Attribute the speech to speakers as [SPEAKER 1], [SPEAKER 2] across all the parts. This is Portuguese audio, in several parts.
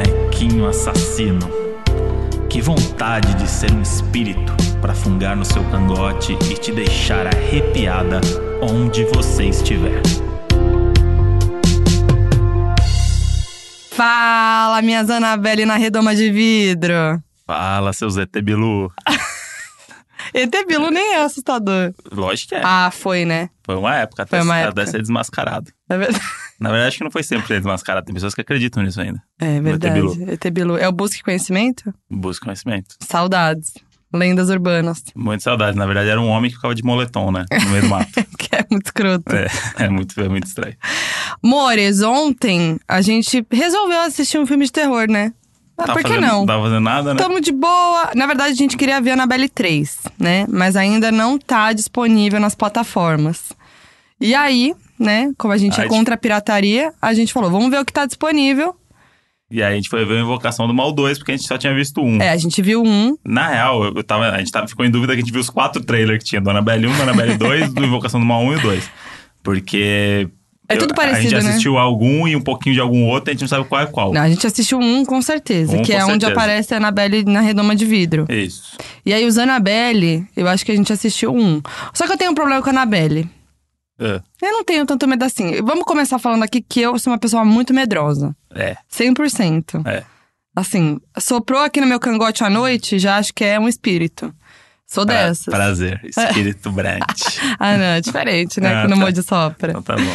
[SPEAKER 1] bichinho Ah, assassino. Que vontade de ser um espírito para fungar no seu cangote e te deixar arrepiada onde você estiver.
[SPEAKER 2] Fala, minhas Anabelle na redoma de vidro.
[SPEAKER 1] Fala, seu Zé Tebilu.
[SPEAKER 2] ET Bilu nem é assustador.
[SPEAKER 1] Lógico que é.
[SPEAKER 2] Ah, foi, né?
[SPEAKER 1] Foi uma época até,
[SPEAKER 2] Foi uma
[SPEAKER 1] até
[SPEAKER 2] época.
[SPEAKER 1] ser desmascarado.
[SPEAKER 2] É verdade.
[SPEAKER 1] Na verdade, acho que não foi sempre ser desmascarado. Tem pessoas que acreditam nisso ainda.
[SPEAKER 2] É
[SPEAKER 1] Bilu.
[SPEAKER 2] verdade. ET Bilu. É o Busque Conhecimento?
[SPEAKER 1] Busca conhecimento.
[SPEAKER 2] Saudades. Lendas urbanas.
[SPEAKER 1] Muito saudade. Na verdade, era um homem que ficava de moletom, né? No meio do mato.
[SPEAKER 2] Que é muito escroto.
[SPEAKER 1] é, é muito, é muito estranho.
[SPEAKER 2] Mores, ontem a gente resolveu assistir um filme de terror, né? Ah,
[SPEAKER 1] Tava
[SPEAKER 2] por que
[SPEAKER 1] Tá fazendo-
[SPEAKER 2] não?
[SPEAKER 1] Tava fazendo nada, né?
[SPEAKER 2] Tamo de boa. Na verdade, a gente queria ver a Annabelle 3, né? Mas ainda não tá disponível nas plataformas. E aí, né? Como a gente
[SPEAKER 1] Ai,
[SPEAKER 2] é contra a pirataria, a gente falou, vamos ver o que tá disponível.
[SPEAKER 1] E aí a gente foi ver a Invocação do Mal 2, porque a gente só tinha visto um.
[SPEAKER 2] É, a gente viu um,
[SPEAKER 1] Na real, eu eu tava, a gente tava, ficou em dúvida que a gente viu os quatro trailers que tinha. Do Annabelle 1, do Annabelle 2, do Invocação do Mal 1 e o 2. Porque...
[SPEAKER 2] É
[SPEAKER 1] eu-
[SPEAKER 2] tudo
[SPEAKER 1] A
[SPEAKER 2] parecido,
[SPEAKER 1] gente
[SPEAKER 2] né?
[SPEAKER 1] assistiu algum e um pouquinho de algum outro, a gente não sabe qual é qual.
[SPEAKER 2] Não, a gente assistiu um com certeza,
[SPEAKER 1] Um,
[SPEAKER 2] que
[SPEAKER 1] com
[SPEAKER 2] é onde
[SPEAKER 1] certeza.
[SPEAKER 2] aparece a Annabelle na redoma de vidro.
[SPEAKER 1] Isso.
[SPEAKER 2] E aí, os Annabelle, eu acho que a gente assistiu um. Só que eu tenho um problema com a Annabelle.
[SPEAKER 1] É.
[SPEAKER 2] Eu não tenho tanto medo assim. Vamos começar falando aqui que eu sou uma pessoa muito medrosa.
[SPEAKER 1] É,
[SPEAKER 2] 100%.
[SPEAKER 1] é.
[SPEAKER 2] Assim, soprou aqui no meu cangote à noite, já acho que é um espírito. Sou
[SPEAKER 1] Hum. É, Pra-
[SPEAKER 2] dessas.
[SPEAKER 1] Prazer. Espírito Brant.
[SPEAKER 2] Ah, não, é diferente, né?
[SPEAKER 1] Ah,
[SPEAKER 2] quando
[SPEAKER 1] tá.
[SPEAKER 2] o de sopra.
[SPEAKER 1] Então tá bom.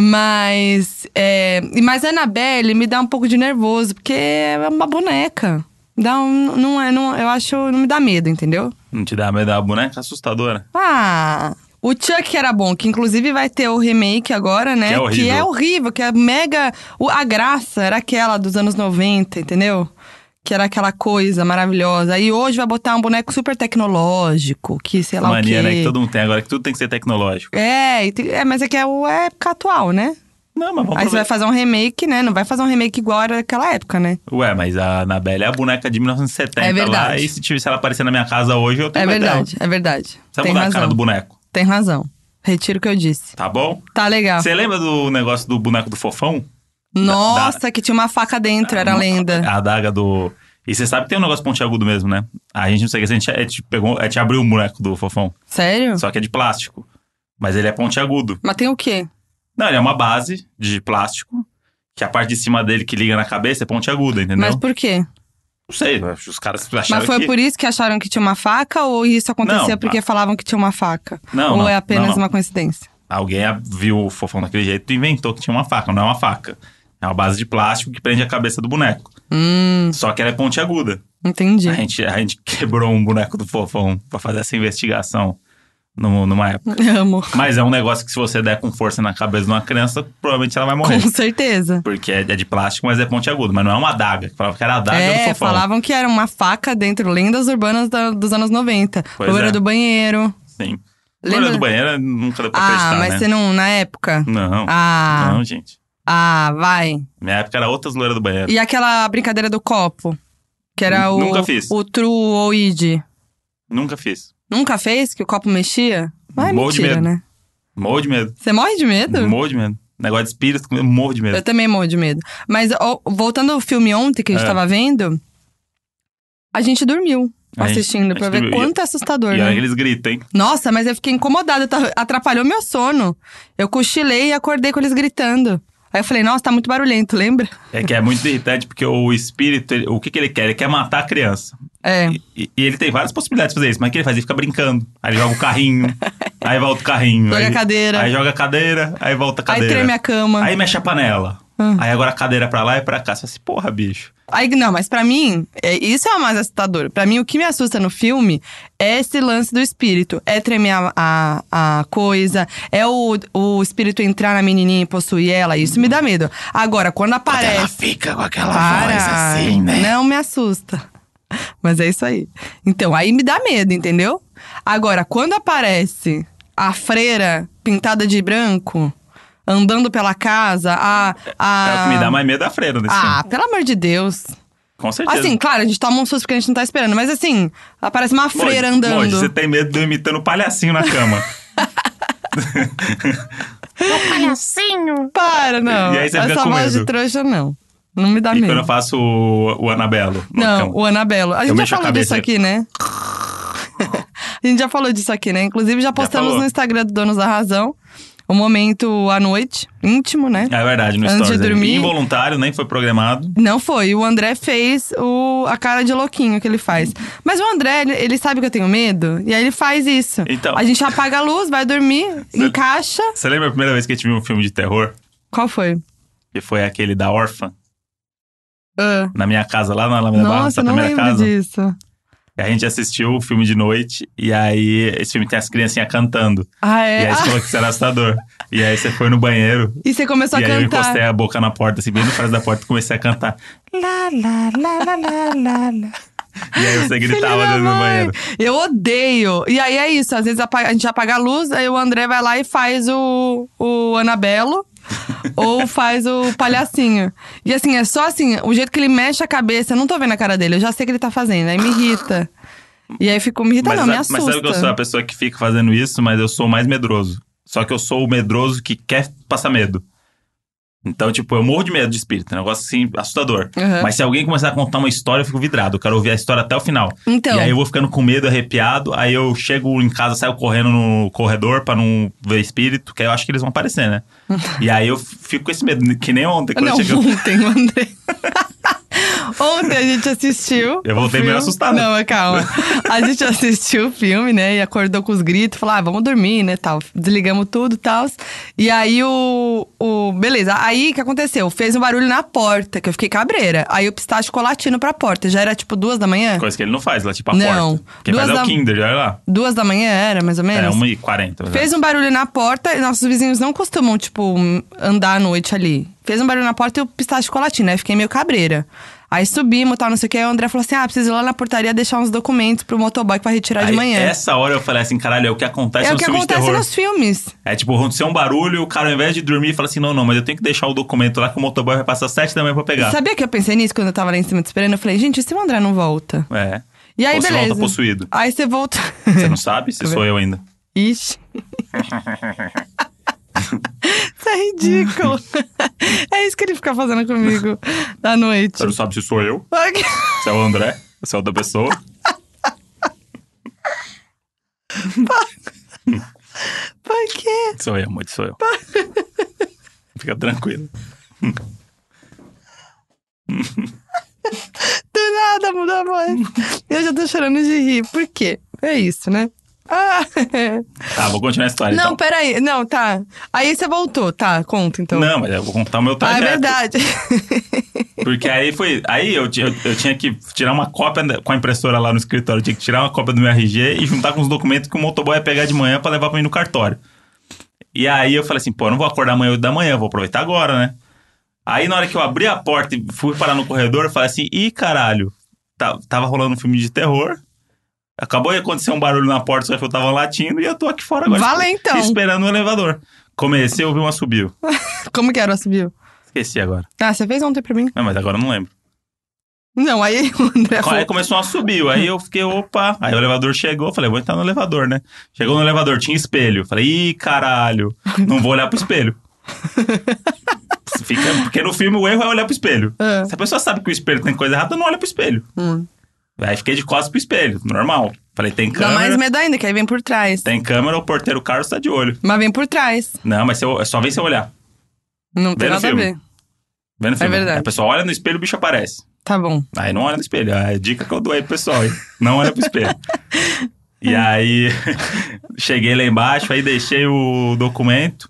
[SPEAKER 2] Mas. É, e- mas a Annabelle me dá um pouco de nervoso, porque é uma boneca. Dá um, não é, não, eu acho. Não me dá medo, entendeu?
[SPEAKER 1] Não te dá medo da boneca assustadora?
[SPEAKER 2] Ah. O Chuck era bom, que inclusive vai ter o remake agora, né?
[SPEAKER 1] Que é horrível.
[SPEAKER 2] Que é horrível, que é mega. o- a graça era aquela dos anos 90, entendeu? Que era aquela coisa maravilhosa. E hoje vai botar um boneco super tecnológico, que sei lá
[SPEAKER 1] Mania,
[SPEAKER 2] o quê.
[SPEAKER 1] né? Que todo mundo tem agora, que tudo tem que ser tecnológico.
[SPEAKER 2] É, e tem- é, mas é que é o- é a época atual, né?
[SPEAKER 1] Não, mas vamos
[SPEAKER 2] Aí você vai
[SPEAKER 1] aproveitar.
[SPEAKER 2] fazer um remake, né? Não vai fazer um remake igual era daquela época, né?
[SPEAKER 1] Ué, mas a Anabelle é a boneca de 1970
[SPEAKER 2] É verdade.
[SPEAKER 1] lá. E se, tiver- se ela aparecer na minha casa hoje, eu tenho
[SPEAKER 2] É
[SPEAKER 1] medo dela.
[SPEAKER 2] verdade, é verdade.
[SPEAKER 1] Você vai
[SPEAKER 2] Tem
[SPEAKER 1] mudar a cara
[SPEAKER 2] razão.
[SPEAKER 1] do boneco,
[SPEAKER 2] Tem razão. Retiro o que eu disse.
[SPEAKER 1] tá bom?
[SPEAKER 2] Tá legal.
[SPEAKER 1] Você lembra do negócio do boneco do fofão?
[SPEAKER 2] Nossa, que tinha uma faca dentro, era lenda.
[SPEAKER 1] A adaga do. E você sabe que tem um negócio pontiagudo mesmo, né? A gente não sei o que, a gente, a gente pegou, a gente abriu um boneco do fofão.
[SPEAKER 2] Sério?
[SPEAKER 1] Só que é de plástico. Mas ele é pontiagudo.
[SPEAKER 2] Mas tem o quê?
[SPEAKER 1] Não, ele é uma base de plástico, que a parte de cima dele que liga na cabeça é ponte aguda, entendeu?
[SPEAKER 2] Mas por quê?
[SPEAKER 1] Não sei, acho que os caras acharam
[SPEAKER 2] Mas foi
[SPEAKER 1] que...
[SPEAKER 2] por isso que acharam que tinha uma faca ou isso acontecia
[SPEAKER 1] Não,
[SPEAKER 2] porque falavam que tinha uma faca?
[SPEAKER 1] Não,
[SPEAKER 2] ou
[SPEAKER 1] não,
[SPEAKER 2] é apenas
[SPEAKER 1] não, não.
[SPEAKER 2] uma coincidência?
[SPEAKER 1] Alguém viu o fofão daquele jeito e inventou que tinha uma faca. Não é uma faca. É uma base de plástico que prende a cabeça do boneco.
[SPEAKER 2] Hum,
[SPEAKER 1] Só que ela é ponte aguda.
[SPEAKER 2] entendi.
[SPEAKER 1] A gente, a gente quebrou um boneco do fofão pra fazer essa investigação num- numa época.
[SPEAKER 2] Amo.
[SPEAKER 1] Mas é um negócio que se você der com força na cabeça de uma criança, provavelmente ela vai morrer.
[SPEAKER 2] Com certeza.
[SPEAKER 1] Porque é é de plástico, mas é ponte aguda. Mas não é uma adaga. Falava que era a adaga do
[SPEAKER 2] é,
[SPEAKER 1] fofão.
[SPEAKER 2] falavam que era uma faca dentro, lendas urbanas da- dos anos 90.
[SPEAKER 1] Pois
[SPEAKER 2] Loura
[SPEAKER 1] é.
[SPEAKER 2] do banheiro.
[SPEAKER 1] Sim.
[SPEAKER 2] Lembra-
[SPEAKER 1] Lembra do banheiro nunca deu pra
[SPEAKER 2] Ah,
[SPEAKER 1] acreditar,
[SPEAKER 2] mas
[SPEAKER 1] né?
[SPEAKER 2] você não, na época?
[SPEAKER 1] Não,
[SPEAKER 2] Ah,
[SPEAKER 1] não, gente.
[SPEAKER 2] ah, vai.
[SPEAKER 1] Minha época era outras loiras do banheiro.
[SPEAKER 2] E aquela brincadeira do copo? Que era o.
[SPEAKER 1] Nunca fiz.
[SPEAKER 2] O true ou id.
[SPEAKER 1] Nunca fiz.
[SPEAKER 2] Nunca fez? Que o copo mexia? Ah, é
[SPEAKER 1] Morro de
[SPEAKER 2] mentira,
[SPEAKER 1] medo.
[SPEAKER 2] né?
[SPEAKER 1] Morro de medo.
[SPEAKER 2] Você morre de medo?
[SPEAKER 1] Morro de medo. Negócio de espírito, eu morro de medo.
[SPEAKER 2] Eu também morro de medo. Mas ó, voltando ao filme ontem que a gente
[SPEAKER 1] É.
[SPEAKER 2] tava vendo, a gente dormiu
[SPEAKER 1] A gente-
[SPEAKER 2] assistindo pra
[SPEAKER 1] a gente
[SPEAKER 2] ver
[SPEAKER 1] dormiu.
[SPEAKER 2] quanto é assustador,
[SPEAKER 1] E olha
[SPEAKER 2] né?
[SPEAKER 1] que eles gritam, hein?
[SPEAKER 2] Nossa, mas eu fiquei incomodada, tá- atrapalhou meu sono. Eu cochilei e acordei com eles gritando. Aí eu falei, nossa, tá muito barulhento, lembra?
[SPEAKER 1] É que é muito irritante, porque o espírito, ele- o que, que ele quer? Ele quer matar a criança.
[SPEAKER 2] É.
[SPEAKER 1] E, e ele tem várias possibilidades de fazer isso, mas o que ele faz? Ele fica brincando. Aí ele joga o carrinho, aí volta o carrinho.
[SPEAKER 2] Joga
[SPEAKER 1] aí,
[SPEAKER 2] a cadeira.
[SPEAKER 1] Aí joga a cadeira, aí volta a
[SPEAKER 2] Aí
[SPEAKER 1] cadeira.
[SPEAKER 2] treme a cama.
[SPEAKER 1] Aí mexe a panela.
[SPEAKER 2] Ah.
[SPEAKER 1] Aí agora a cadeira é pra lá e pra cá. Você fala assim, porra, bicho.
[SPEAKER 2] Aí, não, mas pra mim, é, isso é o mais assustador. Pra mim, o que me assusta no filme é esse lance do espírito. É tremer a, a, a coisa, é o, o espírito entrar na menininha e possuir ela. Isso me dá medo. Agora, quando aparece.
[SPEAKER 1] fica com aquela
[SPEAKER 2] Para!
[SPEAKER 1] assim, né?
[SPEAKER 2] Não me assusta. Mas é isso aí. Então, aí me dá medo, entendeu? Agora, quando aparece a freira pintada de branco, andando pela casa, a. a...
[SPEAKER 1] É o que me dá mais medo é a freira nesse filme.
[SPEAKER 2] Ah, pelo amor de Deus.
[SPEAKER 1] Com certeza.
[SPEAKER 2] Assim, claro, a gente toma um susto porque a gente não tá esperando, mas assim, aparece uma
[SPEAKER 1] Moji,
[SPEAKER 2] freira
[SPEAKER 1] Moji,
[SPEAKER 2] andando.
[SPEAKER 1] você tem medo de eu imitando o palhacinho na cama.
[SPEAKER 3] palhacinho.
[SPEAKER 2] Para, não.
[SPEAKER 1] E aí você
[SPEAKER 2] Essa
[SPEAKER 1] fica com
[SPEAKER 2] voz
[SPEAKER 1] medo.
[SPEAKER 2] de trouxa, não. Não me dá
[SPEAKER 1] E
[SPEAKER 2] medo.
[SPEAKER 1] quando eu faço o, o Anabelo. no
[SPEAKER 2] Não,
[SPEAKER 1] cão.
[SPEAKER 2] o Anabelo. A gente já
[SPEAKER 1] mexo a
[SPEAKER 2] falou disso
[SPEAKER 1] cabeça.
[SPEAKER 2] aqui, né? a gente já falou disso aqui, né? Inclusive, já postamos
[SPEAKER 1] falou.
[SPEAKER 2] no Instagram do Donos da Razão o momento à noite, íntimo, né?
[SPEAKER 1] É verdade, no
[SPEAKER 2] Antes de
[SPEAKER 1] Stories. né?
[SPEAKER 2] dormir-
[SPEAKER 1] Involuntário, nem foi programado.
[SPEAKER 2] Não foi. O André fez o, a cara de louquinho que ele faz. Mas o André, ele, ele sabe que eu tenho medo. E aí ele faz isso.
[SPEAKER 1] Então.
[SPEAKER 2] A gente apaga a luz, vai dormir, encaixa.
[SPEAKER 1] Você lembra a primeira vez que a gente viu um filme de terror?
[SPEAKER 2] Qual foi?
[SPEAKER 1] Que foi aquele da órfã?
[SPEAKER 2] Ah,
[SPEAKER 1] Na minha casa, lá na Lâmina Barra,
[SPEAKER 2] nossa,
[SPEAKER 1] na
[SPEAKER 2] não
[SPEAKER 1] minha
[SPEAKER 2] lembro
[SPEAKER 1] casa.
[SPEAKER 2] disso.
[SPEAKER 1] E A gente assistiu o filme de noite, e aí esse filme tem as criancinhas cantando.
[SPEAKER 2] Ah,
[SPEAKER 1] E
[SPEAKER 2] é.
[SPEAKER 1] aí
[SPEAKER 2] Ah,
[SPEAKER 1] você falou que isso era assustador. E aí você foi no banheiro,
[SPEAKER 2] e você começou
[SPEAKER 1] e
[SPEAKER 2] a
[SPEAKER 1] aí eu
[SPEAKER 2] cantar.
[SPEAKER 1] encostei a boca na porta, assim, bem no frente da porta, e comecei a cantar.
[SPEAKER 2] Lá, lá, lá, lá, lá, lá, lá.
[SPEAKER 1] E aí você
[SPEAKER 2] Filho
[SPEAKER 1] gritava
[SPEAKER 2] da
[SPEAKER 1] dentro do
[SPEAKER 2] mãe.
[SPEAKER 1] banheiro.
[SPEAKER 2] Eu odeio. E aí é isso. Às vezes apa- a gente apaga a luz, aí o André vai lá e faz o, o Anabelo. ou faz o palhacinho. E assim, é só assim, o jeito que ele mexe a cabeça, eu não tô vendo a cara dele, eu já sei o que ele tá fazendo, aí me irrita. E aí fico, me irrita
[SPEAKER 1] Mas,
[SPEAKER 2] não, me
[SPEAKER 1] mas
[SPEAKER 2] assusta.
[SPEAKER 1] sabe que eu sou a pessoa que fica fazendo isso, mas eu sou o mais medroso. Só que eu sou o medroso que quer passar medo. Então, tipo, eu morro de medo de espírito, é um negócio assim, assustador.
[SPEAKER 2] Uhum.
[SPEAKER 1] Mas se alguém começar a contar uma história, eu fico vidrado. Eu quero ouvir a história até o final.
[SPEAKER 2] Então.
[SPEAKER 1] E aí eu vou ficando com medo, arrepiado. Aí eu chego em casa, saio correndo no corredor pra não ver espírito, que aí eu acho que eles vão aparecer, né? e aí eu fico com esse medo, que nem ontem, quando eu
[SPEAKER 2] Não,
[SPEAKER 1] cheguei.
[SPEAKER 2] ontem o André. Ontem a gente assistiu.
[SPEAKER 1] Eu
[SPEAKER 2] o
[SPEAKER 1] voltei meio
[SPEAKER 2] filme.
[SPEAKER 1] assustado.
[SPEAKER 2] Não, mas calma. A gente assistiu o filme, né? E acordou com os gritos, falou: ah, vamos dormir, né? Tal. Desligamos tudo e tal. E aí o, o. Beleza. Aí o que aconteceu? Fez um barulho na porta, que eu fiquei cabreira. Aí o pistache ficou latindo pra porta. Já era tipo duas da manhã?
[SPEAKER 1] Coisa que ele não faz, lá tipo a
[SPEAKER 2] Não.
[SPEAKER 1] porta. Quem
[SPEAKER 2] Duas
[SPEAKER 1] faz é
[SPEAKER 2] da-
[SPEAKER 1] o Kinder, olha lá.
[SPEAKER 2] Duas da manhã era, mais ou menos?
[SPEAKER 1] É 1h40.
[SPEAKER 2] Fez um barulho na porta e nossos vizinhos não costumam, tipo, andar à noite ali. Fez um barulho na porta e o pistache ficou latindo. Aí fiquei meio cabreira. Aí subimos, tal, não sei o que. Aí o André falou assim: ah, preciso ir lá na portaria deixar uns documentos pro motoboy que vai retirar de
[SPEAKER 1] Aí,
[SPEAKER 2] manhã.
[SPEAKER 1] Essa hora eu falei assim, caralho, é o que acontece
[SPEAKER 2] é o
[SPEAKER 1] no
[SPEAKER 2] que
[SPEAKER 1] filme de
[SPEAKER 2] acontece
[SPEAKER 1] terror.
[SPEAKER 2] nos filmes.
[SPEAKER 1] É tipo, aconteceu um barulho, o cara ao invés de dormir, fala assim, não, não, mas eu tenho que deixar o documento lá que o motoboy vai passar sete da manhã pra pegar.
[SPEAKER 2] Sabia que eu pensei nisso quando eu tava lá em cima te esperando? Eu falei, gente, e se o André não volta?
[SPEAKER 1] É.
[SPEAKER 2] E aí,
[SPEAKER 1] Ou se
[SPEAKER 2] beleza.
[SPEAKER 1] volta possuído.
[SPEAKER 2] Aí você volta.
[SPEAKER 1] Você não sabe se sou eu ainda.
[SPEAKER 2] Ixi. Isso é ridículo. é isso que ele fica fazendo comigo da noite.
[SPEAKER 1] Você não sabe se sou eu,
[SPEAKER 2] Para
[SPEAKER 1] se é o André, se é outra pessoa.
[SPEAKER 2] quê?
[SPEAKER 1] Sou eu, muito sou eu. Tá. Fica tranquilo.
[SPEAKER 2] Do nada mudou a voz. Eu já tô chorando de rir. Por quê? É isso, né? Ah.
[SPEAKER 1] Tá, vou continuar a história
[SPEAKER 2] Não,
[SPEAKER 1] então.
[SPEAKER 2] peraí. Não, tá. Aí você voltou. Tá, conta então.
[SPEAKER 1] Não, mas eu vou contar o meu
[SPEAKER 2] ah, é
[SPEAKER 1] trajeto.
[SPEAKER 2] verdade.
[SPEAKER 1] Porque aí foi. Aí eu, ti- eu, eu tinha que tirar uma cópia da- com a impressora lá no escritório. Eu tinha que tirar uma cópia do meu RG e juntar com os documentos que o motoboy ia pegar de manhã pra levar pra mim no cartório. E aí eu falei assim, pô, eu não vou acordar amanhã 8 da manhã, eu vou aproveitar agora, né? Aí na hora que eu abri a porta e fui parar no corredor, eu falei assim, ih, caralho, tá- tava rolando um filme de terror. Acabou de acontecer um barulho na porta, só que eu tava latindo e eu tô aqui fora agora.
[SPEAKER 2] Valentão.
[SPEAKER 1] Esperando o elevador. Comecei a ouvir um assobio.
[SPEAKER 2] Como que era o subiu?
[SPEAKER 1] Esqueci agora.
[SPEAKER 2] Ah, você fez ontem pra mim?
[SPEAKER 1] Não, mas agora eu não lembro.
[SPEAKER 2] Não, aí o André
[SPEAKER 1] Aí
[SPEAKER 2] falou.
[SPEAKER 1] começou a subir, aí eu fiquei, opa. Aí o elevador chegou, eu falei, vou entrar no elevador, né? Chegou no elevador, tinha espelho. Falei, ih, caralho, não vou olhar pro espelho. Fica, porque no filme o erro é olhar pro espelho.
[SPEAKER 2] É.
[SPEAKER 1] Se a pessoa sabe que o espelho tem coisa errada, não olha pro espelho.
[SPEAKER 2] Hum.
[SPEAKER 1] Aí fiquei de costas pro espelho, normal. Falei, tem
[SPEAKER 2] Dá mais
[SPEAKER 1] câmera,
[SPEAKER 2] medo ainda, que aí vem por trás.
[SPEAKER 1] tem câmera, o porteiro Carlos tá de olho.
[SPEAKER 2] Mas vem por trás.
[SPEAKER 1] Não, mas se eu- é só vem se eu olhar.
[SPEAKER 2] Não tem
[SPEAKER 1] Vendo
[SPEAKER 2] nada a
[SPEAKER 1] filme.
[SPEAKER 2] ver.
[SPEAKER 1] Vendo o filme.
[SPEAKER 2] É verdade.
[SPEAKER 1] Aí a pessoa olha no espelho, o bicho aparece.
[SPEAKER 2] Tá bom.
[SPEAKER 1] Aí não olha no espelho. É a dica que eu dou aí pro pessoal, hein? Não olha pro espelho. e aí, cheguei lá embaixo, aí deixei o documento.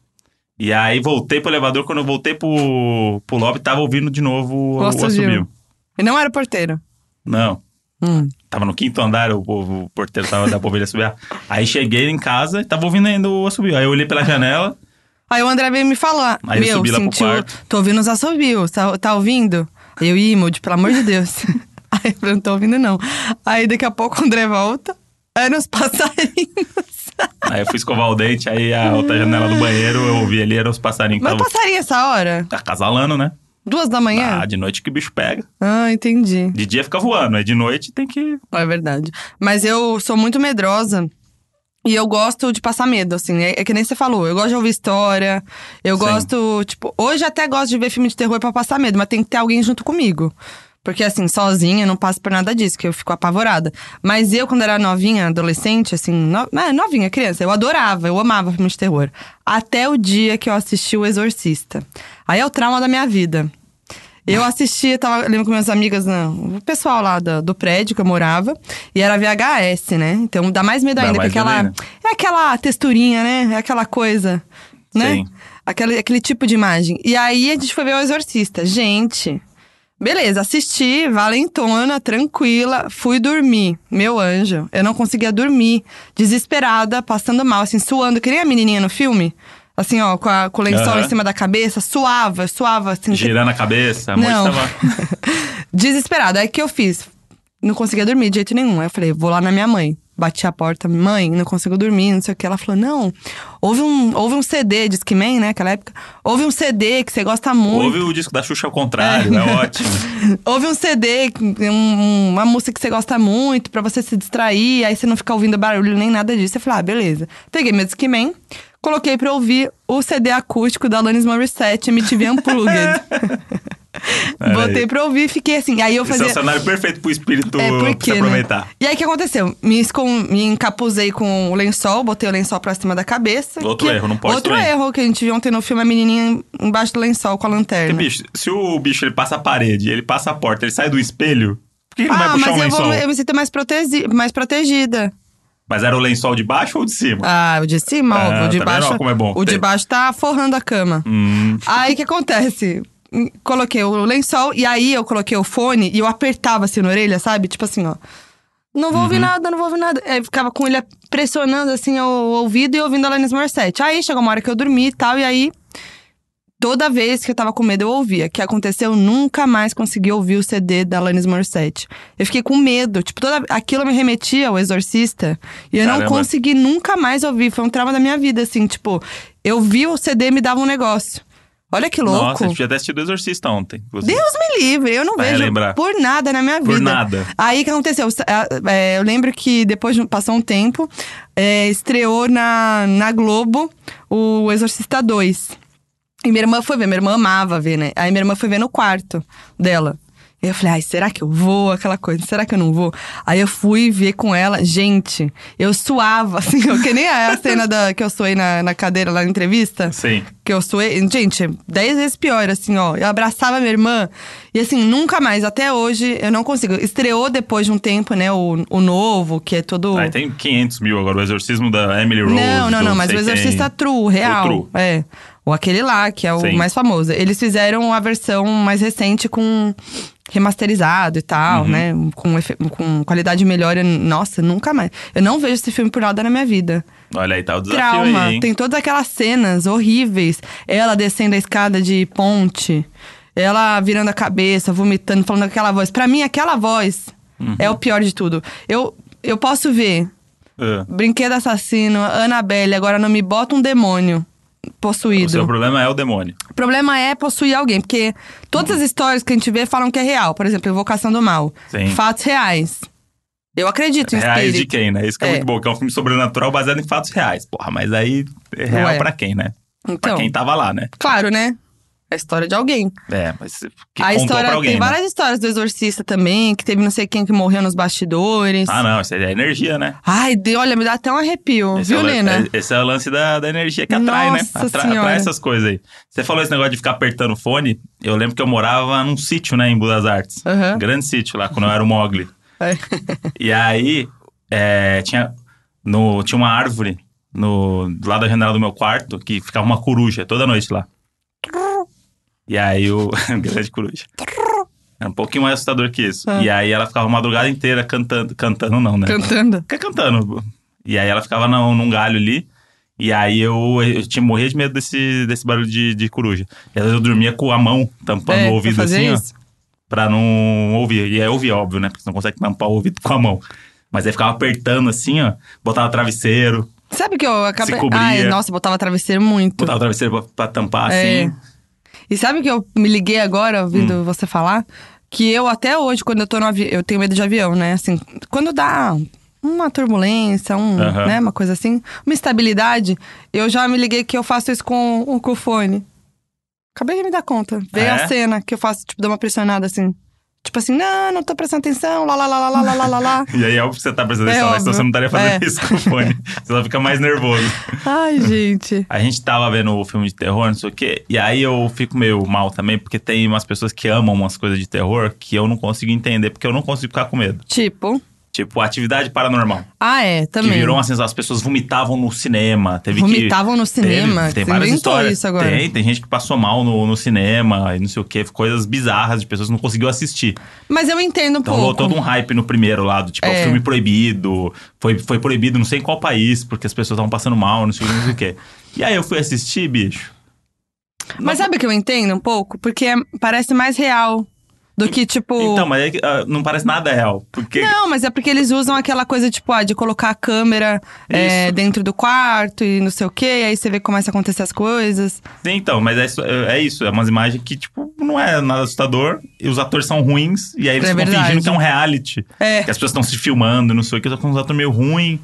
[SPEAKER 1] E aí, voltei pro elevador. Quando eu voltei pro, pro lobby, tava ouvindo de novo o, o
[SPEAKER 2] Nossa,
[SPEAKER 1] assobio.
[SPEAKER 2] viu? E não era porteiro.
[SPEAKER 1] Não.
[SPEAKER 2] Hum.
[SPEAKER 1] Tava no quinto andar, o, o, o porteiro tava da povelha subir. Aí cheguei em casa e tava ouvindo ainda o assobio. Aí eu olhei pela janela.
[SPEAKER 2] Aí o André veio me falar.
[SPEAKER 1] Aí eu
[SPEAKER 2] Meu,
[SPEAKER 1] subi lá pro
[SPEAKER 2] sentiu.
[SPEAKER 1] quarto.
[SPEAKER 2] Tô ouvindo os assobios. Tá, tá ouvindo? Aí Eu, ih, Moody, pelo amor de Deus. Aí eu não tô ouvindo, não. Aí daqui a pouco o André volta. Eram os passarinhos.
[SPEAKER 1] Aí eu fui escovar o dente, aí a outra janela do banheiro eu ouvi ali, eram os passarinhos que
[SPEAKER 2] Mas É.
[SPEAKER 1] estavam
[SPEAKER 2] passarinho essa hora?
[SPEAKER 1] acasalando, né?
[SPEAKER 2] Duas da manhã?
[SPEAKER 1] Ah, de noite que o bicho pega.
[SPEAKER 2] Ah, entendi.
[SPEAKER 1] De dia fica voando, aí de noite tem que
[SPEAKER 2] É verdade. Mas eu sou muito medrosa. E eu gosto de passar medo, assim. É, é que nem você falou, eu gosto de ouvir história. Eu
[SPEAKER 1] Sim.
[SPEAKER 2] gosto, tipo, hoje até gosto de ver filme de terror pra passar medo, mas tem que ter alguém junto comigo. Porque, assim, sozinha eu não passo por nada disso, que eu fico apavorada. Mas eu, quando era novinha, adolescente, assim, no- é, novinha, criança, eu adorava, eu amava filme de terror. Até o dia que eu assisti O Exorcista. Aí é o trauma da minha vida. Eu assisti, eu tava, eu lembro com minhas amigas, não, o pessoal lá do, do prédio que eu morava, e era VHS, né? Então dá mais medo
[SPEAKER 1] Dá
[SPEAKER 2] ainda,
[SPEAKER 1] mais
[SPEAKER 2] porque aquela,
[SPEAKER 1] medo
[SPEAKER 2] é aquela texturinha, né? É aquela coisa, né?
[SPEAKER 1] Sim.
[SPEAKER 2] Aquele, aquele tipo de imagem. E aí a gente foi ver o Exorcista. Gente, beleza, assisti, valentona, tranquila, fui dormir. Meu anjo, eu não conseguia dormir, desesperada, passando mal, assim, suando, que nem a menininha no filme. Assim, ó, com, a, com o lençol
[SPEAKER 1] Aham.
[SPEAKER 2] em cima da cabeça, suava, suava, assim,
[SPEAKER 1] Girando a cabeça, um monte de
[SPEAKER 2] Não.
[SPEAKER 1] trabalho.
[SPEAKER 2] Desesperada. Aí o que eu fiz? Não conseguia dormir de jeito nenhum. Aí eu falei, vou lá na minha mãe. Bati a porta, mãe, não consigo dormir, não sei o que. Ela falou, não, houve um, houve um CD de Skimman, né, naquela época. Houve um CD que você gosta muito.
[SPEAKER 1] Ouve o disco da Xuxa ao contrário, é, ótimo.
[SPEAKER 2] Houve um CD, um- uma música que você gosta muito, pra você se distrair, aí você não ficar ouvindo barulho nem nada disso. Você fala, ah, beleza. Peguei meu Discman, coloquei pra ouvir o CD acústico da Alanis Morissette, MTV Unplugged. Botei pra ouvir, fiquei assim. Aí eu
[SPEAKER 1] Esse é o
[SPEAKER 2] fazia...
[SPEAKER 1] cenário perfeito pro espírito
[SPEAKER 2] É
[SPEAKER 1] se
[SPEAKER 2] porque.
[SPEAKER 1] aproveitar.
[SPEAKER 2] E aí o que aconteceu? Me, escon... me encapuzei com o lençol, botei o lençol pra cima da cabeça.
[SPEAKER 1] Outro
[SPEAKER 2] que-
[SPEAKER 1] erro, não pode
[SPEAKER 2] Outro
[SPEAKER 1] também.
[SPEAKER 2] erro que a gente viu ontem no filme, a menininha embaixo do lençol com a
[SPEAKER 1] Porque,
[SPEAKER 2] lanterna.
[SPEAKER 1] bicho, se o bicho ele passa a parede, ele passa a porta, ele sai do espelho, por que ele não vai
[SPEAKER 2] ah,
[SPEAKER 1] puxar
[SPEAKER 2] mas
[SPEAKER 1] um
[SPEAKER 2] eu,
[SPEAKER 1] lençol?
[SPEAKER 2] vou, eu me sinto mais, protegi... mais protegida.
[SPEAKER 1] Mas era o lençol de baixo ou de cima?
[SPEAKER 2] Ah, o de cima,
[SPEAKER 1] Ah,
[SPEAKER 2] óbvio, o de
[SPEAKER 1] tá vendo?
[SPEAKER 2] baixo.
[SPEAKER 1] Ó, como é bom
[SPEAKER 2] o de
[SPEAKER 1] ter.
[SPEAKER 2] baixo tá forrando a cama.
[SPEAKER 1] Hum,
[SPEAKER 2] Aí o que acontece? Hum, Coloquei o lençol e aí eu coloquei o fone e eu apertava assim na orelha, sabe? Tipo assim, ó. Não vou ouvir
[SPEAKER 1] Uhum.
[SPEAKER 2] nada, não vou ouvir nada. Aí ficava com ele pressionando assim o ouvido e ouvindo a Alanis Morissette. Aí chegou uma hora que eu dormi e tal, e aí toda vez que eu tava com medo eu ouvia. O que aconteceu? Eu nunca mais consegui ouvir o CD da Alanis Morissette. Eu fiquei com medo. Tipo, toda... aquilo me remetia ao Exorcista e eu não
[SPEAKER 1] Caramba.
[SPEAKER 2] consegui nunca mais ouvir. Foi um trauma da minha vida, assim. Tipo, eu vi o CD e me dava um negócio. Olha que louco.
[SPEAKER 1] nossa, é eu devia ter assistido o Exorcista ontem. inclusive.
[SPEAKER 2] Deus me livre, eu não
[SPEAKER 1] Vai
[SPEAKER 2] vejo
[SPEAKER 1] lembrar.
[SPEAKER 2] por nada na minha vida.
[SPEAKER 1] Por nada.
[SPEAKER 2] Aí o que aconteceu? É, é, Eu lembro que depois de, passou um tempo, é, estreou na, na Globo o Exorcista 2. E minha irmã foi ver, minha irmã amava ver, né? Aí minha irmã foi ver no quarto dela. E eu falei, ai, será que eu vou? Aquela coisa, será que eu não vou? Aí eu fui ver com ela, gente, eu suava, assim, eu, que nem a cena da, que eu suei na, na cadeira lá na entrevista
[SPEAKER 1] Sim.
[SPEAKER 2] que eu sou. Gente, dez vezes pior, assim, ó. Eu abraçava minha irmã. E assim, nunca mais, até hoje, eu não consigo. Estreou depois de um tempo, né? O, o novo, que é todo.
[SPEAKER 1] Aí tem 500 mil agora, o exorcismo da Emily Ah, Rose.
[SPEAKER 2] não, não,
[SPEAKER 1] do
[SPEAKER 2] não, mas o
[SPEAKER 1] sei quem.
[SPEAKER 2] Exorcista True, real.
[SPEAKER 1] O True.
[SPEAKER 2] É. Ou aquele lá, que é o
[SPEAKER 1] Sim.
[SPEAKER 2] mais famoso. Eles fizeram a versão mais recente com remasterizado e tal,
[SPEAKER 1] Uhum.
[SPEAKER 2] né? Com, efe- com qualidade melhor. Eu- Nossa, nunca mais. Eu não vejo esse filme por nada na minha vida
[SPEAKER 1] Olha aí, tá o desafio
[SPEAKER 2] trauma.
[SPEAKER 1] aí, hein?
[SPEAKER 2] Tem todas aquelas cenas horríveis. Ela descendo a escada de ponte, ela virando a cabeça, vomitando, falando aquela voz. Pra mim, aquela voz
[SPEAKER 1] Uhum.
[SPEAKER 2] é o pior de tudo. Eu, eu posso ver
[SPEAKER 1] Ah,
[SPEAKER 2] Brinquedo Assassino, Annabelle, agora não me bota um demônio
[SPEAKER 1] o seu
[SPEAKER 2] possuído.
[SPEAKER 1] problema é o demônio.
[SPEAKER 2] O problema é possuir alguém, porque todas as histórias que a gente vê falam que é real. Por exemplo, Invocação do Mal.
[SPEAKER 1] Sim.
[SPEAKER 2] Fatos reais. Eu acredito em
[SPEAKER 1] Reais de
[SPEAKER 2] espírito.
[SPEAKER 1] quem, né? Isso que é,
[SPEAKER 2] É.
[SPEAKER 1] muito bom, que é um filme sobrenatural baseado em fatos reais. Porra, mas aí é real
[SPEAKER 2] Ué.
[SPEAKER 1] pra quem, né? pra
[SPEAKER 2] Então,
[SPEAKER 1] quem tava lá, né?
[SPEAKER 2] claro, né? É a história de alguém.
[SPEAKER 1] É, mas que
[SPEAKER 2] a
[SPEAKER 1] contou
[SPEAKER 2] história
[SPEAKER 1] pra alguém,
[SPEAKER 2] tem
[SPEAKER 1] né?
[SPEAKER 2] várias histórias do exorcista também, que teve não sei quem que morreu nos bastidores.
[SPEAKER 1] Ah, não, isso aí é energia, né? Ai,
[SPEAKER 2] Ai, de, olha, me dá até um arrepio,
[SPEAKER 1] esse
[SPEAKER 2] viu,
[SPEAKER 1] é o, lan-
[SPEAKER 2] Lina?
[SPEAKER 1] é- Esse é o lance da, da energia que atrai, né?
[SPEAKER 2] Nossa
[SPEAKER 1] Atra-
[SPEAKER 2] Senhora.
[SPEAKER 1] atrai essas coisas aí. Você falou esse negócio de ficar apertando o fone. Eu lembro que eu morava num sítio, né, em Budas Artes.
[SPEAKER 2] Aham.
[SPEAKER 1] Grande sítio lá, quando eu era o Mogli.
[SPEAKER 2] É.
[SPEAKER 1] E aí, é, tinha, no, tinha uma árvore no, do lado da janela do meu quarto que ficava uma coruja toda noite lá. E aí, o. grande coruja. É um pouquinho mais assustador que isso.
[SPEAKER 2] Ah.
[SPEAKER 1] E aí, ela ficava a madrugada inteira cantando. Cantando, não, né?
[SPEAKER 2] Cantando.
[SPEAKER 1] Fica cantando. E aí ela ficava num, num galho ali. E aí eu, eu tinha morria de medo desse, desse barulho de, de coruja. E às vezes eu dormia com a mão tampando
[SPEAKER 2] É,
[SPEAKER 1] o ouvido
[SPEAKER 2] pra fazer
[SPEAKER 1] assim,
[SPEAKER 2] isso.
[SPEAKER 1] ó. Pra não ouvir. E aí eu ouvia, óbvio, né? Porque você não consegue tampar o ouvido com a mão. Mas aí ficava apertando assim, ó. Botava travesseiro.
[SPEAKER 2] Sabe que eu acabei.
[SPEAKER 1] cobria.
[SPEAKER 2] Ai, nossa, botava travesseiro muito.
[SPEAKER 1] Botava travesseiro pra, pra tampar
[SPEAKER 2] É.
[SPEAKER 1] assim.
[SPEAKER 2] E sabe que eu me liguei agora ouvindo
[SPEAKER 1] Hum.
[SPEAKER 2] você falar? Que eu até hoje, quando eu tô no avião, eu tenho medo de avião, né? Assim, quando dá uma turbulência, um,
[SPEAKER 1] Aham.
[SPEAKER 2] né, uma coisa assim, uma estabilidade, eu já me liguei que eu faço isso com, o- com o fone. Acabei de me dar conta. Veio
[SPEAKER 1] Ah, é?
[SPEAKER 2] a cena que eu faço, tipo, dou uma pressionada assim. Tipo assim, não, não tô prestando atenção, lá, lá, lá, lá, lá, lá, lá, lá, lá.
[SPEAKER 1] E aí é óbvio que você tá prestando
[SPEAKER 2] É
[SPEAKER 1] atenção, né?
[SPEAKER 2] óbvio.
[SPEAKER 1] Senão você não estaria fazendo
[SPEAKER 2] É.
[SPEAKER 1] isso com o fone. Você só fica mais nervoso.
[SPEAKER 2] Ai, gente.
[SPEAKER 1] A gente tava vendo o filme de terror, não sei o quê, e aí eu fico meio mal também, porque tem umas pessoas que amam umas coisas de terror que eu não consigo entender, porque eu não consigo ficar com medo.
[SPEAKER 2] Tipo,
[SPEAKER 1] Tipo, atividade paranormal.
[SPEAKER 2] ah, é, também.
[SPEAKER 1] Que virou uma sensação, as pessoas vomitavam no cinema. Teve que.
[SPEAKER 2] Vomitavam no cinema.
[SPEAKER 1] Teve, tem
[SPEAKER 2] Você
[SPEAKER 1] várias
[SPEAKER 2] inventou
[SPEAKER 1] histórias.
[SPEAKER 2] isso agora.
[SPEAKER 1] Tem, tem gente que passou mal no, no cinema e não sei o quê. Coisas bizarras de pessoas que não conseguiu assistir.
[SPEAKER 2] Mas eu entendo um
[SPEAKER 1] Então rolou
[SPEAKER 2] pouco.
[SPEAKER 1] todo um hype no primeiro lado. Tipo, é
[SPEAKER 2] É.
[SPEAKER 1] o filme proibido. Foi, foi proibido não sei em qual país, porque as pessoas estavam passando mal, não sei, o que, não sei o quê. E aí eu fui assistir, bicho.
[SPEAKER 2] Mas sabe o que eu entendo um pouco? Porque é- parece mais real do que, tipo.
[SPEAKER 1] Então, mas é que, ah, não parece nada real. Porque
[SPEAKER 2] Não, mas é porque eles usam aquela coisa, tipo, ah, de colocar a câmera é, dentro do quarto e não sei o quê, e aí você vê que começa a acontecer as coisas.
[SPEAKER 1] Sim, Então, mas é isso, é isso. É umas imagens que, tipo, não é nada assustador. E os atores são ruins. E aí eles
[SPEAKER 2] É
[SPEAKER 1] ficam
[SPEAKER 2] verdade.
[SPEAKER 1] fingindo que é um reality.
[SPEAKER 2] É.
[SPEAKER 1] Que as pessoas estão se filmando, não sei o que. Só com uns atores meio ruim.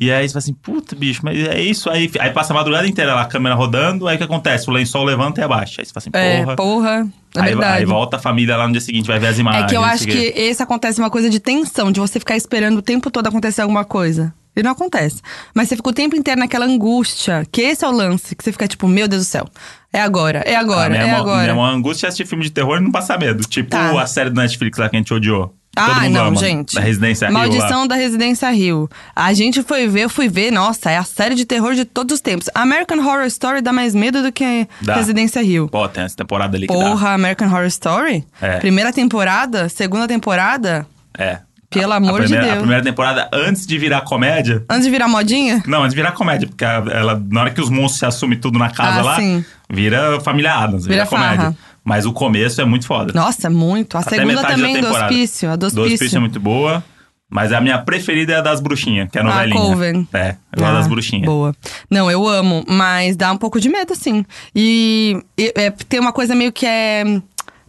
[SPEAKER 1] E aí você fala assim, puta, bicho, mas é isso. Aí, aí passa a madrugada inteira lá, a câmera rodando. Aí o que acontece? O lençol levanta e abaixa. Aí você fala assim,
[SPEAKER 2] É,
[SPEAKER 1] porra.
[SPEAKER 2] porra. É
[SPEAKER 1] aí,
[SPEAKER 2] verdade.
[SPEAKER 1] aí volta a família lá no dia seguinte, vai ver as
[SPEAKER 2] é
[SPEAKER 1] imagens.
[SPEAKER 2] que eu
[SPEAKER 1] não
[SPEAKER 2] acho
[SPEAKER 1] sei o quê.
[SPEAKER 2] que esse acontece uma coisa de tensão, de você ficar esperando o tempo todo acontecer alguma coisa. E não acontece. Mas você fica o tempo inteiro naquela angústia, que esse é o lance, que você fica tipo, meu Deus do céu, é agora, é
[SPEAKER 1] Ah,
[SPEAKER 2] agora,
[SPEAKER 1] minha
[SPEAKER 2] é
[SPEAKER 1] maior-
[SPEAKER 2] agora.
[SPEAKER 1] Minha maior angústia é assistir filme de terror e não passar medo. Tipo
[SPEAKER 2] Tá.
[SPEAKER 1] a série do Netflix lá que a gente odiou. que Todo
[SPEAKER 2] Ah,
[SPEAKER 1] mundo
[SPEAKER 2] não,
[SPEAKER 1] ama,
[SPEAKER 2] gente.
[SPEAKER 1] Da Residência Hill lá.
[SPEAKER 2] Maldição da Residência Rio. A gente foi ver, eu fui ver, nossa, é a série de terror de todos os tempos. American Horror Story dá mais medo do que
[SPEAKER 1] Dá.
[SPEAKER 2] Residência Rio.
[SPEAKER 1] Pô, tem essa temporada ali que dá.
[SPEAKER 2] Porra, American Horror Story?
[SPEAKER 1] É.
[SPEAKER 2] Primeira temporada, segunda temporada,
[SPEAKER 1] É.
[SPEAKER 2] Pelo
[SPEAKER 1] A- a
[SPEAKER 2] amor de
[SPEAKER 1] primeira- A
[SPEAKER 2] Deus.
[SPEAKER 1] primeira temporada, antes de virar comédia.
[SPEAKER 2] antes de virar modinha?
[SPEAKER 1] Não, antes de virar comédia, porque a- ela, na hora que os monstros se assumem tudo na casa
[SPEAKER 2] Ah,
[SPEAKER 1] lá,
[SPEAKER 2] sim.
[SPEAKER 1] vira família Adams, vira,
[SPEAKER 2] Vira
[SPEAKER 1] comédia.
[SPEAKER 2] farra.
[SPEAKER 1] Mas o começo é muito foda.
[SPEAKER 2] Nossa, muito. A
[SPEAKER 1] Até
[SPEAKER 2] segunda
[SPEAKER 1] metade
[SPEAKER 2] também,
[SPEAKER 1] da
[SPEAKER 2] do
[SPEAKER 1] temporada.
[SPEAKER 2] hospício. A do hospício.
[SPEAKER 1] é muito boa. Mas a minha preferida é a das bruxinhas, que é a novelinha.
[SPEAKER 2] Ah, Coven.
[SPEAKER 1] É, eu gosto
[SPEAKER 2] Ah,
[SPEAKER 1] das bruxinhas.
[SPEAKER 2] Boa. Não, eu amo, mas dá um pouco de medo, sim. E, e, é, tem uma coisa meio que é hum,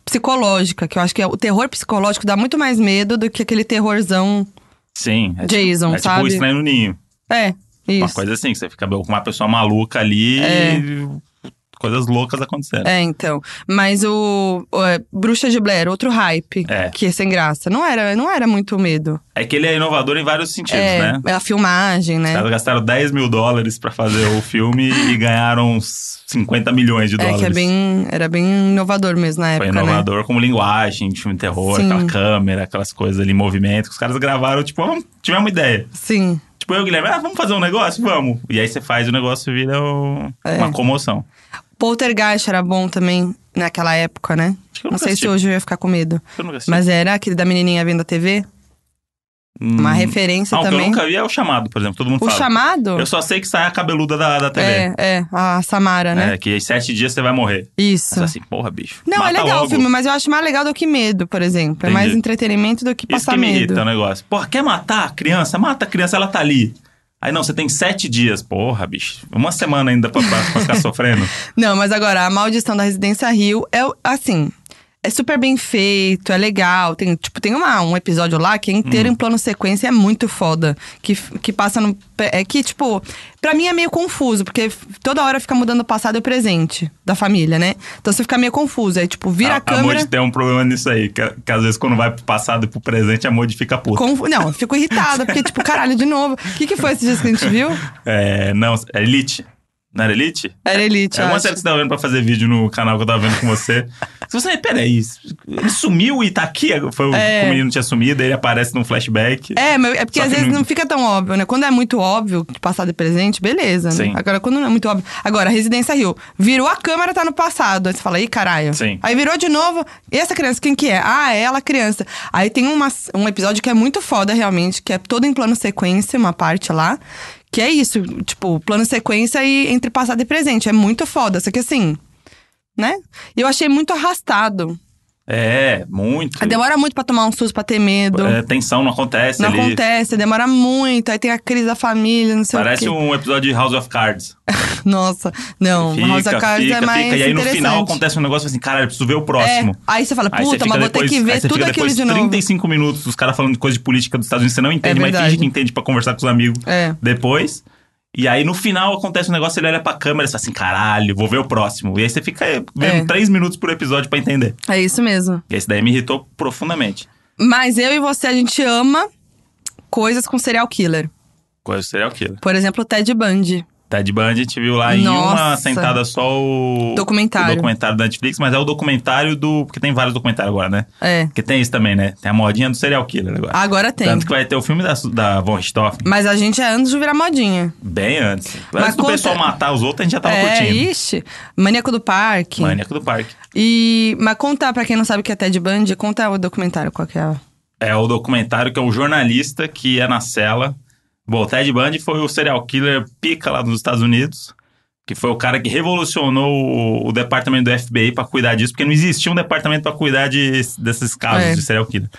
[SPEAKER 2] psicológica, que eu acho que é- o terror psicológico dá muito mais medo do que aquele terrorzão.
[SPEAKER 1] Sim. É tipo,
[SPEAKER 2] Jason,
[SPEAKER 1] é tipo
[SPEAKER 2] sabe?
[SPEAKER 1] Estranho no Ninho.
[SPEAKER 2] É, isso.
[SPEAKER 1] Uma coisa assim, que você fica com uma pessoa maluca ali
[SPEAKER 2] É.
[SPEAKER 1] e coisas loucas acontecendo.
[SPEAKER 2] É, então. Mas o, o, é, Bruxa de Blair, outro hype,
[SPEAKER 1] É.
[SPEAKER 2] que é sem graça. Não era, não era muito medo.
[SPEAKER 1] É. que ele é inovador em vários sentidos,
[SPEAKER 2] é,
[SPEAKER 1] né?
[SPEAKER 2] é a filmagem,
[SPEAKER 1] Os
[SPEAKER 2] né?
[SPEAKER 1] caras gastaram 10 mil dólares pra fazer o filme e ganharam uns 50 milhões de
[SPEAKER 2] É
[SPEAKER 1] dólares.
[SPEAKER 2] que é bem, era bem inovador mesmo na
[SPEAKER 1] Foi
[SPEAKER 2] época, né?
[SPEAKER 1] inovador como linguagem de filme de terror,
[SPEAKER 2] Sim.
[SPEAKER 1] aquela câmera, aquelas coisas ali, movimento. que Os caras gravaram, tipo, vamos, tivemos uma ideia.
[SPEAKER 2] Sim.
[SPEAKER 1] Tipo, eu, e o Guilherme, ah, vamos fazer um negócio? Vamos. E aí você faz o negócio e vira um-
[SPEAKER 2] É.
[SPEAKER 1] uma comoção.
[SPEAKER 2] Poltergeist era bom também naquela época, né?
[SPEAKER 1] Acho que eu
[SPEAKER 2] Não
[SPEAKER 1] nunca
[SPEAKER 2] sei
[SPEAKER 1] assisti.
[SPEAKER 2] se hoje eu ia ficar com medo.
[SPEAKER 1] Eu nunca assisti.
[SPEAKER 2] Mas era aquele da menininha vendo a TV? Uma referência
[SPEAKER 1] Ah, o que eu
[SPEAKER 2] também.
[SPEAKER 1] nunca vi é o chamado, por exemplo. Todo mundo
[SPEAKER 2] O
[SPEAKER 1] fala.
[SPEAKER 2] chamado?
[SPEAKER 1] Eu só sei que sai a cabeluda da, da TV.
[SPEAKER 2] É, é, a Samara, né?
[SPEAKER 1] É, que em sete dias você vai morrer.
[SPEAKER 2] Isso.
[SPEAKER 1] Mas assim, porra, bicho.
[SPEAKER 2] Não, é
[SPEAKER 1] mata
[SPEAKER 2] legal o
[SPEAKER 1] logo.
[SPEAKER 2] filme, mas eu acho mais legal do que medo, por exemplo. É mais
[SPEAKER 1] Entendi.
[SPEAKER 2] entretenimento do que
[SPEAKER 1] Isso
[SPEAKER 2] passar
[SPEAKER 1] que me
[SPEAKER 2] medo.
[SPEAKER 1] irrita o negócio. Porra, quer matar a criança? Mata a criança, ela tá ali. Aí não, você tem sete dias. Porra, bicho. Uma semana ainda pra, pra- pra ficar sofrendo.
[SPEAKER 2] Não, mas agora, a maldição da Residência Rio é o- assim. É super bem feito, é legal. Tem, tipo, tem uma, um episódio lá que é
[SPEAKER 1] Uhum.
[SPEAKER 2] inteiro em plano sequência, é muito foda. Que, f- que passa no. É que, tipo, pra mim é meio confuso, porque f- toda hora fica mudando o passado e o presente da família, né? Então você fica meio confuso. Aí, tipo, vira a,
[SPEAKER 1] a,
[SPEAKER 2] câmera.
[SPEAKER 1] a Moji tem um problema nisso aí. Que, que às vezes quando vai pro passado e pro presente, a Moji fica puta.
[SPEAKER 2] Confu- Não, eu fico irritada, porque, tipo, caralho, de novo. O que, que foi esses dias que a gente viu?
[SPEAKER 1] É, não, é Elite. Não era Elite?
[SPEAKER 2] Era Elite,
[SPEAKER 1] É
[SPEAKER 2] eu
[SPEAKER 1] uma
[SPEAKER 2] acho.
[SPEAKER 1] série que você tava vendo pra fazer vídeo no canal que eu tava vendo com você. Se você, peraí, ele sumiu e tá aqui? Foi o,
[SPEAKER 2] É.
[SPEAKER 1] o menino tinha sumido, aí ele aparece num flashback.
[SPEAKER 2] É, mas é porque
[SPEAKER 1] Só
[SPEAKER 2] às
[SPEAKER 1] que
[SPEAKER 2] vezes
[SPEAKER 1] não-
[SPEAKER 2] não fica tão óbvio, né? Quando é muito óbvio, de passado e presente, beleza, né?
[SPEAKER 1] Sim.
[SPEAKER 2] Agora, quando não é muito óbvio. Agora, Residência Rio. Virou a câmera, tá no passado. Aí você fala, ih, caralho.
[SPEAKER 1] Sim.
[SPEAKER 2] Aí virou de novo. E essa criança, quem que é? Ah, é ela, criança. Aí tem uma- um episódio que é muito foda, realmente, que é todo em plano sequência, uma parte lá. Que é isso, tipo, plano sequência e entre passado e presente. É muito foda. Só que assim, né? E eu achei muito arrastado.
[SPEAKER 1] É, muito.
[SPEAKER 2] Demora muito pra tomar um susto, pra ter medo.
[SPEAKER 1] É, tensão não acontece
[SPEAKER 2] Não
[SPEAKER 1] ali.
[SPEAKER 2] acontece, demora muito. Aí tem a crise da família, não sei
[SPEAKER 1] Parece
[SPEAKER 2] o quê.
[SPEAKER 1] um episódio de House of Cards.
[SPEAKER 2] Nossa, não.
[SPEAKER 1] fica,
[SPEAKER 2] House of Cards
[SPEAKER 1] fica,
[SPEAKER 2] é mais
[SPEAKER 1] fica. E aí no
[SPEAKER 2] interessante.
[SPEAKER 1] final acontece um negócio assim, caralho, preciso ver o próximo.
[SPEAKER 2] É, aí você fala,
[SPEAKER 1] Aí você
[SPEAKER 2] puta,
[SPEAKER 1] fica
[SPEAKER 2] mas vou ter
[SPEAKER 1] depois,
[SPEAKER 2] que
[SPEAKER 1] aí
[SPEAKER 2] ver
[SPEAKER 1] você
[SPEAKER 2] tudo
[SPEAKER 1] fica
[SPEAKER 2] aquilo
[SPEAKER 1] depois
[SPEAKER 2] de novo. É
[SPEAKER 1] 35 minutos, os caras falando de coisa de política dos Estados Unidos, você não entende, mas
[SPEAKER 2] verdade.
[SPEAKER 1] finge que entende pra conversar com os amigos
[SPEAKER 2] É.
[SPEAKER 1] depois. E aí no final acontece um negócio, ele olha pra câmera e fala assim, caralho, vou ver o próximo. E aí você fica é, vendo
[SPEAKER 2] É.
[SPEAKER 1] 3 minutos por episódio pra entender.
[SPEAKER 2] É isso mesmo.
[SPEAKER 1] E esse daí me irritou profundamente.
[SPEAKER 2] Mas eu e você, a gente ama coisas com serial killer.
[SPEAKER 1] Coisa serial killer.
[SPEAKER 2] Por exemplo, o Ted Bundy.
[SPEAKER 1] Ted Bundy, a gente viu lá em uma
[SPEAKER 2] Nossa.
[SPEAKER 1] sentada só o...
[SPEAKER 2] Documentário.
[SPEAKER 1] O documentário da Netflix, mas é o documentário do... Porque tem vários documentários agora, né?
[SPEAKER 2] É.
[SPEAKER 1] Porque tem isso também, né? Tem a modinha do serial killer agora.
[SPEAKER 2] Agora Ah, tem.
[SPEAKER 1] Tanto que vai ter o filme da, Su- da Von Richthofen
[SPEAKER 2] Mas a gente é antes de virar modinha.
[SPEAKER 1] bem antes. Antes
[SPEAKER 2] Mas
[SPEAKER 1] do
[SPEAKER 2] conta-
[SPEAKER 1] pessoal matar os outros, a gente já tava
[SPEAKER 2] é,
[SPEAKER 1] curtindo.
[SPEAKER 2] ixi. Maníaco do Parque.
[SPEAKER 1] Maníaco do Parque.
[SPEAKER 2] E. Mas conta, pra quem não sabe o que é Ted Bundy, conta o documentário qual que é.
[SPEAKER 1] É o documentário que é o jornalista que é na cela. Bom, o Ted Bundy foi o serial killer pica lá nos Estados Unidos, que foi o cara que revolucionou o, o departamento do FBI pra cuidar disso, porque não existia um departamento pra cuidar de- desses casos
[SPEAKER 2] É.
[SPEAKER 1] de serial killer.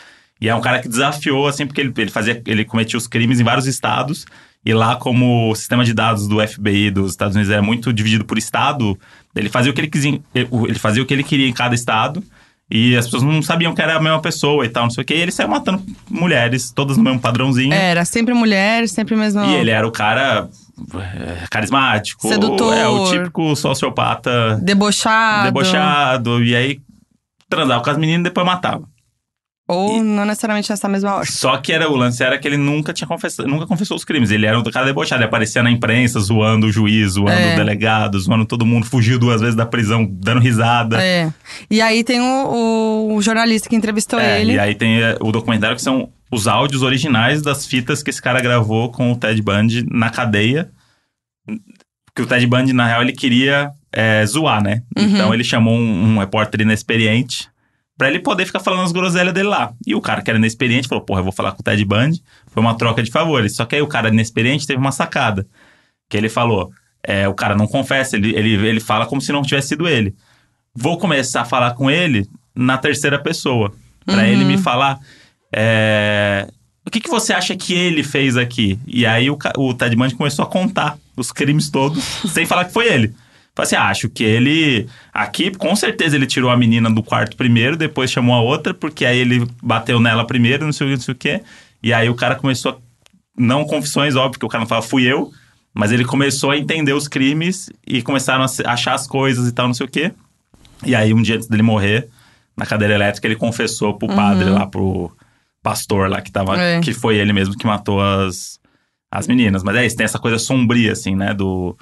[SPEAKER 1] E é um cara que desafiou, assim, porque ele, ele fazia, ele cometia os crimes em vários estados. E lá, como o sistema de dados do FBI dos Estados Unidos era muito dividido por estado, ele fazia o que ele quisia, ele fazia o que ele queria em cada estado. E as pessoas não sabiam que era a mesma pessoa e tal, não sei o quê. E ele saiu matando mulheres, todas no mesmo padrãozinho.
[SPEAKER 2] Era sempre mulher, sempre mesmo.
[SPEAKER 1] E ele era o cara é, carismático.
[SPEAKER 2] Sedutor.
[SPEAKER 1] É, o típico sociopata
[SPEAKER 2] Debochado.
[SPEAKER 1] debochado. E aí, transava com as meninas e depois matava.
[SPEAKER 2] Ou não necessariamente nessa mesma hora.
[SPEAKER 1] Só que era, o lance era que ele nunca tinha confessado, nunca confessou os crimes. Ele era um cara debochado, ele aparecia na imprensa zoando o juiz, zoando
[SPEAKER 2] É.
[SPEAKER 1] o delegado, zoando todo mundo, fugiu duas vezes da prisão, dando risada.
[SPEAKER 2] É. E aí tem o, o jornalista que entrevistou
[SPEAKER 1] É,
[SPEAKER 2] ele.
[SPEAKER 1] E aí tem é, o documentário que são os áudios originais das fitas que esse cara gravou com o Ted Bundy na cadeia. Que o Ted Bundy, na real, ele queria é, zoar, né? Então ele chamou um, um repórter inexperiente pra ele poder ficar falando as groselhas dele lá. E o cara que era inexperiente falou, porra, eu vou falar com o Ted Bundy. Foi uma troca de favores. Só que aí o cara inexperiente teve uma sacada. Que ele falou, é, o cara não confessa, ele, ele, ele fala como se não tivesse sido ele. Vou começar a falar com ele na terceira pessoa. Pra ele me falar, é, o que, que você acha que ele fez aqui? E aí o, ca- o Ted Bundy começou a contar os crimes todos, sem falar que foi ele. Falei assim, ah, acho que ele... Aqui, com certeza, ele tirou a menina do quarto primeiro, depois chamou a outra, porque aí ele bateu nela primeiro, não sei o que, não sei o quê. E aí o cara começou a... Não confissões, óbvio, porque o cara não fala, fui eu. Mas ele começou a entender os crimes e começaram a se- achar as coisas e tal, não sei o quê. E aí, um dia antes dele morrer, na cadeira elétrica, ele confessou pro padre lá, pro pastor lá que tava.
[SPEAKER 2] É.
[SPEAKER 1] Que foi ele mesmo que matou as, as meninas. Mas é isso, tem essa coisa sombria, assim, né? Do,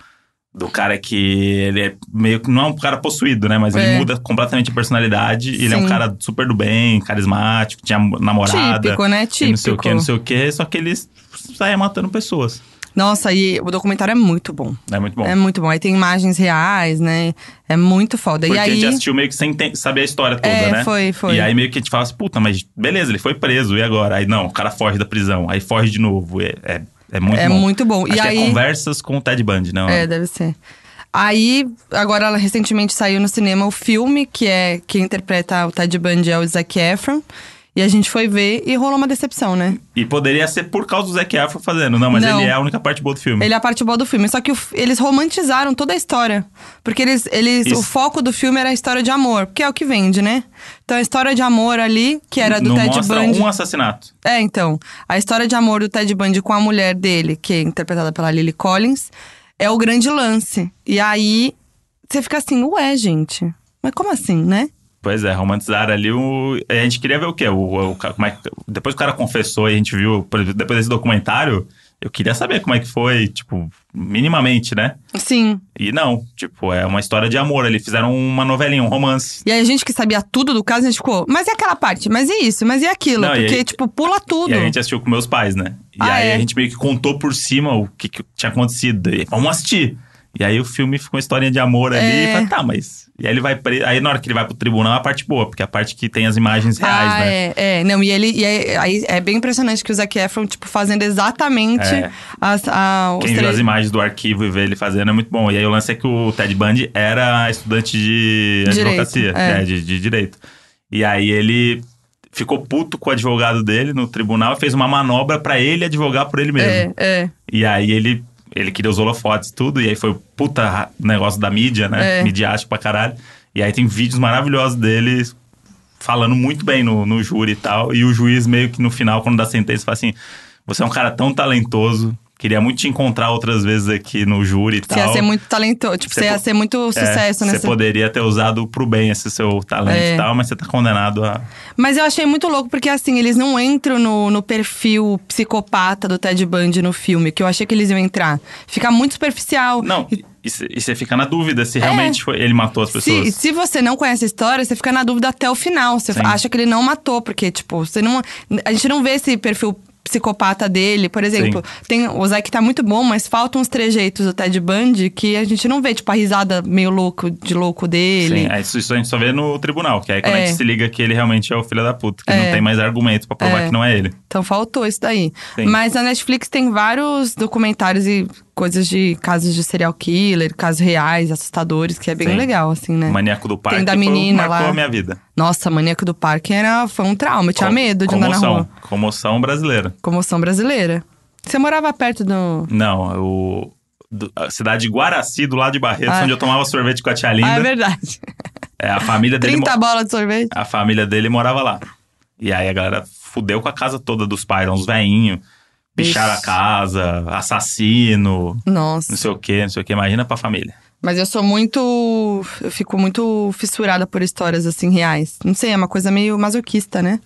[SPEAKER 1] do cara que ele é meio que. Não é um cara possuído, né? Mas
[SPEAKER 2] É.
[SPEAKER 1] ele muda completamente a personalidade. Ele é um
[SPEAKER 2] Sim.
[SPEAKER 1] cara super do bem, carismático, tinha namorada.
[SPEAKER 2] Típico, né?
[SPEAKER 1] e
[SPEAKER 2] Típico.
[SPEAKER 1] Não sei o que, não sei o que. Só que ele saia matando pessoas.
[SPEAKER 2] Nossa, e o documentário é muito bom.
[SPEAKER 1] É muito bom.
[SPEAKER 2] É muito bom. Aí tem imagens reais, né? É muito foda.
[SPEAKER 1] Porque
[SPEAKER 2] e aí.
[SPEAKER 1] a gente assistiu meio que sem te- saber a história toda,
[SPEAKER 2] É,
[SPEAKER 1] né?
[SPEAKER 2] foi, foi.
[SPEAKER 1] E aí meio que a gente fala assim, puta, mas beleza, ele foi preso, e agora? Aí não, o cara foge da prisão, aí foge de novo. É, é, é muito
[SPEAKER 2] é
[SPEAKER 1] bom.
[SPEAKER 2] muito bom.
[SPEAKER 1] Acho
[SPEAKER 2] e
[SPEAKER 1] que é
[SPEAKER 2] aí.
[SPEAKER 1] conversas com o Ted Bundy, né, não?
[SPEAKER 2] É, deve ser. Aí, agora ela recentemente saiu no cinema o filme, que é quem interpreta o Ted Bundy é o Zac Efron. E a gente foi ver e rolou uma decepção, né?
[SPEAKER 1] E poderia ser por causa do Zac Efron fazendo. Não, mas
[SPEAKER 2] Não.
[SPEAKER 1] ele é a única parte boa do filme.
[SPEAKER 2] Ele é a parte boa do filme. Só que o f- eles romantizaram toda a história. Porque eles, eles
[SPEAKER 1] Isso.
[SPEAKER 2] o foco do filme era a história de amor, porque é o que vende, né? Então a história de amor ali, que era do
[SPEAKER 1] não
[SPEAKER 2] Ted
[SPEAKER 1] mostra
[SPEAKER 2] Bundy.
[SPEAKER 1] um assassinato.
[SPEAKER 2] É, então. A história de amor do Ted Bundy com a mulher dele, que é interpretada pela Lily Collins, é o grande lance. E aí você fica assim, ué, gente. Mas como assim, né?
[SPEAKER 1] Pois é, romantizaram ali o... A gente queria ver o quê? O, o ca- como é que- Depois que o cara confessou e a gente viu, por exemplo, depois desse documentário, eu queria saber como é que foi, tipo, minimamente, né?
[SPEAKER 2] Sim.
[SPEAKER 1] E não, tipo, é uma história de amor. Eles fizeram uma novelinha, um romance.
[SPEAKER 2] E aí a gente que sabia tudo do caso, a gente ficou, mas e aquela parte? Mas e isso? Mas e aquilo?
[SPEAKER 1] Não, e
[SPEAKER 2] Porque,
[SPEAKER 1] aí-
[SPEAKER 2] tipo, pula tudo.
[SPEAKER 1] E a gente assistiu com meus pais, né? E
[SPEAKER 2] Ah,
[SPEAKER 1] aí
[SPEAKER 2] é?
[SPEAKER 1] a gente meio que contou por cima o que, que tinha acontecido. E, vamos assistir. E aí o filme ficou uma historinha de amor ali.
[SPEAKER 2] É.
[SPEAKER 1] E fala, tá, mas. E aí ele vai preso. Aí na hora que ele vai pro tribunal é a parte boa, porque é a parte que tem as imagens reais,
[SPEAKER 2] ah,
[SPEAKER 1] né?
[SPEAKER 2] é, é. Não, e ele. E aí, aí é bem impressionante que o Zac Efron, tipo, fazendo exatamente
[SPEAKER 1] É.
[SPEAKER 2] as, a, os
[SPEAKER 1] Quem viu
[SPEAKER 2] três-
[SPEAKER 1] as imagens do arquivo e vê ele fazendo é muito bom. E aí o lance é que o Ted Bundy era estudante de
[SPEAKER 2] Direito,
[SPEAKER 1] advocacia,
[SPEAKER 2] é.
[SPEAKER 1] né, de, de direito. E aí ele ficou puto com o advogado dele no tribunal e fez uma manobra pra ele advogar por ele mesmo.
[SPEAKER 2] É, é.
[SPEAKER 1] E aí ele, ele queria os holofotes e tudo, e aí foi o puta ra- negócio da mídia, né?
[SPEAKER 2] É.
[SPEAKER 1] Midiático pra caralho. E aí tem vídeos maravilhosos dele falando muito bem no, no júri e tal. E o juiz meio que no final, quando dá sentença, fala assim: Você é um cara tão talentoso, queria muito te encontrar outras vezes aqui no júri e
[SPEAKER 2] Você ia
[SPEAKER 1] tal.
[SPEAKER 2] ser muito talentoso. Tipo,
[SPEAKER 1] Tá Você
[SPEAKER 2] você ia
[SPEAKER 1] po-
[SPEAKER 2] ser muito
[SPEAKER 1] É,
[SPEAKER 2] sucesso
[SPEAKER 1] Você
[SPEAKER 2] nessa.
[SPEAKER 1] poderia ter usado pro bem esse seu talento
[SPEAKER 2] É.
[SPEAKER 1] e tal, mas você tá condenado a.
[SPEAKER 2] Mas eu achei muito louco, porque assim, eles não entram no, no perfil psicopata do Ted Bundy no filme, que eu achei que eles iam entrar. Fica muito superficial.
[SPEAKER 1] Não,
[SPEAKER 2] E- É.
[SPEAKER 1] e você fica na dúvida se realmente foi, ele matou as pessoas.
[SPEAKER 2] Se, se você não conhece a história, você fica na dúvida até o final. Você
[SPEAKER 1] Sim.
[SPEAKER 2] acha que ele não matou, porque, tipo, você não. A gente não vê esse perfil psicopata dele, por exemplo. Tem o Zack tá muito bom, mas faltam uns trejeitos do Ted Bundy que a gente não vê, tipo, a risada meio louco de louco dele.
[SPEAKER 1] Sim, é, isso, isso a gente só vê no tribunal, que aí quando a
[SPEAKER 2] É.
[SPEAKER 1] gente se liga que ele realmente é o filho da puta, que não
[SPEAKER 2] É.
[SPEAKER 1] tem mais argumentos pra provar
[SPEAKER 2] É.
[SPEAKER 1] que não é ele.
[SPEAKER 2] Então faltou isso daí.
[SPEAKER 1] Sim.
[SPEAKER 2] Mas na Netflix tem vários documentários e coisas de casos de serial killer, casos reais, assustadores, que é bem
[SPEAKER 1] Sim.
[SPEAKER 2] legal, assim, né?
[SPEAKER 1] O maníaco do parque
[SPEAKER 2] da
[SPEAKER 1] foi o que
[SPEAKER 2] menina
[SPEAKER 1] marcou
[SPEAKER 2] lá.
[SPEAKER 1] a minha vida.
[SPEAKER 2] Nossa, Maníaco do Parque era, foi um trauma. Eu tinha
[SPEAKER 1] Com-
[SPEAKER 2] medo de andar na
[SPEAKER 1] comoção,
[SPEAKER 2] rua.
[SPEAKER 1] Comoção brasileira.
[SPEAKER 2] Comoção brasileira. Você morava perto do.
[SPEAKER 1] Não, eu. do- a cidade de Guaraci, do lado de Barretos,
[SPEAKER 2] Ah.
[SPEAKER 1] onde eu tomava sorvete com a tia
[SPEAKER 2] Ah, é
[SPEAKER 1] Linda.
[SPEAKER 2] verdade.
[SPEAKER 1] é, a família dele.
[SPEAKER 2] 30
[SPEAKER 1] mo-
[SPEAKER 2] bolas de sorvete.
[SPEAKER 1] A família dele morava lá. E aí a galera fudeu com a casa toda dos pais, eram uns veinhos. Picharam a
[SPEAKER 2] Ixi.
[SPEAKER 1] casa, assassino,
[SPEAKER 2] Nossa.
[SPEAKER 1] não sei o quê, não sei o quê. Imagina pra família.
[SPEAKER 2] Mas eu sou muito. Eu fico muito fissurada por histórias assim reais. Não sei, é uma coisa meio masoquista, né?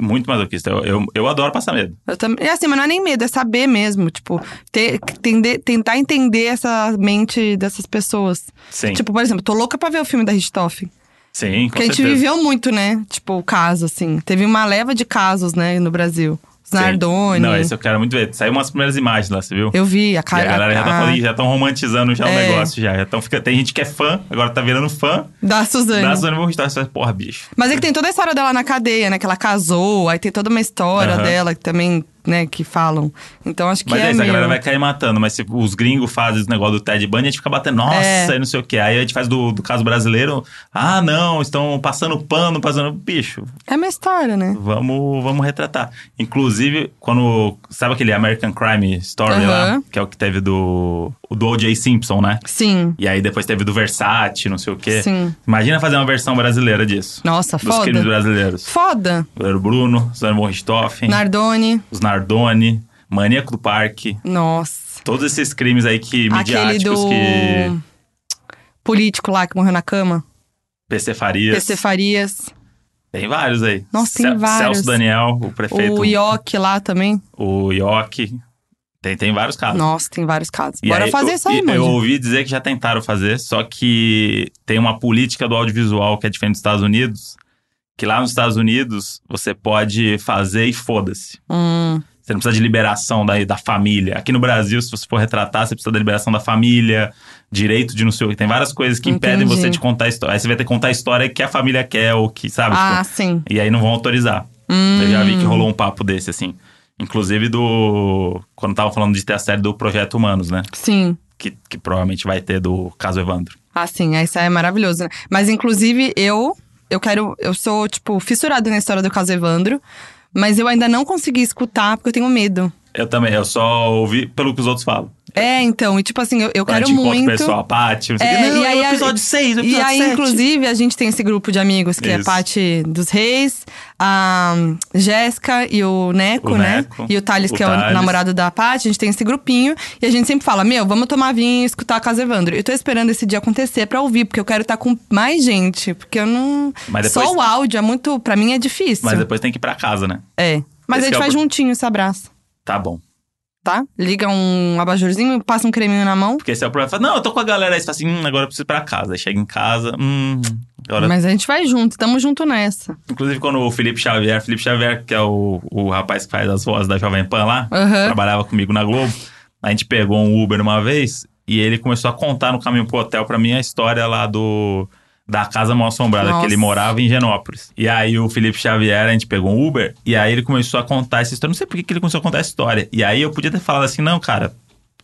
[SPEAKER 1] Muito masoquista. Eu, eu, eu adoro passar medo.
[SPEAKER 2] Eu também. É assim, mas não é nem medo, é saber mesmo. Tipo, ter, tender- tentar entender essa mente dessas pessoas.
[SPEAKER 1] Sim.
[SPEAKER 2] Tipo, por exemplo, tô louca pra ver o filme da Richthofen.
[SPEAKER 1] Sim, com
[SPEAKER 2] Porque a gente
[SPEAKER 1] certeza.
[SPEAKER 2] viveu muito, né? Tipo, o caso, assim. Teve uma leva de casos, né, no Brasil. Os
[SPEAKER 1] Sim.
[SPEAKER 2] Nardoni.
[SPEAKER 1] Não, esse eu quero muito ver. Saiu umas primeiras imagens lá, você viu?
[SPEAKER 2] Eu vi, a
[SPEAKER 1] E
[SPEAKER 2] cara.
[SPEAKER 1] a galera já tá
[SPEAKER 2] a-
[SPEAKER 1] falando, "Ih, já estão romantizando já o
[SPEAKER 2] É.
[SPEAKER 1] negócio já. já tão fica, tem gente que é fã, agora tá virando fã
[SPEAKER 2] Da Suzane.
[SPEAKER 1] da Suzane Burristar. Você fala, Porra, bicho.
[SPEAKER 2] Mas é que tem toda a história dela na cadeia, né? Que ela casou, aí tem toda uma história
[SPEAKER 1] Aham.
[SPEAKER 2] dela que também, né, que falam. Então acho que
[SPEAKER 1] Mas
[SPEAKER 2] é,
[SPEAKER 1] é isso, a
[SPEAKER 2] meio-
[SPEAKER 1] galera vai cair matando. Mas se os gringos fazem esse negócio do Ted Bundy, a gente fica batendo, nossa,
[SPEAKER 2] É.
[SPEAKER 1] e não sei o quê. Aí a gente faz do, do caso brasileiro, ah, não, estão passando pano, passando. Bicho,
[SPEAKER 2] É uma história, né?
[SPEAKER 1] Vamos, vamos retratar. Inclusive, quando. Sabe aquele American Crime Story
[SPEAKER 2] Aham.
[SPEAKER 1] lá? Que é o que teve do. O do O.J. Simpson, né?
[SPEAKER 2] Sim.
[SPEAKER 1] E aí depois teve do Versace, não sei o quê.
[SPEAKER 2] Sim.
[SPEAKER 1] Imagina fazer uma versão brasileira disso.
[SPEAKER 2] Nossa,
[SPEAKER 1] Dos crimes
[SPEAKER 2] foda.
[SPEAKER 1] brasileiros.
[SPEAKER 2] Foda.
[SPEAKER 1] Goleiro Bruno, Suzano von Richthofen,
[SPEAKER 2] Nardoni.
[SPEAKER 1] os Nardoni, Maníaco do Parque.
[SPEAKER 2] Nossa.
[SPEAKER 1] Todos esses crimes aí que
[SPEAKER 2] Aquele
[SPEAKER 1] midiáticos
[SPEAKER 2] do.
[SPEAKER 1] que.
[SPEAKER 2] Político lá que morreu na cama.
[SPEAKER 1] PC Farias.
[SPEAKER 2] PC Farias.
[SPEAKER 1] Tem vários aí.
[SPEAKER 2] Nossa, tem
[SPEAKER 1] Cel-
[SPEAKER 2] vários.
[SPEAKER 1] Celso Daniel, o prefeito.
[SPEAKER 2] O Ioki lá também.
[SPEAKER 1] O Ioki. Tem, tem vários casos.
[SPEAKER 2] Nossa, tem vários casos.
[SPEAKER 1] Ah. E
[SPEAKER 2] Bora
[SPEAKER 1] aí,
[SPEAKER 2] fazer
[SPEAKER 1] eu-
[SPEAKER 2] isso aí,
[SPEAKER 1] e-
[SPEAKER 2] mano.
[SPEAKER 1] Eu ouvi dizer que já tentaram fazer, só que tem uma política do audiovisual que é diferente dos Estados Unidos, que lá nos Estados Unidos você pode fazer e foda-se.
[SPEAKER 2] Hum,
[SPEAKER 1] Você não precisa de liberação da, da família. Aqui no Brasil, se você for retratar, você precisa da liberação da família, direito de não sei o que. Tem várias coisas que impedem
[SPEAKER 2] Entendi.
[SPEAKER 1] você de contar a história. Aí você vai ter que contar a história que a família quer ou que, sabe?
[SPEAKER 2] Ah, Hum.
[SPEAKER 1] tipo,
[SPEAKER 2] sim.
[SPEAKER 1] e aí não vão autorizar. Eu já vi que rolou um papo desse, assim. Inclusive do. Quando tava falando de ter a série do Projeto Humanos, né?
[SPEAKER 2] Sim.
[SPEAKER 1] que, que provavelmente vai ter do caso Evandro.
[SPEAKER 2] Ah, sim, isso é maravilhoso, né? Mas, inclusive, eu, eu quero. Eu sou, tipo, fissurada na história do caso Evandro, mas eu ainda não consegui escutar porque eu tenho medo.
[SPEAKER 1] Eu também, eu só ouvi pelo que os outros falam.
[SPEAKER 2] É, então, e tipo assim, eu,
[SPEAKER 1] Quando
[SPEAKER 2] eu
[SPEAKER 1] a
[SPEAKER 2] quero
[SPEAKER 1] gente encontra o
[SPEAKER 2] muito.
[SPEAKER 1] Tá, pessoal, a Paty, não sei o
[SPEAKER 2] É,
[SPEAKER 1] quê. Não,
[SPEAKER 2] e
[SPEAKER 1] é
[SPEAKER 2] aí
[SPEAKER 1] o
[SPEAKER 2] a-
[SPEAKER 1] episódio 6, o
[SPEAKER 2] E
[SPEAKER 1] episódio
[SPEAKER 2] aí,
[SPEAKER 1] 7.
[SPEAKER 2] inclusive, a gente tem esse grupo de amigos que é
[SPEAKER 1] Isso.
[SPEAKER 2] Paty dos Reis, a Jéssica e o Neco,
[SPEAKER 1] O
[SPEAKER 2] né?
[SPEAKER 1] Neco,
[SPEAKER 2] e o Thales,
[SPEAKER 1] o
[SPEAKER 2] que é o
[SPEAKER 1] Thales.
[SPEAKER 2] namorado da Paty. A gente tem esse grupinho e a gente sempre fala: Meu, vamos tomar vinho e escutar a Casa Evandro. Eu tô esperando esse dia acontecer pra ouvir, porque eu quero estar com mais gente. Porque eu não.
[SPEAKER 1] Mas depois-
[SPEAKER 2] Só o áudio é muito. Pra mim é difícil.
[SPEAKER 1] Mas depois tem que ir pra casa, né?
[SPEAKER 2] É. Mas
[SPEAKER 1] Esse
[SPEAKER 2] a gente
[SPEAKER 1] é o
[SPEAKER 2] faz
[SPEAKER 1] pro-
[SPEAKER 2] juntinho esse abraço,
[SPEAKER 1] Tá bom.
[SPEAKER 2] tá? Liga um abajurzinho, passa um creminho na mão.
[SPEAKER 1] Porque esse é o problema. Fala, não, eu tô com a galera aí. Você fala assim, hum, agora eu preciso ir pra casa. Aí chega em casa, hum... Agora...
[SPEAKER 2] Mas a gente vai junto, tamo junto nessa.
[SPEAKER 1] Inclusive, quando o Felipe Xavier, Felipe Xavier, que é o, o rapaz que faz as vozes da Jovem Pan lá,
[SPEAKER 2] Aham.
[SPEAKER 1] trabalhava comigo na Globo, a gente pegou um Uber uma vez e ele começou a contar no caminho pro hotel pra mim a história lá do da casa mal assombrada
[SPEAKER 2] Nossa.
[SPEAKER 1] que ele morava em Genópolis. E aí o Felipe Xavier, a gente pegou um Uber e aí ele começou a contar essa história. Não sei por que que ele começou a contar essa história. E aí eu podia ter falado assim, não, cara,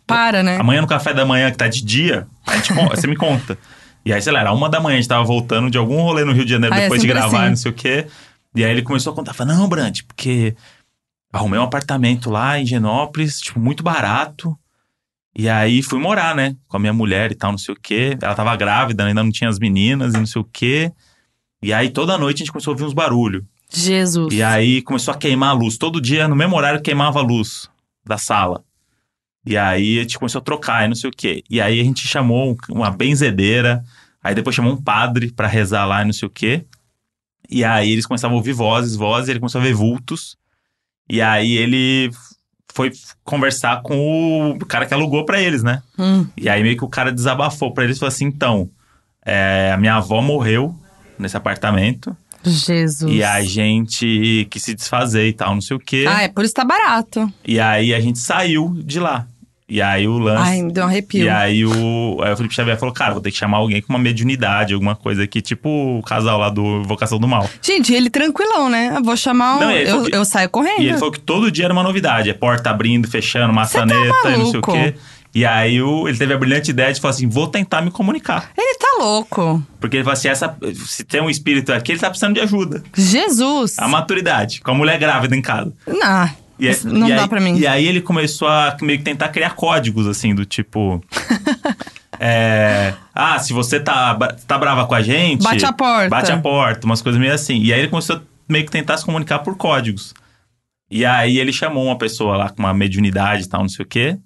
[SPEAKER 2] Para, né?
[SPEAKER 1] Amanhã no café da manhã, que tá de dia, a gente con- você me conta. E aí, sei lá, era uma da manhã, a gente tava voltando de algum rolê no Rio de Janeiro
[SPEAKER 2] Ah, é
[SPEAKER 1] depois de
[SPEAKER 2] sempre
[SPEAKER 1] gravar,
[SPEAKER 2] assim.
[SPEAKER 1] não sei o quê. E aí ele começou a contar, falou, não, Brant, porque arrumei um apartamento lá em Genópolis, tipo, muito barato. E aí fui morar, né, com a minha mulher e tal, não sei o quê. Ela tava grávida, ainda não tinha as meninas e não sei o quê. E aí toda noite a gente começou a ouvir uns barulhos.
[SPEAKER 3] Jesus.
[SPEAKER 1] E aí começou a queimar a luz. Todo dia, no mesmo horário, queimava a luz da sala. E aí a gente começou a trocar e não sei o quê. E aí a gente chamou um- uma benzedeira. Aí depois chamou um padre pra rezar lá e não sei o quê. E aí eles começavam a ouvir vozes, vozes. Ele começou a ver vultos. E aí ele foi conversar com o cara que alugou pra eles, né?
[SPEAKER 3] Hum.
[SPEAKER 1] E aí meio que o cara desabafou pra eles e falou assim, então... é, a minha avó morreu nesse apartamento.
[SPEAKER 3] Jesus.
[SPEAKER 1] E a gente quis se desfazer e tal, não sei o quê.
[SPEAKER 2] Ah, é por isso tá barato.
[SPEAKER 1] E aí a gente saiu de lá. E aí o lance.
[SPEAKER 2] Ai, me deu um arrepio.
[SPEAKER 1] e aí o, aí o Felipe Xavier falou: cara, vou ter que chamar alguém com uma mediunidade, alguma coisa aqui, tipo o casal lá do Vocação do Mal.
[SPEAKER 2] Gente, ele tranquilão, né? Eu vou chamar um.
[SPEAKER 1] Não, ele
[SPEAKER 2] eu,
[SPEAKER 1] falou que-
[SPEAKER 2] eu saio correndo.
[SPEAKER 1] E ele falou que todo dia era uma novidade: é porta abrindo, fechando, maçaneta, e não sei o
[SPEAKER 2] tá maluco?
[SPEAKER 1] quê. E aí o, ele teve a brilhante ideia de falar assim: vou tentar me comunicar.
[SPEAKER 2] Ele tá louco.
[SPEAKER 1] Porque ele falou assim: essa, se tem um espírito aqui, ele tá precisando de ajuda.
[SPEAKER 2] Jesus.
[SPEAKER 1] A maturidade, com a mulher grávida em casa.
[SPEAKER 2] Não,
[SPEAKER 1] E aí-
[SPEAKER 2] isso não
[SPEAKER 1] e
[SPEAKER 2] dá
[SPEAKER 1] aí-
[SPEAKER 2] pra mim.
[SPEAKER 1] E aí ele começou a meio que tentar criar códigos, assim, do tipo. é, ah, se você tá, ba- tá brava com a gente.
[SPEAKER 2] Bate a porta.
[SPEAKER 1] Bate a porta, umas coisas meio assim. E aí ele começou a meio que tentar se comunicar por códigos. E aí ele chamou uma pessoa lá com uma mediunidade e tal, não sei o quê.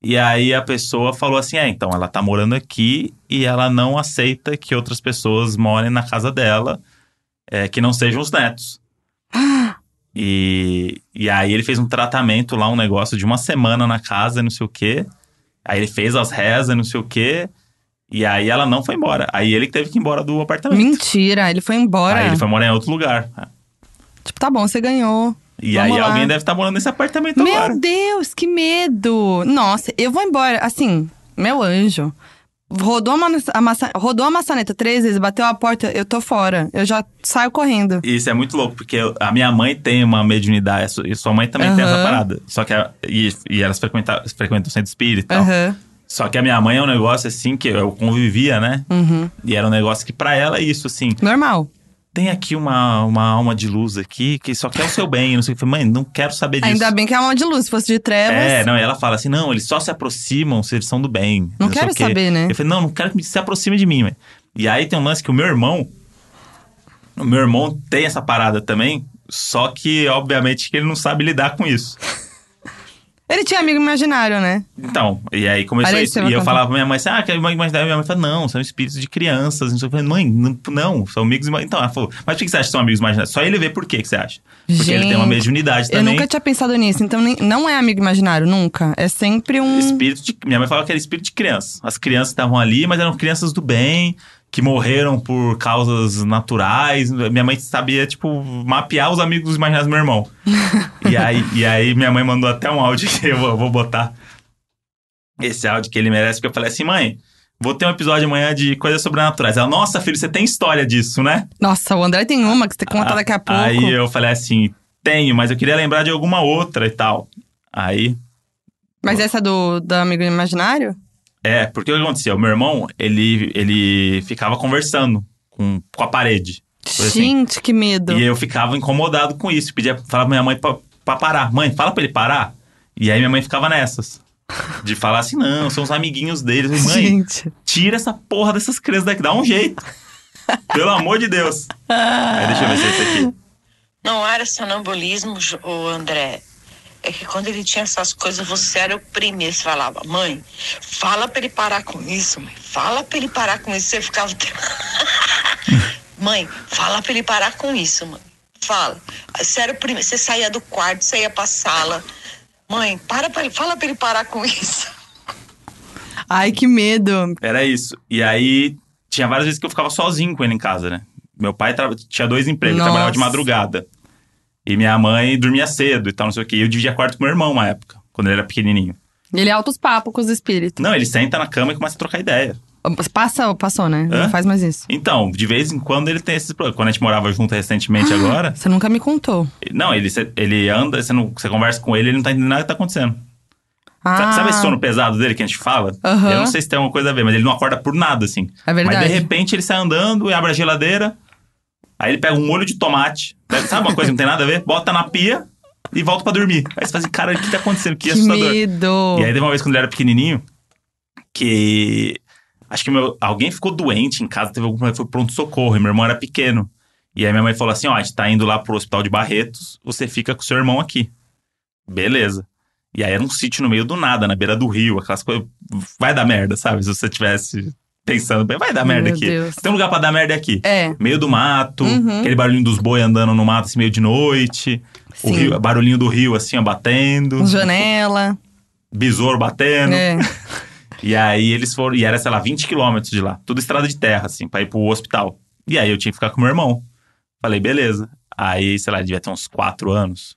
[SPEAKER 1] E aí a pessoa falou assim: é, então ela tá morando aqui e ela não aceita que outras pessoas morem na casa dela, é, que não sejam os netos. E, e aí ele fez um tratamento lá, um negócio de uma semana na casa, não sei o quê. Aí ele fez as rezas, não sei o quê. E aí ela não foi embora. Aí ele que teve que ir embora do apartamento.
[SPEAKER 2] Mentira, ele foi embora.
[SPEAKER 1] Aí Ah, ele foi morar em outro lugar.
[SPEAKER 2] Tipo, tá bom, você ganhou.
[SPEAKER 1] E
[SPEAKER 2] Vamos
[SPEAKER 1] aí
[SPEAKER 2] lá.
[SPEAKER 1] alguém deve estar morando nesse apartamento
[SPEAKER 2] meu
[SPEAKER 1] agora.
[SPEAKER 2] Deus, que medo! Nossa, eu vou embora. Assim, meu anjo. Rodou a, mana- a maça- rodou a maçaneta três vezes, bateu a porta, eu tô fora. Eu já saio correndo.
[SPEAKER 1] Isso é muito louco, porque eu- a minha mãe tem uma mediunidade, a su- e sua mãe também tem essa
[SPEAKER 2] Aham.
[SPEAKER 1] parada. Só que a- e, e elas frequenta- frequentam o centro espírita e tal.
[SPEAKER 2] Aham.
[SPEAKER 1] Só que a minha mãe é um negócio assim que eu convivia, né?
[SPEAKER 2] Uhum.
[SPEAKER 1] E era um negócio que pra ela é isso, assim.
[SPEAKER 2] Normal.
[SPEAKER 1] Tem aqui uma, uma alma de luz aqui que só quer o seu bem. Não sei o que. Eu falei, Mãe, não quero saber disso.
[SPEAKER 2] Ainda bem que é uma de luz, se fosse de trevas.
[SPEAKER 1] É, não, e ela fala assim: não, eles só se aproximam se eles são do bem.
[SPEAKER 2] Não
[SPEAKER 1] sei
[SPEAKER 2] quero
[SPEAKER 1] o quê.
[SPEAKER 2] saber, né?
[SPEAKER 1] Eu falei: não, não quero que se aproxime de mim, mãe. E aí tem um lance que o meu irmão. O meu irmão tem essa parada também, só que, obviamente, que ele não sabe lidar com isso.
[SPEAKER 2] Ele tinha amigo imaginário, né?
[SPEAKER 1] Então, e aí começou
[SPEAKER 2] Olha aí,
[SPEAKER 1] isso.
[SPEAKER 2] você vai
[SPEAKER 1] E eu
[SPEAKER 2] contar.
[SPEAKER 1] falava pra minha mãe assim: ah, quer irmã imaginária? Minha mãe falou: não, são espíritos de crianças. Eu falei: mãe, não, não, são amigos imaginários. Então, ela falou: mas por que você acha que são amigos imaginários? Só ele vê por que que você acha. Porque ele tem uma
[SPEAKER 2] Gente,
[SPEAKER 1] mediunidade
[SPEAKER 2] Eu
[SPEAKER 1] também.
[SPEAKER 2] nunca tinha pensado nisso, então nem- não é amigo imaginário, nunca. É sempre um.
[SPEAKER 1] Espírito de- minha mãe falava que era espírito de criança. As crianças estavam ali, mas eram crianças do bem, que morreram por causas naturais. Minha mãe sabia, tipo, mapear os amigos imaginários do meu irmão. e, aí, e aí minha mãe mandou até um áudio que eu vou, vou botar. Esse áudio que ele merece, porque eu falei assim, mãe. Vou ter um episódio amanhã de coisas sobrenaturais. Ela, nossa, filho, você tem história disso, né?
[SPEAKER 2] Nossa, o André tem uma que você tem que contar
[SPEAKER 1] Ah,
[SPEAKER 2] daqui a pouco.
[SPEAKER 1] Aí eu falei assim, tenho, mas eu queria lembrar de alguma outra e tal. Aí
[SPEAKER 2] Mas essa do, do amigo imaginário?
[SPEAKER 1] É, porque o que aconteceu? Meu irmão, ele, ele ficava conversando com, com a parede. Coisa assim.
[SPEAKER 2] Gente, que medo.
[SPEAKER 1] E eu ficava incomodado com isso. Pedia, falava pra minha mãe pra, pra parar. Mãe, fala pra ele parar. E aí minha mãe ficava nessas. De falar assim, não, são os amiguinhos deles. Eu falei, Mãe,
[SPEAKER 2] Gente.
[SPEAKER 1] tira essa porra dessas crianças daqui, dá um jeito. Pelo amor de Deus. Aí deixa eu ver se é esse aqui.
[SPEAKER 4] Não era sonambulismo, Jo- ô André. É que quando ele tinha essas coisas, você era o primeiro. Você falava, mãe, fala pra ele parar com isso, mãe. Fala pra ele parar com isso. Você ficava. o tempo- mãe, fala pra ele parar com isso, mãe. Fala. Você era o primeiro. Você saía do quarto, você ia pra sala. Mãe, para pra ele, fala pra ele parar com isso.
[SPEAKER 2] Ai, que medo.
[SPEAKER 1] Era isso. E aí, tinha várias vezes que eu ficava sozinho com ele em casa, né? Meu pai tra- tinha dois empregos, ele
[SPEAKER 2] Nossa.
[SPEAKER 1] trabalhava de madrugada. E minha mãe dormia cedo e tal, não sei o quê. E eu dividia quarto com meu irmão na época, quando ele era pequenininho.
[SPEAKER 2] Ele é altos papos com os espíritos.
[SPEAKER 1] Não, ele senta na cama e começa a trocar ideia.
[SPEAKER 2] Passa, passou, né?
[SPEAKER 1] Hã?
[SPEAKER 2] Não faz mais isso.
[SPEAKER 1] Então, de vez em quando ele tem esses problemas. Quando a gente morava junto
[SPEAKER 2] Ah.
[SPEAKER 1] recentemente agora,
[SPEAKER 2] Você nunca me contou.
[SPEAKER 1] não, ele, cê- ele anda, você, não, você conversa com ele, ele não tá entendendo nada que tá acontecendo. Sa-
[SPEAKER 2] Ah.
[SPEAKER 1] Sabe esse sono pesado dele que a gente fala?
[SPEAKER 2] Aham.
[SPEAKER 1] Eu não sei se tem alguma coisa a ver, mas ele não acorda por nada, assim.
[SPEAKER 2] É verdade.
[SPEAKER 1] Mas de repente ele sai andando e abre a geladeira. Aí ele pega um molho de tomate. pega- sabe uma coisa que não tem nada a ver? Bota na pia e volta pra dormir. Aí você fala assim, cara, o que tá acontecendo? Que,
[SPEAKER 2] Que
[SPEAKER 1] assustador.
[SPEAKER 2] medo.
[SPEAKER 1] E aí teve uma vez quando ele era pequenininho, que acho que meu- alguém ficou doente em casa, teve alguma foi pronto socorro, e meu irmão era pequeno. E aí minha mãe falou assim: "Ó, a gente tá indo lá pro hospital de Barretos, você fica com seu irmão aqui". Beleza. E aí era um sítio no meio do nada, na beira do rio, aquelas coisas, vai dar merda, sabe? Se você tivesse pensando bem, vai dar merda
[SPEAKER 2] Meu
[SPEAKER 1] aqui.
[SPEAKER 2] Deus.
[SPEAKER 1] Se tem um lugar pra dar merda é aqui.
[SPEAKER 2] É,
[SPEAKER 1] Meio do mato,
[SPEAKER 2] Uhum.
[SPEAKER 1] aquele barulhinho dos boi andando no mato assim meio de noite, o
[SPEAKER 2] Sim.
[SPEAKER 1] rio- barulhinho do rio assim, ó, batendo
[SPEAKER 2] janela.
[SPEAKER 1] besouro batendo.
[SPEAKER 2] É.
[SPEAKER 1] E aí eles foram. E era, sei lá, 20 quilômetros de lá. Tudo estrada de terra, assim, pra ir pro hospital. E aí eu tinha que ficar com meu irmão. Falei, beleza. Aí, sei lá, devia ter uns 4 anos.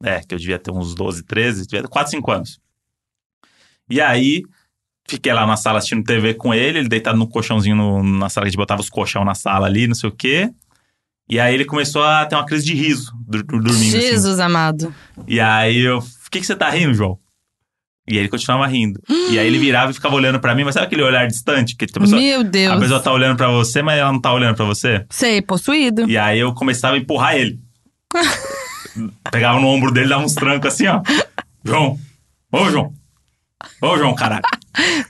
[SPEAKER 1] É, que eu devia ter uns 12, 13, devia ter 4, 5 anos. E aí, fiquei lá na sala assistindo TV com ele, ele deitado no colchãozinho no- na sala, que a gente botava os colchão na sala ali, não sei o quê. E aí ele começou a ter uma crise de riso, dur- dur- dormindo. assim.
[SPEAKER 2] Jesus amado.
[SPEAKER 1] E aí eu, o que, que você tá rindo, João? E aí ele continuava rindo. E aí ele virava e ficava olhando pra mim, mas sabe aquele olhar distante? Que tipo, a pessoa,
[SPEAKER 2] Meu
[SPEAKER 1] a
[SPEAKER 2] Deus.
[SPEAKER 1] pessoa tá olhando pra você, mas ela não tá olhando pra você?
[SPEAKER 2] Sei, possuído.
[SPEAKER 1] E aí eu começava a empurrar ele. Pegava no ombro dele, dava uns trancos assim, ó. João! Ô, João! Ô, João, caralho!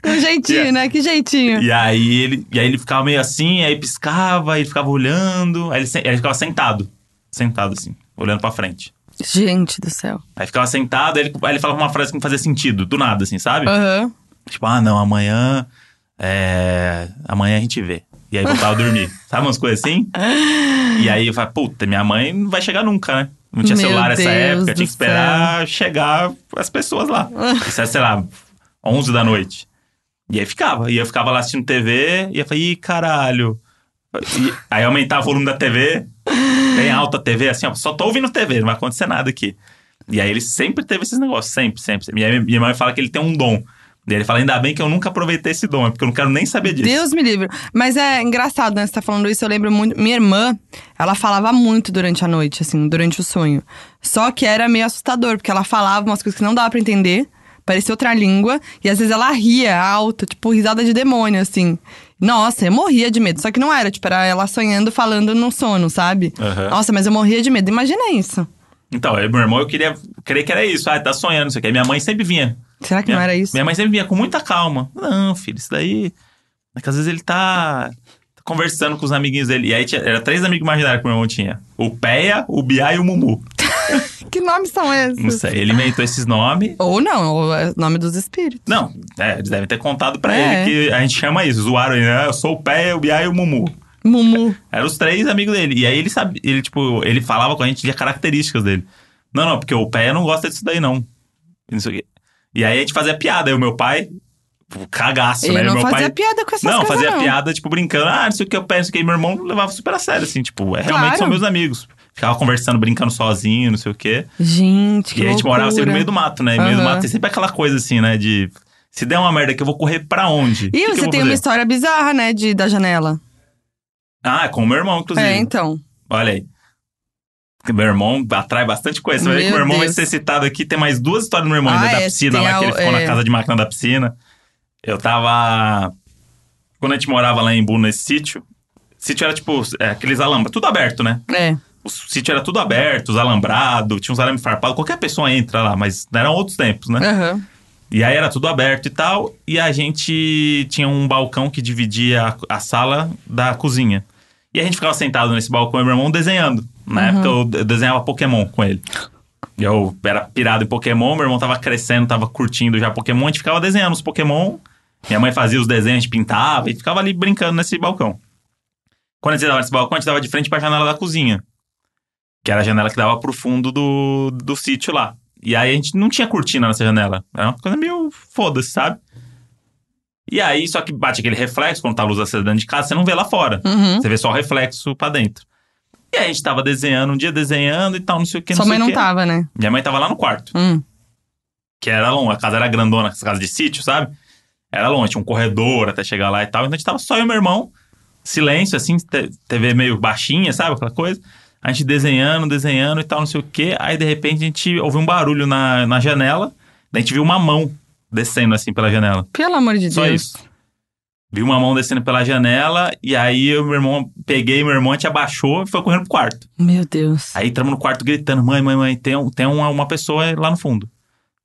[SPEAKER 2] Um jeitinho,
[SPEAKER 1] Yeah.
[SPEAKER 2] né? Que jeitinho.
[SPEAKER 1] E aí ele, e aí ele ficava meio assim, aí piscava, aí ele ficava olhando, aí ele, se- aí ele ficava sentado. Sentado assim, olhando pra frente.
[SPEAKER 2] Gente do céu.
[SPEAKER 1] Aí ficava sentado, aí ele, aí ele falava uma frase que não fazia sentido, do nada, assim, sabe?
[SPEAKER 2] Aham.
[SPEAKER 1] Tipo, ah, não, amanhã. É. Amanhã a gente vê. E aí voltava a dormir. Sabe umas coisas assim? E aí eu falei, puta, minha mãe não vai chegar nunca, né? Não tinha
[SPEAKER 2] Meu
[SPEAKER 1] celular nessa
[SPEAKER 2] Deus
[SPEAKER 1] época,
[SPEAKER 2] do
[SPEAKER 1] tinha que esperar chegar as pessoas lá. Isso era, sei lá, 11 da noite. E aí ficava. E eu ficava lá assistindo TV, e eu falei, ih, caralho. E aí eu aumentava o volume da TV, bem alta a TV, assim, ó, só tô ouvindo TV, não vai acontecer nada aqui. E aí ele sempre teve esses negócios, sempre, sempre. sempre. E aí minha mãe fala que ele tem um dom. E aí ele fala, ainda bem que eu nunca aproveitei esse dom, é porque eu não quero nem saber disso.
[SPEAKER 2] Deus me livre. Mas é engraçado, né? Você tá falando isso, eu lembro muito. Minha irmã, ela falava muito durante a noite, assim, durante o sonho. Só que era meio assustador, porque ela falava umas coisas que não dava pra entender, parecia outra língua, e às vezes ela ria alto, tipo risada de demônio, assim. Nossa, eu morria de medo. Só que não era, tipo, era ela sonhando, falando no sono, sabe?
[SPEAKER 1] Aham.
[SPEAKER 2] Nossa, mas eu morria de medo. Imagina isso.
[SPEAKER 1] Então, eu e meu irmão, eu queria crer que era isso. Ah, tá sonhando, não sei o quê. Aí Minha mãe sempre vinha.
[SPEAKER 2] Será que
[SPEAKER 1] minha,
[SPEAKER 2] não era isso?
[SPEAKER 1] Minha mãe sempre vinha com muita calma. Não, filho, isso daí. É que às vezes ele tá tá conversando com os amiguinhos dele. E aí tinha, era três amigos imaginários que meu irmão tinha: o Peia, o Biá e o Mumu.
[SPEAKER 2] Que nomes são esses?
[SPEAKER 1] Não sei, ele inventou esses nomes.
[SPEAKER 2] Ou não, ou é nome dos espíritos.
[SPEAKER 1] Não, é, eles devem ter contado pra
[SPEAKER 2] É.
[SPEAKER 1] ele que a gente chama isso. Zoaram ele, né? Eu sou o Peia, o Biá e o Mumu.
[SPEAKER 2] Mumu.
[SPEAKER 1] Eram os três amigos dele. E aí ele sabe, ele, tipo, ele falava com a gente de características dele. Não, não, porque o pé não gosta disso daí, não. E não sei o quê. E aí a gente fazia piada, eu e meu pai. pô, Cagaço, né?
[SPEAKER 2] Ele
[SPEAKER 1] E
[SPEAKER 2] não
[SPEAKER 1] meu
[SPEAKER 2] fazia
[SPEAKER 1] pai.
[SPEAKER 2] piada com essas
[SPEAKER 1] Não,
[SPEAKER 2] coisas,
[SPEAKER 1] fazia
[SPEAKER 2] não.
[SPEAKER 1] piada, tipo, brincando. Ah, não sei o que, o pé, não sei o que. E meu irmão levava super a sério, assim, tipo, é, realmente
[SPEAKER 2] Claro.
[SPEAKER 1] são meus amigos. Ficava conversando, brincando sozinho, não sei o quê.
[SPEAKER 2] Gente, que
[SPEAKER 1] E aí a gente morava é, tipo, sempre
[SPEAKER 2] loucura.
[SPEAKER 1] no meio do mato, né? E no meio do
[SPEAKER 2] Aham.
[SPEAKER 1] mato tem sempre aquela coisa assim, né? De se der uma merda aqui, eu vou correr pra onde? O que
[SPEAKER 2] E
[SPEAKER 1] que eu
[SPEAKER 2] você
[SPEAKER 1] vou
[SPEAKER 2] tem
[SPEAKER 1] fazer?
[SPEAKER 2] uma história bizarra, né, de, da janela.
[SPEAKER 1] Ah, com o meu irmão, inclusive.
[SPEAKER 2] É, então.
[SPEAKER 1] Olha aí. Meu irmão atrai bastante coisa. Você vai ver que
[SPEAKER 2] Meu
[SPEAKER 1] meu irmão vai
[SPEAKER 2] Deus.
[SPEAKER 1] ser citado aqui. Tem mais duas histórias do meu irmão
[SPEAKER 2] Ah,
[SPEAKER 1] ainda da
[SPEAKER 2] é,
[SPEAKER 1] piscina,
[SPEAKER 2] tem
[SPEAKER 1] lá
[SPEAKER 2] a-
[SPEAKER 1] que ele ficou
[SPEAKER 2] é.
[SPEAKER 1] na casa de máquina da piscina. Eu tava. Quando a gente morava lá em Embu, nesse sítio, sítio era tipo é, aqueles alambres, tudo aberto, né?
[SPEAKER 2] É.
[SPEAKER 1] O sítio era tudo aberto, os alambrados, tinha uns arame farpado, qualquer pessoa entra lá, mas eram outros tempos, né?
[SPEAKER 2] Aham.
[SPEAKER 1] E aí era tudo aberto e tal. E a gente tinha um balcão que dividia a, a sala da cozinha. E a gente ficava sentado nesse balcão e meu irmão desenhando. Na época eu de- eu desenhava Pokémon com ele. Eu era pirado em Pokémon, meu irmão tava crescendo, tava curtindo já Pokémon, a gente ficava desenhando os Pokémon. Minha mãe fazia os desenhos, a gente pintava e ficava ali brincando nesse balcão. Quando a gente tava nesse balcão, a gente tava de frente pra janela da cozinha. Que era a janela que dava pro fundo do, do sítio lá. E aí a gente não tinha cortina nessa janela. Era uma coisa meio foda-se, sabe? E aí, só que bate aquele reflexo, quando tá a luz acesa dentro de casa, você não vê lá fora.
[SPEAKER 2] Uhum.
[SPEAKER 1] Você vê só o reflexo pra dentro. E aí a gente tava desenhando, um dia desenhando e tal, não sei o que,
[SPEAKER 2] Sua
[SPEAKER 1] não sei o
[SPEAKER 2] mãe não
[SPEAKER 1] que.
[SPEAKER 2] tava, né?
[SPEAKER 1] Minha mãe tava lá no quarto,
[SPEAKER 2] Hum.
[SPEAKER 1] que era longe, a casa era grandona, essa casa de sítio, sabe? Era longe, tinha um corredor até chegar lá e tal. Então a gente tava só eu e meu irmão, silêncio, assim, te- TV meio baixinha, sabe? Aquela coisa. A gente desenhando, desenhando e tal, não sei o quê. Aí de repente a gente ouviu um barulho na, na janela, daí a gente viu uma mão descendo assim pela janela.
[SPEAKER 2] Pelo amor de
[SPEAKER 1] Só
[SPEAKER 2] Deus.
[SPEAKER 1] isso. Vi uma mão descendo pela janela e aí eu, meu irmão, peguei meu irmão, a gente abaixou e foi correndo pro quarto.
[SPEAKER 2] Meu Deus.
[SPEAKER 1] Aí entramos no quarto gritando: mãe, mãe, mãe, tem, um- tem uma, uma pessoa lá no fundo.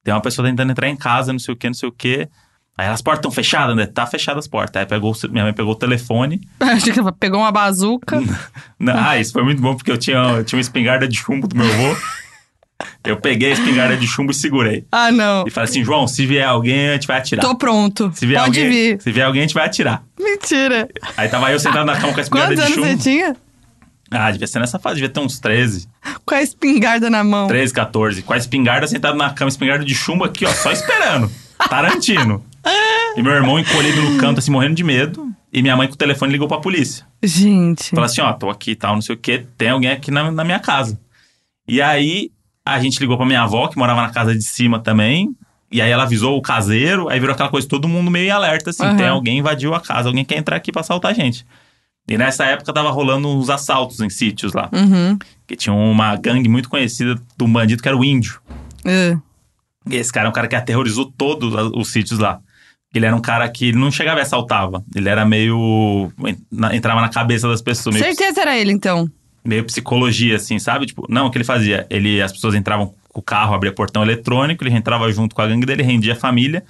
[SPEAKER 1] Tem uma pessoa tentando entrar em casa, não sei o que, não sei o que. Aí as portas estão fechadas, né? Tá fechadas as portas. Aí pegou, o ce- minha mãe pegou o telefone.
[SPEAKER 2] Achei que ela pegou uma bazuca.
[SPEAKER 1] Na- Ah, isso foi muito bom porque eu tinha, eu tinha uma espingarda de chumbo do meu avô. Eu peguei a espingarda de chumbo e segurei.
[SPEAKER 2] ah, não.
[SPEAKER 1] E falei assim: João, se vier alguém, a gente vai atirar.
[SPEAKER 2] Tô pronto.
[SPEAKER 1] Se vier
[SPEAKER 2] Pode
[SPEAKER 1] alguém,
[SPEAKER 2] vir.
[SPEAKER 1] Se vier alguém, a gente vai atirar.
[SPEAKER 2] Mentira.
[SPEAKER 1] Aí tava eu sentado na cama com a espingarda
[SPEAKER 2] Quantos
[SPEAKER 1] de
[SPEAKER 2] anos
[SPEAKER 1] chumbo.
[SPEAKER 2] você tinha?
[SPEAKER 1] Ah, devia ser nessa fase, devia ter uns 13,
[SPEAKER 2] Com a espingarda na mão.
[SPEAKER 1] 13, 14. Com a espingarda sentado na cama, espingarda de chumbo aqui, ó, só esperando. Tarantino. E meu irmão encolhido no canto, assim, morrendo de medo. E minha mãe com o telefone ligou pra polícia.
[SPEAKER 2] Gente.
[SPEAKER 1] Falou assim, ó, tô aqui e tal, não sei o quê, tem alguém aqui na, na minha casa. E aí, a gente ligou pra minha avó, que morava na casa de cima também. E aí ela avisou o caseiro, aí virou aquela coisa, todo mundo meio em alerta, assim,
[SPEAKER 2] Aham.
[SPEAKER 1] tem alguém invadiu a casa, alguém quer entrar aqui pra assaltar a gente. E nessa época tava rolando uns assaltos em sítios lá.
[SPEAKER 2] Uhum.
[SPEAKER 1] Que tinha uma gangue muito conhecida de um bandido que era o Índio.
[SPEAKER 2] É.
[SPEAKER 1] E esse cara é um cara que aterrorizou todos a- os sítios lá. Ele era um cara que ele não chegava e assaltava. Ele era meio. na- Entrava na cabeça das pessoas. Meio,
[SPEAKER 2] Certeza era ele, então.
[SPEAKER 1] meio psicologia, assim, sabe? Tipo, não, o que ele fazia? Ele, as pessoas entravam com o carro, abria portão eletrônico, ele entrava junto com a gangue dele, rendia a família.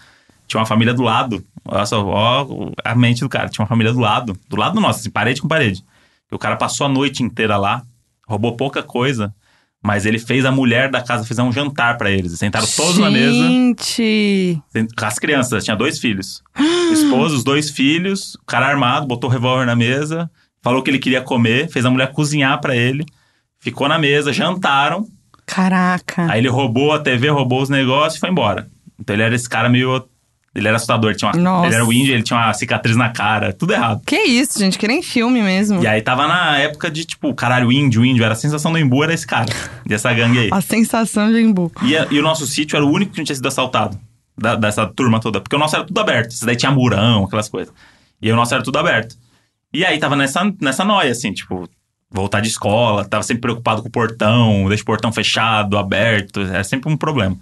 [SPEAKER 1] Tinha uma família do lado. Olha só, ó, a mente do cara. Tinha uma família do lado. Do lado nosso, assim, parede com parede. E o cara passou a noite inteira lá, roubou pouca coisa, mas ele fez a mulher da casa fazer um jantar pra eles. Sentaram todos na mesa.
[SPEAKER 2] Gente.
[SPEAKER 1] As crianças, tinha dois filhos. Esposa, os dois filhos, o cara armado, botou o revólver na mesa, falou que ele queria comer, fez a mulher cozinhar pra ele, ficou na mesa, jantaram,
[SPEAKER 2] Caraca.
[SPEAKER 1] aí ele roubou a TV, roubou os negócios e foi embora. Então ele era esse cara meio. Ele era assustador, ele, tinha uma-
[SPEAKER 2] Nossa.
[SPEAKER 1] ele era o índio, ele tinha uma cicatriz na cara, tudo errado.
[SPEAKER 2] Que isso, gente. Que nem filme mesmo.
[SPEAKER 1] E aí tava na época de, tipo, caralho, índio, índio, era a sensação do Embu, era esse cara, dessa gangue aí.
[SPEAKER 2] A sensação de embu.
[SPEAKER 1] E, a- e o nosso sítio era o único que não tinha sido assaltado. da- dessa turma toda. Porque o nosso era tudo aberto. Isso daí tinha murão, aquelas coisas. E o nosso era tudo aberto. E aí tava nessa, nessa noia, assim, tipo, voltar de escola, tava sempre preocupado com o portão, deixa o portão fechado, aberto, era sempre um problema.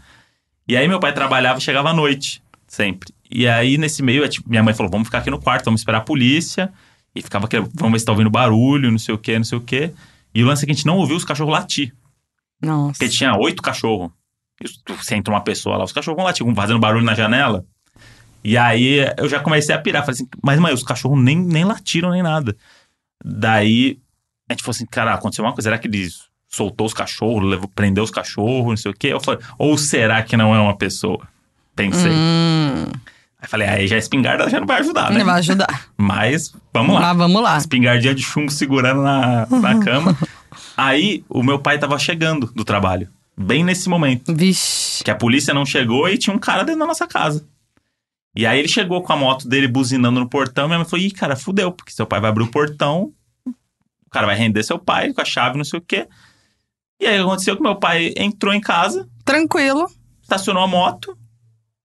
[SPEAKER 1] E aí meu pai trabalhava e chegava à noite, sempre. E aí nesse meio, é tipo, minha mãe falou: vamos ficar aqui no quarto, vamos esperar a polícia. E ficava aquele, vamos ver se tá ouvindo barulho, não sei o quê, não sei o quê. E o lance é que a gente não ouviu os cachorros latir.
[SPEAKER 2] Nossa.
[SPEAKER 1] Porque tinha oito cachorros. E os- Você entra uma pessoa lá, os cachorros vão lá, tipo, fazendo barulho na janela. E aí eu já comecei a pirar. Falei assim, mas mãe, os cachorros nem, nem latiram nem nada. Daí a gente falou assim, cara, aconteceu uma coisa, será que eles soltou os cachorros, levou, prendeu os cachorros, não sei o quê? Eu falei, ou será que não é uma pessoa? Pensei.
[SPEAKER 2] Hum,
[SPEAKER 1] Aí falei, aí já a espingarda já não vai ajudar, né?
[SPEAKER 2] não vai ajudar.
[SPEAKER 1] Mas vamos lá
[SPEAKER 2] Mas vamos lá.
[SPEAKER 1] espingardinha de chumbo segurando na, na cama. Aí o meu pai tava chegando do trabalho, bem nesse momento.
[SPEAKER 2] Vixe.
[SPEAKER 1] Que a polícia não chegou e tinha um cara dentro da nossa casa. E aí ele chegou com a moto dele buzinando no portão. Minha mãe falou: Ih, cara, fudeu, porque seu pai vai abrir o portão, o cara vai render seu pai com a chave, não sei o quê. E aí aconteceu que meu pai entrou em casa,
[SPEAKER 2] Tranquilo.
[SPEAKER 1] estacionou a moto,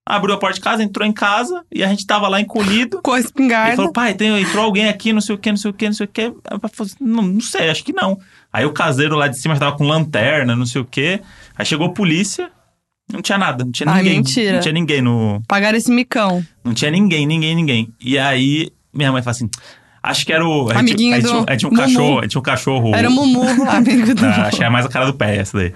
[SPEAKER 1] abriu a porta de casa, entrou em casa e a gente tava lá encolhido.
[SPEAKER 2] Com a
[SPEAKER 1] Ele
[SPEAKER 2] espingarda.
[SPEAKER 1] falou, pai, tem, entrou alguém aqui, não sei o que, não sei o que, não sei o que. Não, não sei, acho que não. Aí o caseiro lá de cima já tava com lanterna, não sei o que. Aí chegou a polícia, não tinha nada, não tinha
[SPEAKER 2] Ai,
[SPEAKER 1] ninguém.
[SPEAKER 2] Ah, mentira.
[SPEAKER 1] Não tinha ninguém no.
[SPEAKER 2] Pagaram esse micão.
[SPEAKER 1] Não tinha ninguém, ninguém, ninguém. E aí minha mãe fala assim: acho que era o. aí
[SPEAKER 2] Amiguinho
[SPEAKER 1] tinha- aí
[SPEAKER 2] do
[SPEAKER 1] tinha, aí tinha um
[SPEAKER 2] Mumu.
[SPEAKER 1] cachorro, aí tinha um cachorro.
[SPEAKER 2] Era o Mumu, amigo do.
[SPEAKER 1] Ah, achei mais a cara do pé essa daí.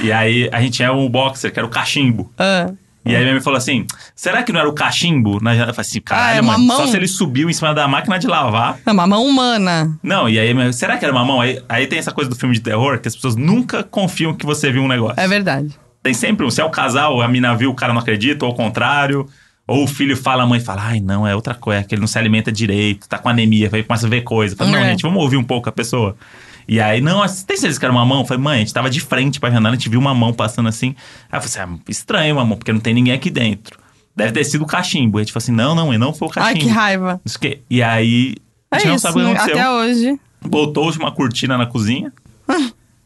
[SPEAKER 1] e aí a gente tinha um boxer, que era o cachimbo.
[SPEAKER 2] Ah,
[SPEAKER 1] E aí minha mãe falou assim: será que não era o cachimbo? Na janela? Eu falei assim, caralho,
[SPEAKER 2] é uma
[SPEAKER 1] mano, só
[SPEAKER 2] mão.
[SPEAKER 1] se ele subiu em cima da máquina de lavar.
[SPEAKER 2] é uma mão humana.
[SPEAKER 1] Não, e aí, mas será que era mamão? Aí, aí tem essa coisa do filme de terror que as pessoas nunca confiam que você viu um negócio.
[SPEAKER 2] É verdade.
[SPEAKER 1] Tem sempre um, se é o casal, a mina viu, o cara não acredita, ou ao contrário. Ou o filho fala, a mãe fala, ai não, é outra coisa, é que ele não se alimenta direito, tá com anemia, aí começa a ver coisa. Fala, não,
[SPEAKER 2] É.
[SPEAKER 1] gente, vamos ouvir um pouco a pessoa. E aí, não, mas tem certeza que era uma mão? Eu Falei, mãe, a gente tava de frente pra janela, a gente viu uma mão passando assim. Aí eu falei assim, ah, estranho, mamão, porque não tem ninguém aqui dentro. Deve ter sido o cachimbo. Aí a gente falou assim, não, não, e não foi o
[SPEAKER 2] Ai,
[SPEAKER 1] cachimbo.
[SPEAKER 2] que raiva.
[SPEAKER 1] Isso que- E aí, a
[SPEAKER 2] É
[SPEAKER 1] gente não
[SPEAKER 2] isso.
[SPEAKER 1] sabe o que
[SPEAKER 2] né?
[SPEAKER 1] aconteceu
[SPEAKER 2] Até hoje.
[SPEAKER 1] botou uma cortina na cozinha.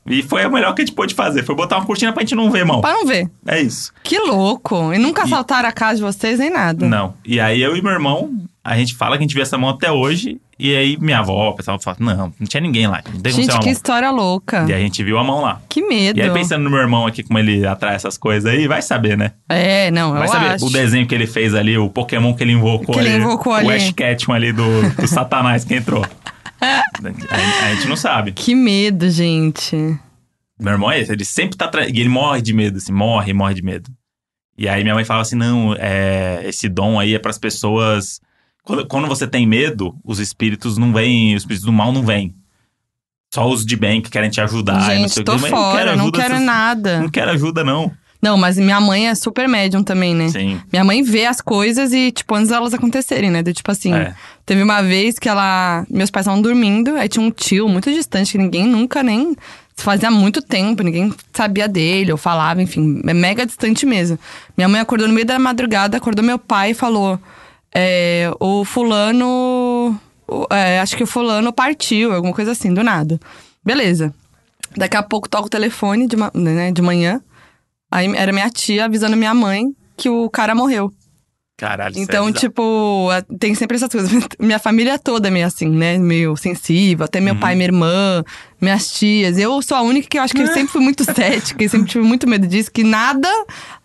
[SPEAKER 1] e foi a melhor que a gente pôde fazer. Foi botar uma cortina pra gente não ver, mão.
[SPEAKER 2] Para não ver.
[SPEAKER 1] É isso.
[SPEAKER 2] Que louco. E nunca assaltaram a casa de vocês nem nada.
[SPEAKER 1] Não. E aí eu e meu irmão A gente fala que a gente viu essa mão até hoje. E aí minha avó, o pessoal fala, não, não tinha ninguém lá. Não tem como ser
[SPEAKER 2] Gente,
[SPEAKER 1] uma
[SPEAKER 2] que
[SPEAKER 1] mão.
[SPEAKER 2] história louca.
[SPEAKER 1] E aí a gente viu a mão lá.
[SPEAKER 2] Que medo.
[SPEAKER 1] E aí pensando no meu irmão aqui, como ele atrai essas coisas aí, vai saber, né?
[SPEAKER 2] É, não,
[SPEAKER 1] Vai
[SPEAKER 2] eu
[SPEAKER 1] saber
[SPEAKER 2] acho.
[SPEAKER 1] o desenho que ele fez ali, o Pokémon que ele invocou
[SPEAKER 2] Que
[SPEAKER 1] ali.
[SPEAKER 2] ele invocou
[SPEAKER 1] O
[SPEAKER 2] ali.
[SPEAKER 1] Ash Ketchum ali do, do Satanás que entrou. A, a gente não sabe.
[SPEAKER 2] Que medo, gente.
[SPEAKER 1] Meu irmão é esse, ele sempre tá. tra- E ele morre de medo, assim, morre, morre de medo. E aí minha mãe falava assim: não, é, esse dom aí é pras pessoas. Quando, quando você tem medo, os espíritos não vêm, os espíritos do mal não vêm. Só os de bem que querem te ajudar. e não
[SPEAKER 2] gente,
[SPEAKER 1] sei o
[SPEAKER 2] tô
[SPEAKER 1] quê, mas eu não
[SPEAKER 2] fora,
[SPEAKER 1] quero
[SPEAKER 2] não
[SPEAKER 1] ajuda
[SPEAKER 2] quero
[SPEAKER 1] dessas-
[SPEAKER 2] nada.
[SPEAKER 1] Não quero ajuda, não.
[SPEAKER 2] Não, mas minha mãe é super médium também, né?
[SPEAKER 1] Sim.
[SPEAKER 2] Minha mãe vê as coisas e, tipo, antes delas acontecerem, né? Do, tipo assim,
[SPEAKER 1] É.
[SPEAKER 2] teve uma vez que ela. Meus pais estavam dormindo, aí tinha um tio muito distante que ninguém nunca nem. Fazia muito tempo, ninguém sabia dele, ou falava, enfim, é mega distante mesmo. Minha mãe acordou no meio da madrugada, acordou meu pai e falou: é, O fulano. o- é, acho que o fulano partiu, alguma coisa assim, do nada. Beleza. Daqui a pouco toca o telefone de, ma- né, de manhã. Aí era minha tia avisando minha mãe que o cara morreu.
[SPEAKER 1] Caralho, isso é
[SPEAKER 2] Então,
[SPEAKER 1] bizarro.
[SPEAKER 2] tipo, a- tem sempre essas coisas. Minha família toda é meio assim, né? Meio sensível. Até meu
[SPEAKER 1] Uhum.
[SPEAKER 2] pai, minha irmã, minhas tias. Eu sou a única que eu acho que eu sempre fui muito cética e sempre tive muito medo disso, que nada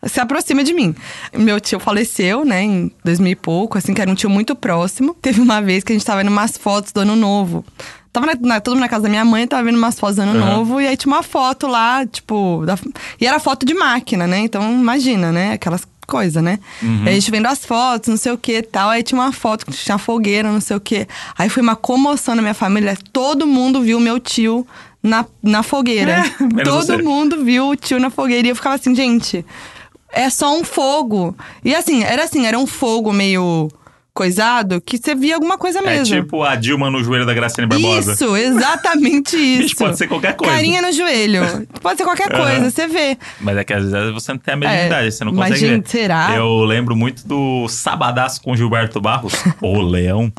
[SPEAKER 2] se aproxima de mim. Meu tio faleceu, né, em 2000 e pouco, assim, que era um tio muito próximo. Teve uma vez que a gente tava vendo umas fotos do ano novo. Tava na, na- todo mundo na casa da minha mãe, tava vendo umas fotos do ano
[SPEAKER 1] Aham.
[SPEAKER 2] novo, e aí tinha uma foto lá, tipo. da- e era foto de máquina, né? Então, imagina, né? Aquelas coisas, né?
[SPEAKER 1] Uhum.
[SPEAKER 2] Aí a gente vendo as fotos, não sei o que e tal. Aí tinha uma foto que tinha fogueira, não sei o que. Aí foi uma comoção na minha família. Todo mundo viu meu tio na, na fogueira.
[SPEAKER 1] menos você.
[SPEAKER 2] todo mundo viu o tio na fogueira. E eu ficava assim, gente, é só um fogo. E assim, era assim, era um fogo meio coisado que você via alguma coisa
[SPEAKER 1] É
[SPEAKER 2] mesmo.
[SPEAKER 1] tipo a Dilma no joelho da Graciane Barbosa.
[SPEAKER 2] Isso, exatamente isso.
[SPEAKER 1] Bicho, pode ser qualquer coisa.
[SPEAKER 2] Carinha no joelho. Pode ser qualquer
[SPEAKER 1] Aham.
[SPEAKER 2] coisa, você vê.
[SPEAKER 1] Mas é que às vezes você não tem a mediunidade,
[SPEAKER 2] É,
[SPEAKER 1] você não
[SPEAKER 2] mas,
[SPEAKER 1] consegue
[SPEAKER 2] gente,
[SPEAKER 1] ver.
[SPEAKER 2] será?
[SPEAKER 1] Eu lembro muito do Sabadaço com Gilberto Barros, o Leão,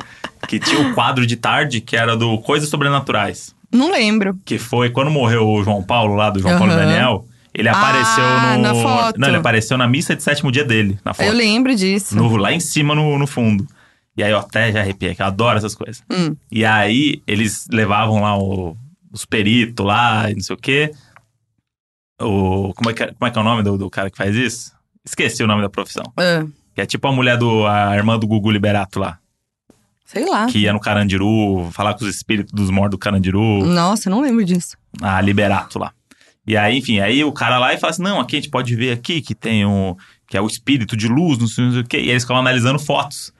[SPEAKER 1] que tinha o quadro de tarde que era do Coisas Sobrenaturais.
[SPEAKER 2] Não lembro.
[SPEAKER 1] Que foi quando morreu o João Paulo lá, do João Paulo
[SPEAKER 2] Aham.
[SPEAKER 1] Daniel. Ele apareceu
[SPEAKER 2] Ah,
[SPEAKER 1] no.
[SPEAKER 2] na foto.
[SPEAKER 1] Não, ele apareceu na missa de sétimo dia dele, na foto.
[SPEAKER 2] Eu lembro disso.
[SPEAKER 1] No- lá em cima no, no fundo. E aí eu até já arrepiei, que eu adoro essas coisas.
[SPEAKER 2] Hum.
[SPEAKER 1] E aí eles levavam lá o- os peritos lá, e não sei o quê. O, como, é que, é- como é que é o nome do, do cara que faz isso? Esqueci o nome da profissão.
[SPEAKER 2] Ah,
[SPEAKER 1] Que é tipo a mulher do. a irmã do Gugu Liberato lá.
[SPEAKER 2] sei lá.
[SPEAKER 1] Que ia no Carandiru, falar com os espíritos dos mortos do Carandiru.
[SPEAKER 2] Nossa, eu não lembro disso.
[SPEAKER 1] a Liberato lá. E aí, enfim, aí o cara lá e fala assim: não, aqui a gente pode ver aqui que tem um. que é o espírito de luz, não sei, não sei o quê. E eles ficam analisando fotos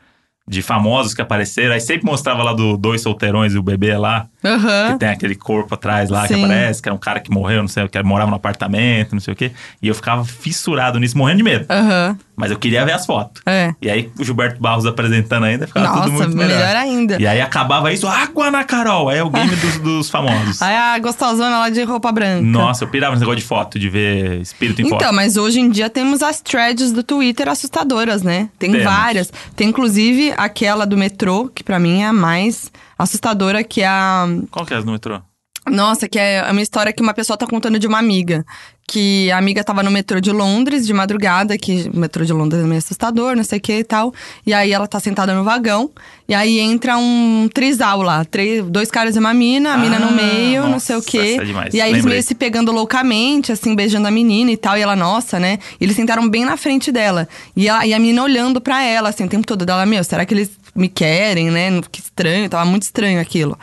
[SPEAKER 1] de famosos que apareceram. Aí sempre mostrava lá do Dois Solteirões e o bebê lá,
[SPEAKER 2] Aham.
[SPEAKER 1] que tem aquele corpo atrás lá que
[SPEAKER 2] Sim.
[SPEAKER 1] aparece, que era um cara que morreu, não sei o que, morava no apartamento, não sei o quê. E eu ficava fissurado nisso, morrendo de medo.
[SPEAKER 2] Aham.
[SPEAKER 1] Mas eu queria ver as fotos.
[SPEAKER 2] É.
[SPEAKER 1] E aí o Gilberto Barros apresentando ainda, ficava tudo
[SPEAKER 2] Nossa,
[SPEAKER 1] muito melhor.
[SPEAKER 2] Tá melhor. ainda.
[SPEAKER 1] E aí acabava isso, água na Carol! Aí é o game dos, dos famosos.
[SPEAKER 2] Aí a gostosona lá de roupa branca.
[SPEAKER 1] Nossa, eu pirava nesse negócio de foto, de ver espírito em
[SPEAKER 2] Então,
[SPEAKER 1] foto.
[SPEAKER 2] mas hoje em dia temos as threads do Twitter assustadoras, né? Tem
[SPEAKER 1] Temos.
[SPEAKER 2] várias. Tem inclusive aquela do metrô, que pra mim é a mais assustadora, que é a
[SPEAKER 1] Qual que é as no metrô?
[SPEAKER 2] Nossa, que é uma história que uma pessoa tá contando de uma amiga. Que a amiga tava no metrô de Londres de madrugada, que o metrô de Londres é meio assustador, não sei o que e tal. E aí ela tá sentada no vagão, e aí entra um trisal lá. Três, dois caras e uma mina, a mina
[SPEAKER 1] Ah,
[SPEAKER 2] no meio, não sei o
[SPEAKER 1] nossa,
[SPEAKER 2] quê.
[SPEAKER 1] essa é demais.
[SPEAKER 2] e aí eles
[SPEAKER 1] Lembrei.
[SPEAKER 2] meio se pegando loucamente, assim, beijando a menina e tal. E ela, nossa, né? E eles sentaram bem na frente dela. E, ela- e a menina olhando pra ela, assim, o tempo todo. Dela, meu, será que eles me querem, né? Que estranho, tava muito estranho aquilo.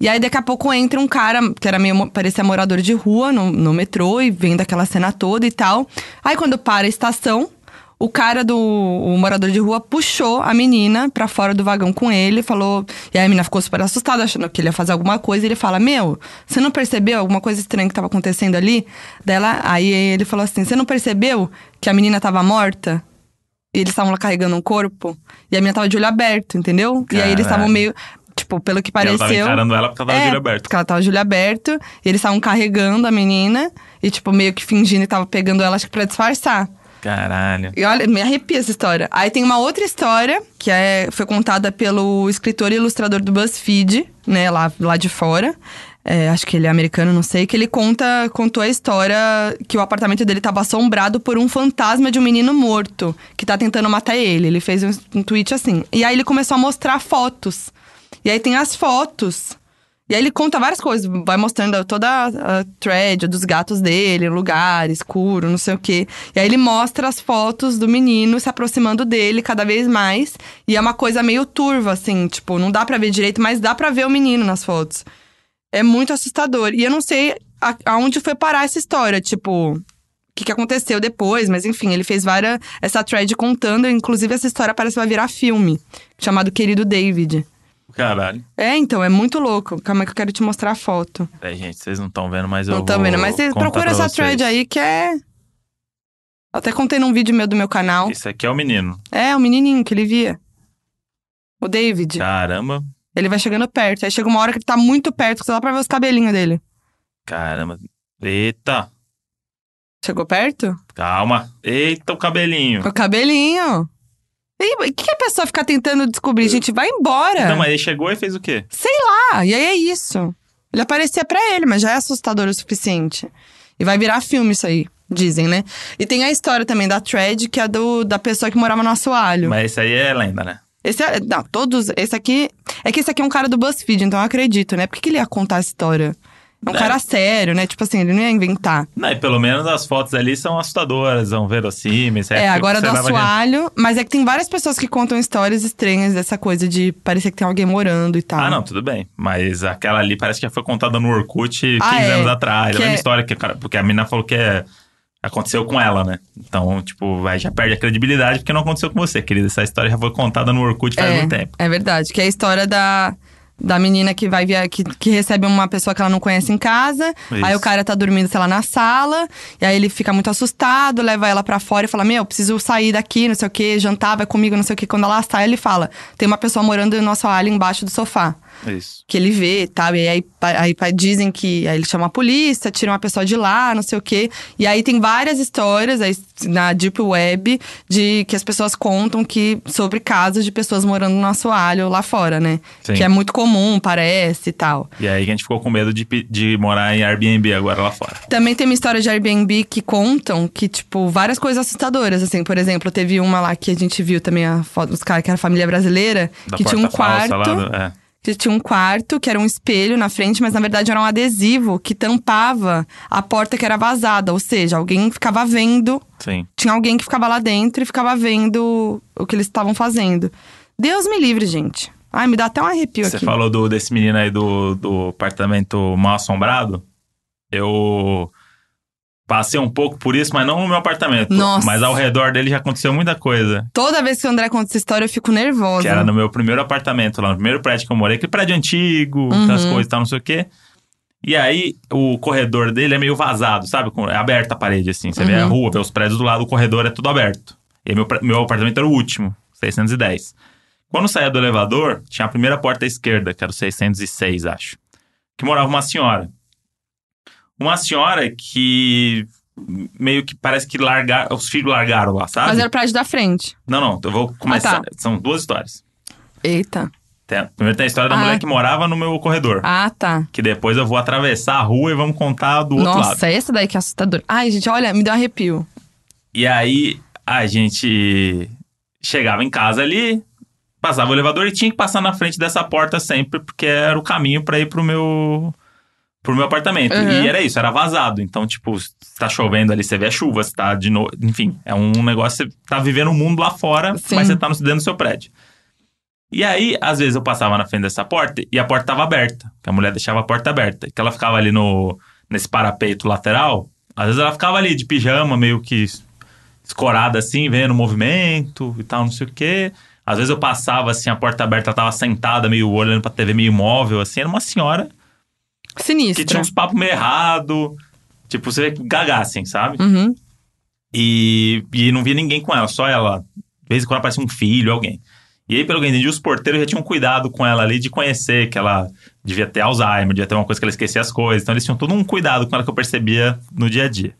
[SPEAKER 2] E aí, daqui a pouco, entra um cara que era meio, mo- parecia morador de rua no, no metrô e vendo aquela cena toda e tal. Aí, quando para a estação, o cara do o morador de rua puxou a menina pra fora do vagão com ele, falou. E aí a menina ficou super assustada, achando que ele ia fazer alguma coisa. E ele fala: Meu, você não percebeu alguma coisa estranha que tava acontecendo ali? Daí ela, aí ele falou assim: Você não percebeu que a menina tava morta? E eles estavam lá carregando um corpo? E a menina tava de olho aberto, entendeu? E aí eles estavam
[SPEAKER 1] Caralho.
[SPEAKER 2] meio. Tipo, pelo que
[SPEAKER 1] Eu tava
[SPEAKER 2] pareceu.
[SPEAKER 1] encarando ela porque ela tava de
[SPEAKER 2] É,
[SPEAKER 1] olho aberto.
[SPEAKER 2] Porque ela tava de olho aberto. E eles estavam carregando a menina. E, tipo, meio que fingindo que tava pegando ela, acho que pra disfarçar.
[SPEAKER 1] Caralho.
[SPEAKER 2] E olha, me arrepia essa história. Aí tem uma outra história, que é, foi contada pelo escritor e ilustrador do BuzzFeed, né, lá, lá de fora. é, acho que ele é americano, não sei, que ele conta contou a história que o apartamento dele estava assombrado por um fantasma de um menino morto que tá tentando matar ele. Ele fez um, um tweet assim. E aí ele começou a mostrar fotos. E aí tem as fotos. E aí ele conta várias coisas, vai mostrando toda a a thread dos gatos dele, lugar escuro, não sei o quê. E aí ele mostra as fotos do menino se aproximando dele cada vez mais. E é uma coisa meio turva, assim, tipo, não dá pra ver direito, mas dá pra ver o menino nas fotos. É muito assustador. E eu não sei a- aonde foi parar essa história, tipo. O que, que aconteceu depois, mas enfim, ele fez várias. Essa thread contando, inclusive essa história parece que vai virar filme, chamado Querido David.
[SPEAKER 1] Caralho.
[SPEAKER 2] É, então, é muito louco. Calma aí que eu quero te mostrar a foto.
[SPEAKER 1] É, gente, vocês não estão vendo, mas eu.
[SPEAKER 2] não tô vendo, mas
[SPEAKER 1] você
[SPEAKER 2] você procura essa thread aí que é. Eu até contei num vídeo meu do meu canal.
[SPEAKER 1] Isso aqui é o menino.
[SPEAKER 2] É, o menininho que ele via. O David.
[SPEAKER 1] Tá. Caramba,
[SPEAKER 2] Ele vai chegando perto. Aí chega uma hora que ele tá muito perto, que só dá pra ver os cabelinhos dele.
[SPEAKER 1] caramba. Eita,
[SPEAKER 2] Chegou perto?
[SPEAKER 1] calma. Eita, o cabelinho.
[SPEAKER 2] O cabelinho. E o que que a pessoa fica tentando descobrir? Gente, vai embora.
[SPEAKER 1] Não, mas ele chegou e fez o quê?
[SPEAKER 2] Ah, e aí é isso. Ele aparecia pra ele, mas já é assustador o suficiente. E vai virar filme isso aí, dizem, né? E tem a história também da thread, que é do, da pessoa que morava no assoalho.
[SPEAKER 1] Mas esse aí é lenda, né?
[SPEAKER 2] Esse é, não, todos, esse aqui, é que esse aqui é um cara do BuzzFeed, então eu acredito, né? Por que, que ele ia contar a história? É um
[SPEAKER 1] É.
[SPEAKER 2] cara sério, né? Tipo assim, ele não ia inventar.
[SPEAKER 1] Não, e pelo menos as fotos ali são assustadoras, são verossímeis.
[SPEAKER 2] É, agora do
[SPEAKER 1] da
[SPEAKER 2] assoalho, mas é que tem várias pessoas que contam histórias estranhas dessa coisa de parecer que tem alguém morando e tal.
[SPEAKER 1] Ah, não, tudo bem. Mas aquela ali parece que já foi contada no Orkut 15
[SPEAKER 2] Ah, é.
[SPEAKER 1] anos atrás.
[SPEAKER 2] Que
[SPEAKER 1] a mesma
[SPEAKER 2] é-
[SPEAKER 1] história que, o cara- porque a menina falou que é- aconteceu com ela, né? Então, tipo, vai, já perde a credibilidade porque não aconteceu com você, querida. Essa história já foi contada no Orkut faz muito tempo.
[SPEAKER 2] É verdade, que é a história da, da menina que vai via, que, que recebe uma pessoa que ela não conhece em casa.
[SPEAKER 1] Isso.
[SPEAKER 2] Aí o cara tá dormindo, sei lá, na sala. E aí ele fica muito assustado, leva ela pra fora e fala: Meu, preciso sair daqui, não sei o quê, jantar, vai comigo, não sei o quê. Quando ela sai, ele fala: Tem uma pessoa morando no nosso alho embaixo do sofá
[SPEAKER 1] Isso.
[SPEAKER 2] que ele vê, tá? E aí, pa- aí pa- dizem que aí ele chama a polícia, tira uma pessoa de lá, não sei o quê. E aí tem várias histórias aí, na Deep Web de que as pessoas contam que sobre casos de pessoas morando no assoalho lá fora, né?
[SPEAKER 1] Sim.
[SPEAKER 2] Que é muito comum, parece e tal.
[SPEAKER 1] E aí que a gente ficou com medo de, pe- de morar em Airbnb agora lá fora.
[SPEAKER 2] Também tem uma história de Airbnb que contam que, tipo, várias coisas assustadoras, assim. Por exemplo, teve uma lá que a gente viu também a foto dos caras que era família brasileira,
[SPEAKER 1] Da
[SPEAKER 2] que
[SPEAKER 1] porta
[SPEAKER 2] tinha um
[SPEAKER 1] falsa
[SPEAKER 2] quarto.
[SPEAKER 1] Lá do- é.
[SPEAKER 2] que tinha um quarto que era um espelho na frente, mas na verdade era um adesivo que tampava a porta que era vazada, ou seja, alguém ficava vendo,
[SPEAKER 1] Sim.
[SPEAKER 2] tinha alguém que ficava lá dentro e ficava vendo o que eles estavam fazendo. Deus me livre, gente. Ai, me dá até um arrepio
[SPEAKER 1] Você
[SPEAKER 2] aqui.
[SPEAKER 1] falou do, desse menino aí do, do apartamento mal assombrado. Eu passei um pouco por isso, mas não no meu apartamento.
[SPEAKER 2] Nossa.
[SPEAKER 1] Mas ao redor dele já aconteceu muita coisa.
[SPEAKER 2] Toda vez que o André conta essa história, eu fico
[SPEAKER 1] Que
[SPEAKER 2] nervosa.
[SPEAKER 1] era no meu primeiro apartamento, lá no primeiro prédio que eu morei, aquele prédio antigo, aquelas
[SPEAKER 2] Uhum.
[SPEAKER 1] coisas e tal, não sei o quê. E aí, o corredor dele é meio vazado, sabe? Com- É aberta a parede, assim. Você vê a
[SPEAKER 2] Uhum.
[SPEAKER 1] rua, vê os prédios do lado, o corredor é tudo aberto. E aí, meu, pré- meu apartamento era o último, 610. Quando eu saía do elevador, tinha a primeira porta à esquerda, que era o 606, acho. Que morava uma senhora. Uma senhora que meio que parece que largaram, os filhos largaram lá, sabe?
[SPEAKER 2] Mas era o prédio da frente.
[SPEAKER 1] Não, não, eu vou começar.
[SPEAKER 2] Ah, tá.
[SPEAKER 1] São duas histórias.
[SPEAKER 2] Eita.
[SPEAKER 1] Tem- primeiro tem a história da
[SPEAKER 2] Ah.
[SPEAKER 1] mulher que morava no meu corredor.
[SPEAKER 2] Ah, tá.
[SPEAKER 1] Que depois eu vou atravessar a rua e vamos contar do outro lado.
[SPEAKER 2] Nossa, essa daí que é assustadora. Ai, gente, olha, me deu um arrepio.
[SPEAKER 1] E aí a gente chegava em casa ali, passava o elevador e tinha que passar na frente dessa porta sempre, porque era o caminho pra ir pro meu pro meu apartamento.
[SPEAKER 2] Uhum.
[SPEAKER 1] E era isso, era vazado. Então, tipo, se tá chovendo ali, você vê a chuva, você tá de novo. Enfim, é um negócio, você tá vivendo um mundo lá fora,
[SPEAKER 2] Sim.
[SPEAKER 1] mas você tá no- dentro do seu prédio. E aí, às vezes, eu passava na frente dessa porta e a porta tava aberta. que A mulher deixava a porta aberta. Que ela ficava ali no, nesse parapeito lateral. Às vezes ela ficava ali de pijama, meio que escorada assim, vendo o movimento e tal, não sei o quê. Às vezes eu passava assim, a porta aberta, ela tava sentada, meio olhando pra TV, meio imóvel, assim. Era uma senhora que tinha
[SPEAKER 2] Sinistra.
[SPEAKER 1] uns papos meio errado. Tipo, você vê que gaga, assim, sabe?
[SPEAKER 2] Uhum.
[SPEAKER 1] E, e não via ninguém com ela, só ela. De vez em quando aparecia um filho, alguém. E aí, pelo que eu entendi, os porteiros já tinham cuidado com ela ali de conhecer que ela devia ter Alzheimer, devia ter uma coisa que ela esquecia as coisas. Então, eles tinham todo um cuidado com ela que eu percebia no dia a dia.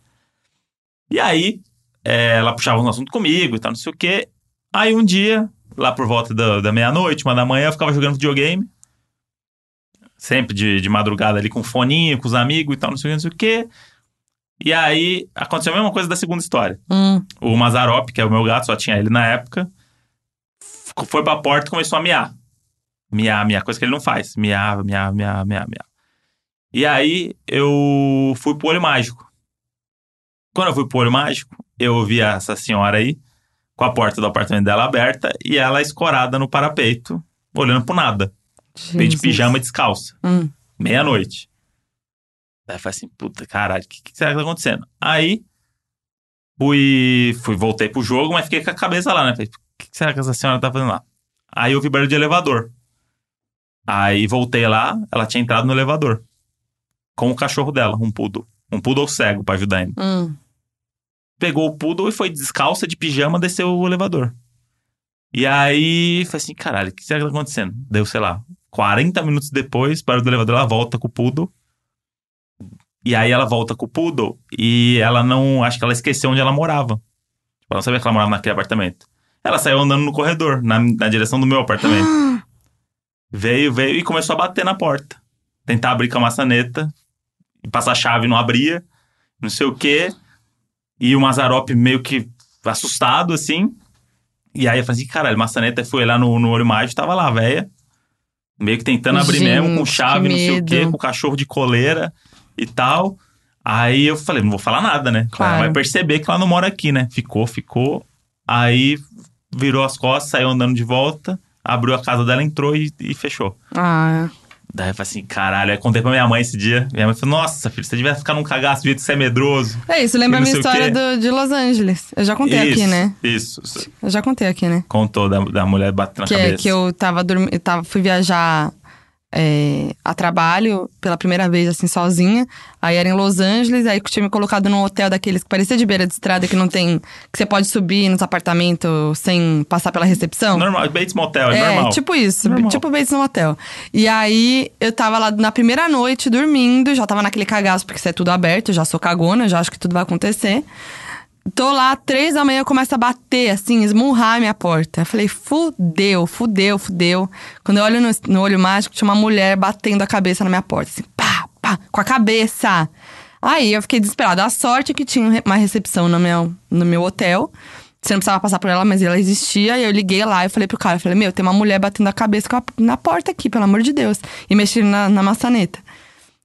[SPEAKER 1] E aí, é, ela puxava um assunto comigo e tal, não sei o quê. Aí, um dia, lá por volta da, da meia-noite, uma da manhã, eu ficava jogando videogame. sempre de, de madrugada ali com um foninho, com os amigos e tal, não sei o que, não sei o quê. E aí aconteceu a mesma coisa da segunda história.
[SPEAKER 2] Hum.
[SPEAKER 1] O Mazarop, que é o meu gato, só tinha ele na época, f- foi pra porta e começou a miar. Miar, miar, coisa que ele não faz. Miava, miava, miava, miava, miava. E aí eu fui pro olho mágico. Quando eu fui pro olho mágico, eu ouvi essa senhora aí, com a porta do apartamento dela aberta, e ela escorada no parapeito, olhando pro nada. Veio de
[SPEAKER 2] Jesus.
[SPEAKER 1] pijama e descalça.
[SPEAKER 2] Hum.
[SPEAKER 1] Meia-noite. Aí eu falei assim, puta, caralho, o que, que será que tá acontecendo? Aí, fui, fui, voltei pro jogo, mas fiquei com a cabeça lá, né? Falei, o que, que será que essa senhora tá fazendo lá? Aí eu vi barulho de elevador. Aí voltei lá, ela tinha entrado no elevador. Com o cachorro dela, um poodle. Um poodle cego pra ajudar ele.
[SPEAKER 2] Hum.
[SPEAKER 1] Pegou o poodle e foi descalça de pijama, desceu o elevador. E aí, falei assim, caralho, o que será que tá acontecendo? Deu, sei lá, 40 minutos depois, barulho do elevador, ela volta com o poodle. E aí ela volta com o poodle e ela não. Acho que ela esqueceu onde ela morava. Tipo, Ela não sabia que ela morava naquele apartamento. Ela saiu andando no corredor, na, na direção do meu apartamento. veio, veio e começou a bater na porta. Tentar abrir com a maçaneta. E passar a chave não abria. Não sei o quê. E o Mazarop meio que assustado, assim. E aí eu falei assim, caralho, maçaneta foi lá no, no olho mágico, tava lá, véia. Meio que tentando abrir
[SPEAKER 2] Gente,
[SPEAKER 1] mesmo, com chave,
[SPEAKER 2] que
[SPEAKER 1] não sei o quê,
[SPEAKER 2] medo.
[SPEAKER 1] com cachorro de coleira e tal. Aí eu falei, não vou falar nada, né?
[SPEAKER 2] Claro.
[SPEAKER 1] Ela vai perceber que ela não mora aqui, né? Ficou, ficou. Aí virou as costas, saiu andando de volta, abriu a casa dela, entrou e, e fechou.
[SPEAKER 2] Ah,
[SPEAKER 1] Daí eu falei assim, caralho. Aí contei pra minha mãe esse dia. Minha mãe falou, nossa, filho, se você tivesse ficado num cagaço, do jeito que você é medroso.
[SPEAKER 2] é isso, lembra a
[SPEAKER 1] E não sei o
[SPEAKER 2] minha história
[SPEAKER 1] quê.
[SPEAKER 2] do- de Los Angeles. Eu já contei
[SPEAKER 1] isso,
[SPEAKER 2] aqui, né?
[SPEAKER 1] Isso.
[SPEAKER 2] Eu já contei aqui, né?
[SPEAKER 1] Contou da, da mulher batendo na
[SPEAKER 2] que, é
[SPEAKER 1] cabeça.
[SPEAKER 2] que eu tava dormindo, tava, fui viajar é, a trabalho pela primeira vez, assim, sozinha. Aí era em Los Angeles, aí tinha me colocado num hotel daqueles que parecia de beira de estrada, que não tem. que você pode subir nos apartamentos sem passar pela recepção.
[SPEAKER 1] Normal, Bates Motel, é, normal.
[SPEAKER 2] tipo isso,
[SPEAKER 1] Normal.
[SPEAKER 2] tipo Bates no hotel. E aí eu tava lá na primeira noite dormindo, já tava naquele cagaço, porque isso é tudo aberto, eu já sou cagona, já acho que tudo vai acontecer. Tô lá, três da manhã começa a bater, assim, esmurrar a minha porta. Eu falei, fudeu, fudeu, fudeu. Quando eu olho no, no olho mágico, tinha uma mulher batendo a cabeça na minha porta, assim, pá, pá, com a cabeça. Aí eu fiquei desesperada. A sorte é que tinha re- uma recepção no meu, no meu hotel. Você não precisava passar por ela, mas ela existia. E eu liguei lá e falei pro cara, eu falei, meu, tem uma mulher batendo a cabeça com a- na porta aqui, pelo amor de Deus. E mexendo na, na maçaneta.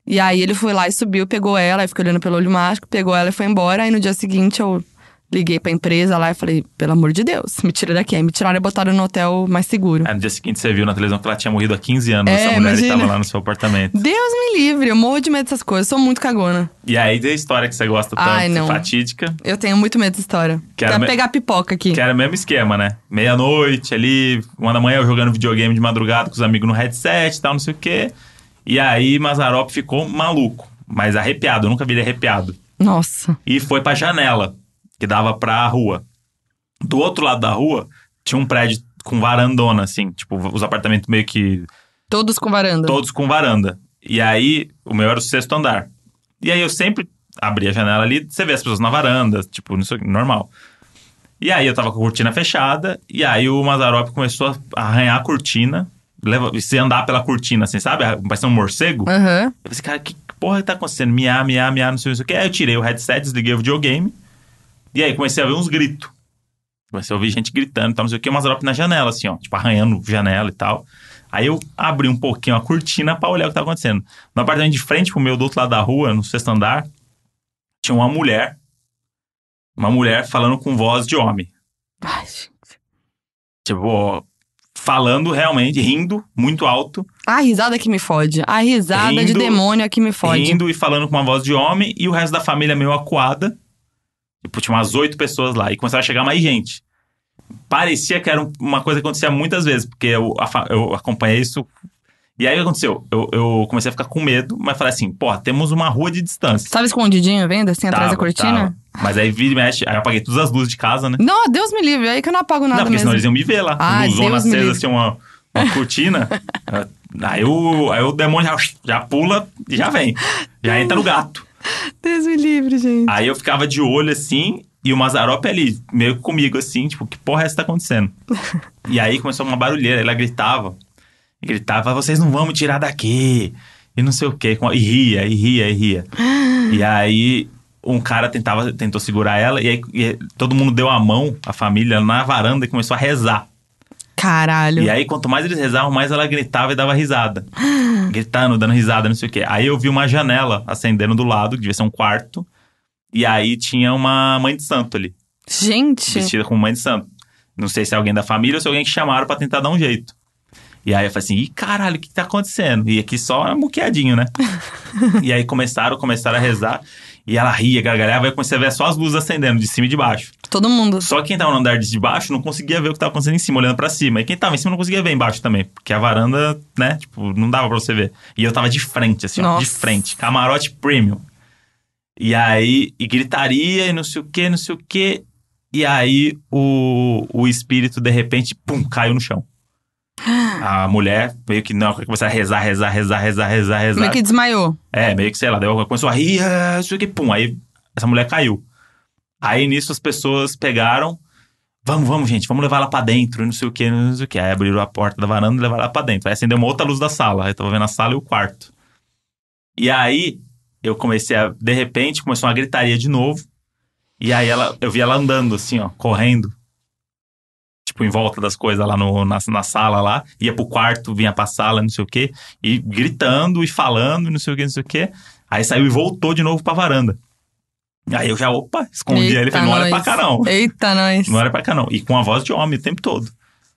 [SPEAKER 2] E aí ele foi lá e subiu, pegou ela, aí ficou olhando pelo olho mágico, pegou ela e foi embora. Aí no dia seguinte eu liguei pra empresa lá e falei, pelo amor de Deus, me tira daqui. Aí me tiraram e botaram no hotel mais seguro.
[SPEAKER 1] Aí no dia seguinte você viu na televisão que ela tinha morrido há 15 anos,
[SPEAKER 2] É,
[SPEAKER 1] essa mulher
[SPEAKER 2] imagina.
[SPEAKER 1] e tava lá no seu apartamento.
[SPEAKER 2] Deus me livre, eu morro de medo dessas coisas, sou muito cagona.
[SPEAKER 1] E aí tem a história que você gosta tanto,
[SPEAKER 2] Ai, não.
[SPEAKER 1] fatídica,
[SPEAKER 2] Eu tenho muito medo dessa história.
[SPEAKER 1] Quero
[SPEAKER 2] Quero
[SPEAKER 1] me-
[SPEAKER 2] pegar pipoca aqui.
[SPEAKER 1] que era o mesmo esquema, né? Meia-noite ali, uma da manhã eu jogando videogame de madrugada com os amigos no headset e tal, não sei o quê. E aí Mazarop ficou maluco, mas arrepiado, eu nunca vi ele arrepiado.
[SPEAKER 2] Nossa.
[SPEAKER 1] E foi pra janela, que dava pra rua. Do outro lado da rua, tinha um prédio com varandona, assim, tipo, os apartamentos meio que
[SPEAKER 2] Todos com varanda.
[SPEAKER 1] Todos com varanda. E aí, o meu era o sexto andar. E aí eu sempre abria a janela ali, você vê as pessoas na varanda, tipo, não sei, o que, normal. E aí eu tava com a cortina fechada, e aí o Mazarop começou a arranhar a cortina, leva, e se andar pela cortina, assim, sabe? Parece um morcego. Eu
[SPEAKER 2] Aham.
[SPEAKER 1] falei, assim, cara, que porra que tá acontecendo? Miar, miar, miar, não sei o que. Aí eu tirei o headset, desliguei o videogame. E aí comecei a ver uns gritos. Comecei a ouvir gente gritando, e tal, não sei o que. Umas drop na janela, assim, ó. Tipo, arranhando janela e tal. Aí eu abri um pouquinho a cortina pra olhar o que tá acontecendo. No apartamento de frente pro meu, do outro lado da rua, no sexto andar, tinha uma mulher. Uma mulher falando com voz de homem.
[SPEAKER 2] Ai, gente.
[SPEAKER 1] Tipo, ó, falando realmente, rindo, muito alto.
[SPEAKER 2] A risada que me fode. A risada de
[SPEAKER 1] Rindo-
[SPEAKER 2] demônio é que me fode.
[SPEAKER 1] rindo e falando com uma voz de homem, e o resto da família meio acuada. Tipo, tinha umas oito pessoas lá, e começava a chegar mais gente. Parecia que era um- uma coisa que acontecia muitas vezes, porque eu, a fa- eu acompanhei isso. E aí o que aconteceu? Eu, eu comecei a ficar com medo, mas falei assim, pô, temos uma rua de distância.
[SPEAKER 2] Sabe escondidinho, vendo assim, atrás da
[SPEAKER 1] Tava,
[SPEAKER 2] cortina?
[SPEAKER 1] tava. Mas aí vira e mexe, aí eu apaguei todas as luzes de casa, né?
[SPEAKER 2] Não, Deus me livre, aí que eu não apago
[SPEAKER 1] Não,
[SPEAKER 2] nada
[SPEAKER 1] porque
[SPEAKER 2] mesmo.
[SPEAKER 1] senão eles iam me ver lá.
[SPEAKER 2] Ah,
[SPEAKER 1] Luzona
[SPEAKER 2] Deus me
[SPEAKER 1] acesa,
[SPEAKER 2] livre.
[SPEAKER 1] assim, uma, uma cortina. aí, o, aí o demônio já, já pula e já vem. Já entra no gato.
[SPEAKER 2] Deus me livre, gente.
[SPEAKER 1] Aí eu ficava de olho assim, e o Mazarop ali, meio que comigo assim, tipo, que porra é essa que tá acontecendo? e aí começou uma barulheira, ela gritava. E gritava, vocês não vão me tirar daqui. E não sei o quê. com- E ria, e ria, e ria. e aí um cara tentava, tentou segurar ela e aí e todo mundo deu a mão, a família, na varanda e começou a rezar.
[SPEAKER 2] Caralho.
[SPEAKER 1] E aí, quanto mais eles rezavam, mais ela gritava e dava risada. Gritando, dando risada, não sei o quê. Aí eu vi uma janela acendendo do lado, que devia ser um quarto. E aí tinha uma mãe de santo ali,
[SPEAKER 2] Gente.
[SPEAKER 1] vestida como mãe de santo. Não sei se é alguém da família ou se é alguém que chamaram pra tentar dar um jeito. E aí eu falei assim, ih, caralho, o que, que tá acontecendo? E aqui só muqueadinho, né? e aí começaram, começaram a rezar. E ela ria, gargalhava, e eu comecei a ver só as luzes acendendo, de cima e de baixo.
[SPEAKER 2] Todo mundo.
[SPEAKER 1] Só quem tava no andar de baixo não conseguia ver o que tava acontecendo em cima, olhando pra cima. E quem tava em cima não conseguia ver embaixo também. Porque a varanda, né, tipo, não dava pra você ver. E eu tava de frente, assim, ó.
[SPEAKER 2] Nossa.
[SPEAKER 1] De frente. Camarote premium. E aí, e gritaria, e não sei o que, não sei o que. E aí, o, o espírito, de repente, pum, caiu no chão. A mulher meio que não, começou a rezar, rezar, rezar, rezar, rezar, rezar.
[SPEAKER 2] Meio que desmaiou.
[SPEAKER 1] É, meio que, sei lá, deu, começou a rir, ah, isso aqui, pum. Aí essa mulher caiu. Aí nisso as pessoas pegaram. Vamos, vamos, gente, vamos levar ela pra dentro, e não sei o que, não sei o que. Aí abriram a porta da varanda e levaram ela pra dentro. Aí acendeu uma outra luz da sala. Aí eu tava vendo a sala e o quarto. E aí eu comecei a. De repente começou uma gritaria de novo. E aí ela, eu vi ela andando assim, ó, correndo. Tipo, em volta das coisas lá no, na, na sala lá. Ia pro quarto, vinha pra sala, não sei o quê. E gritando e falando, não sei o quê, não sei o quê. Aí saiu e voltou de novo pra varanda. Aí eu já, opa, escondi Um ele. Falei, não olha pra
[SPEAKER 2] nós.
[SPEAKER 1] cá não.
[SPEAKER 2] Eita, nós.
[SPEAKER 1] Não olha pra cá não. E com a voz de homem o tempo todo.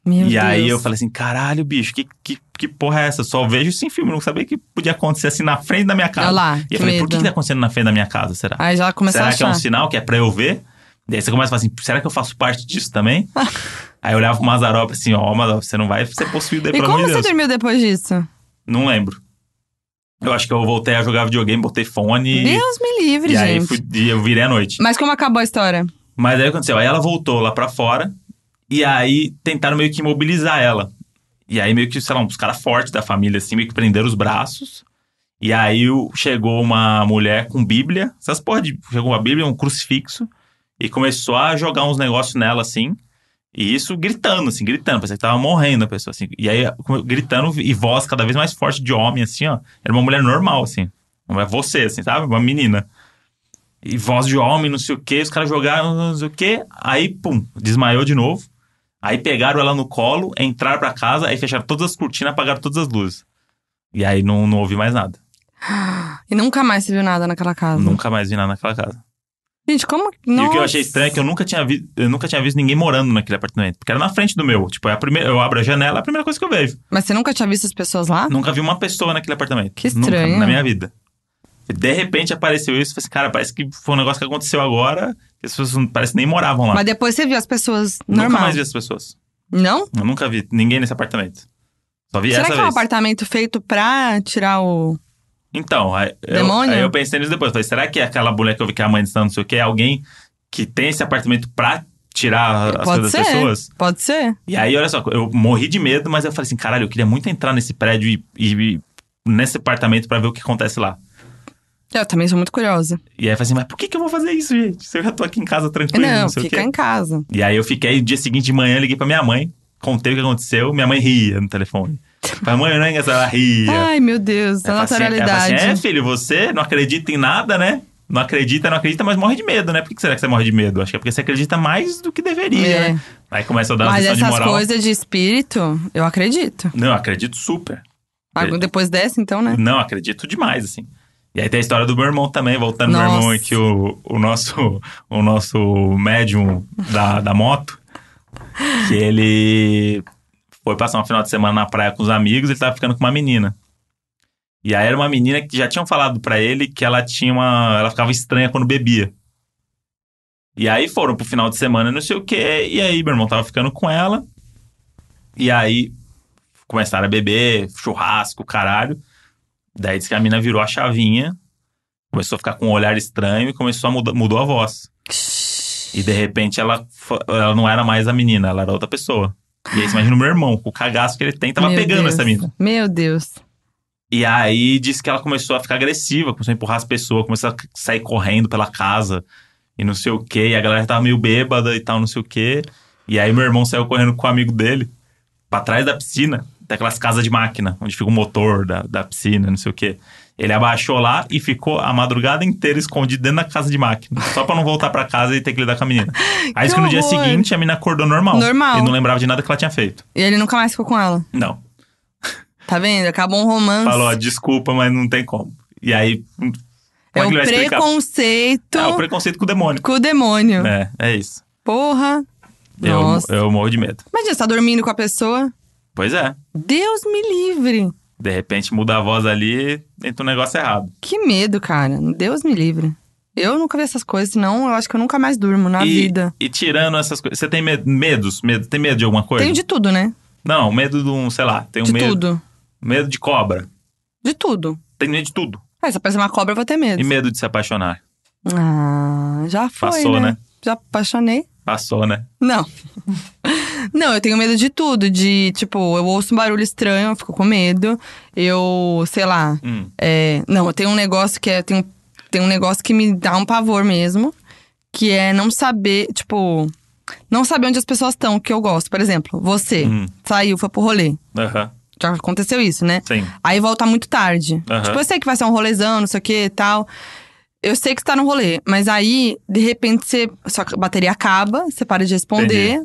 [SPEAKER 2] Meu
[SPEAKER 1] e
[SPEAKER 2] Deus.
[SPEAKER 1] aí eu falei assim, caralho, bicho, que, que, que porra é essa? Só vejo isso em filme, não sabia que podia acontecer assim na frente da minha casa.
[SPEAKER 2] Olha lá,
[SPEAKER 1] e
[SPEAKER 2] que
[SPEAKER 1] eu falei, por que,
[SPEAKER 2] medo.
[SPEAKER 1] que tá acontecendo na frente da minha casa, será?
[SPEAKER 2] Aí já começou
[SPEAKER 1] será
[SPEAKER 2] a
[SPEAKER 1] que é
[SPEAKER 2] achar.
[SPEAKER 1] um sinal que é pra eu ver? E aí você começa a falar assim, será que eu faço parte disso também? aí eu olhava pro Mazarop assim, ó, Mazarop, você não vai ser possuído aí,
[SPEAKER 2] E
[SPEAKER 1] pelo
[SPEAKER 2] como
[SPEAKER 1] amor de
[SPEAKER 2] você
[SPEAKER 1] Deus.
[SPEAKER 2] dormiu depois disso?
[SPEAKER 1] Não lembro. Eu acho que eu voltei a jogar videogame, botei fone e-
[SPEAKER 2] Deus me livre,
[SPEAKER 1] e, aí
[SPEAKER 2] gente.
[SPEAKER 1] fui, e eu virei à noite.
[SPEAKER 2] Mas como acabou a história?
[SPEAKER 1] Mas aí aconteceu, aí ela voltou lá pra fora e aí tentaram meio que imobilizar ela. E aí meio que, sei lá, uns caras fortes da família assim, meio que prenderam os braços. E aí o- chegou uma mulher com bíblia, essas porra de, chegou uma bíblia, um crucifixo e começou a jogar uns negócios nela assim. E isso gritando, assim, gritando. Parecia que tava morrendo a pessoa, assim. E aí, como- gritando e voz cada vez mais forte de homem, assim, ó. Era uma mulher normal, assim. Não é você, assim, sabe? Uma menina. E voz de homem, não sei o quê. Os caras jogaram, não sei o quê. Aí, pum, desmaiou de novo. Aí pegaram ela no colo, entraram pra casa, aí fecharam todas as cortinas, apagaram todas as luzes. E aí não, não ouvi mais nada.
[SPEAKER 2] E nunca mais se viu nada naquela casa.
[SPEAKER 1] Nunca mais vi nada naquela casa.
[SPEAKER 2] Gente,
[SPEAKER 1] E
[SPEAKER 2] como.
[SPEAKER 1] o que eu
[SPEAKER 2] Nossa.
[SPEAKER 1] achei estranho é que eu nunca tinha visto, eu nunca tinha visto ninguém morando naquele apartamento, porque era na frente do meu. Tipo, é a primeira, eu abro a janela, é a primeira coisa que eu vejo.
[SPEAKER 2] Mas você nunca tinha visto as pessoas lá?
[SPEAKER 1] Nunca vi uma pessoa naquele apartamento.
[SPEAKER 2] Ah. Que
[SPEAKER 1] Nunca,
[SPEAKER 2] estranho.
[SPEAKER 1] na minha vida. De repente apareceu isso, eu falei assim, cara, parece que foi um negócio que aconteceu agora, que as pessoas não- parece que nem moravam lá.
[SPEAKER 2] Mas depois você viu as pessoas
[SPEAKER 1] nunca
[SPEAKER 2] normal.
[SPEAKER 1] mais vi as pessoas.
[SPEAKER 2] Não?
[SPEAKER 1] Eu nunca vi ninguém nesse apartamento. Só vi
[SPEAKER 2] Será
[SPEAKER 1] essa
[SPEAKER 2] que é um
[SPEAKER 1] vez.
[SPEAKER 2] apartamento feito pra tirar o.
[SPEAKER 1] Então, aí eu,
[SPEAKER 2] Demônio?
[SPEAKER 1] aí eu pensei nisso depois. Falei, será que é aquela mulher que eu vi que é a mãe de santo, não sei o quê, é alguém que tem esse apartamento pra tirar as
[SPEAKER 2] Pode
[SPEAKER 1] coisas
[SPEAKER 2] ser.
[SPEAKER 1] das pessoas?
[SPEAKER 2] Pode ser?
[SPEAKER 1] E aí, olha só, eu morri de medo, mas eu falei assim, caralho, eu queria muito entrar nesse prédio e, e- e nesse apartamento pra ver o que acontece lá.
[SPEAKER 2] Eu também sou muito curiosa.
[SPEAKER 1] E aí eu falei assim, mas por que, que eu vou fazer isso, gente? Se eu já tô aqui em casa tranquilo, é, não,
[SPEAKER 2] não,
[SPEAKER 1] sei
[SPEAKER 2] fica
[SPEAKER 1] o quê.
[SPEAKER 2] em casa.
[SPEAKER 1] E aí eu fiquei, no dia seguinte de manhã, eu liguei pra minha mãe, contei o que aconteceu, minha mãe ria no telefone. Falei, mãe, não é engraçado, ela ria.
[SPEAKER 2] Ai, meu Deus, da
[SPEAKER 1] Ela fala assim- ela fala
[SPEAKER 2] É naturalidade.
[SPEAKER 1] assim, é, filho, você não acredita em nada, né? Não acredita, não acredita, mas morre de medo, né? Por que que será que você morre de medo? Acho que é porque você acredita mais do que deveria,
[SPEAKER 2] É.
[SPEAKER 1] né? Aí começa a dar uma
[SPEAKER 2] Mas
[SPEAKER 1] lição de
[SPEAKER 2] essas
[SPEAKER 1] moral. É.
[SPEAKER 2] coisas de espírito, eu acredito.
[SPEAKER 1] Não, eu acredito super.
[SPEAKER 2] Algo Depois dessa, então, né?
[SPEAKER 1] Não, acredito demais, assim. E aí tem a história do meu irmão também, voltando no meu
[SPEAKER 2] Nossa.
[SPEAKER 1] irmão aqui, o, o nosso, o nosso médium da, da moto, que ele foi passar um final de semana na praia com os amigos, ele tava ficando com uma menina. E aí era uma menina que já tinham falado pra ele que ela tinha uma. Ela ficava estranha quando bebia. E aí foram pro final de semana, não sei o quê, e aí meu irmão tava ficando com ela. E aí começaram a beber, churrasco, caralho. Daí disse que a mina virou a chavinha, começou a ficar com um olhar estranho e começou a mudar, mudou a voz. E de repente ela, fo- ela não era mais a menina, ela era outra pessoa. E aí você imagina o meu irmão, com o cagaço que ele tem, tava
[SPEAKER 2] Meu
[SPEAKER 1] pegando
[SPEAKER 2] Deus.
[SPEAKER 1] essa mina.
[SPEAKER 2] Meu Deus.
[SPEAKER 1] E aí disse que ela começou a ficar agressiva, começou a empurrar as pessoas, começou a sair correndo pela casa e não sei o quê. E a galera tava meio bêbada e tal, não sei o quê. E aí meu irmão saiu correndo com o amigo dele pra trás da piscina. Tem aquelas casas de máquina, onde fica o motor da, da piscina, não sei o quê. Ele abaixou lá e ficou a madrugada inteira escondido dentro da casa de máquina. Só pra não voltar pra casa e ter que lidar com a menina. Aí diz que no dia
[SPEAKER 2] horror.
[SPEAKER 1] seguinte a menina acordou normal.
[SPEAKER 2] Normal.
[SPEAKER 1] E não lembrava de nada que ela tinha feito.
[SPEAKER 2] E ele nunca mais ficou com ela.
[SPEAKER 1] Não.
[SPEAKER 2] Tá vendo? Acabou um romance.
[SPEAKER 1] Falou, ó, desculpa, mas não tem como. E aí. hum, Como que
[SPEAKER 2] é o
[SPEAKER 1] ele vai explicar?
[SPEAKER 2] preconceito
[SPEAKER 1] É o preconceito com o demônio.
[SPEAKER 2] com o demônio.
[SPEAKER 1] É, é isso.
[SPEAKER 2] Porra.
[SPEAKER 1] Eu,
[SPEAKER 2] Nossa.
[SPEAKER 1] eu morro de medo.
[SPEAKER 2] Imagina, você tá dormindo com a pessoa.
[SPEAKER 1] Pois é.
[SPEAKER 2] Deus me livre.
[SPEAKER 1] De repente muda a voz ali, entra um negócio errado.
[SPEAKER 2] Que medo, cara. Deus me livre. Eu nunca vi essas coisas, senão eu acho que eu nunca mais durmo na
[SPEAKER 1] e,
[SPEAKER 2] vida.
[SPEAKER 1] e tirando essas coisas. Você tem medo, medos? Medo, tem medo de alguma coisa?
[SPEAKER 2] Tenho de tudo, né?
[SPEAKER 1] Não, medo de um, sei lá, tem um
[SPEAKER 2] de
[SPEAKER 1] medo.
[SPEAKER 2] tudo.
[SPEAKER 1] Medo de cobra.
[SPEAKER 2] De tudo.
[SPEAKER 1] Tem medo de tudo.
[SPEAKER 2] Ah, se aparecer uma cobra, eu vou ter medo.
[SPEAKER 1] E medo de se apaixonar.
[SPEAKER 2] Ah, já foi.
[SPEAKER 1] Passou, né?
[SPEAKER 2] Já apaixonei.
[SPEAKER 1] Passou, né?
[SPEAKER 2] Não. Não, eu tenho medo de tudo. De, tipo, eu ouço um barulho estranho, eu fico com medo. Eu, sei lá.
[SPEAKER 1] Hum.
[SPEAKER 2] é, não, eu tenho um negócio que é. Tem, tem um negócio que me dá um pavor mesmo. Que é não saber, tipo. Não saber onde as pessoas estão, que eu gosto. Por exemplo, você
[SPEAKER 1] Hum.
[SPEAKER 2] saiu, foi pro rolê.
[SPEAKER 1] Aham.
[SPEAKER 2] Já aconteceu isso, né?
[SPEAKER 1] Sim.
[SPEAKER 2] Aí volta muito tarde.
[SPEAKER 1] Aham.
[SPEAKER 2] Tipo, eu sei que vai ser um rolezão, não sei o que e tal. Eu sei que você tá no rolê, mas aí, de repente, você. Só que a bateria acaba, você para de responder.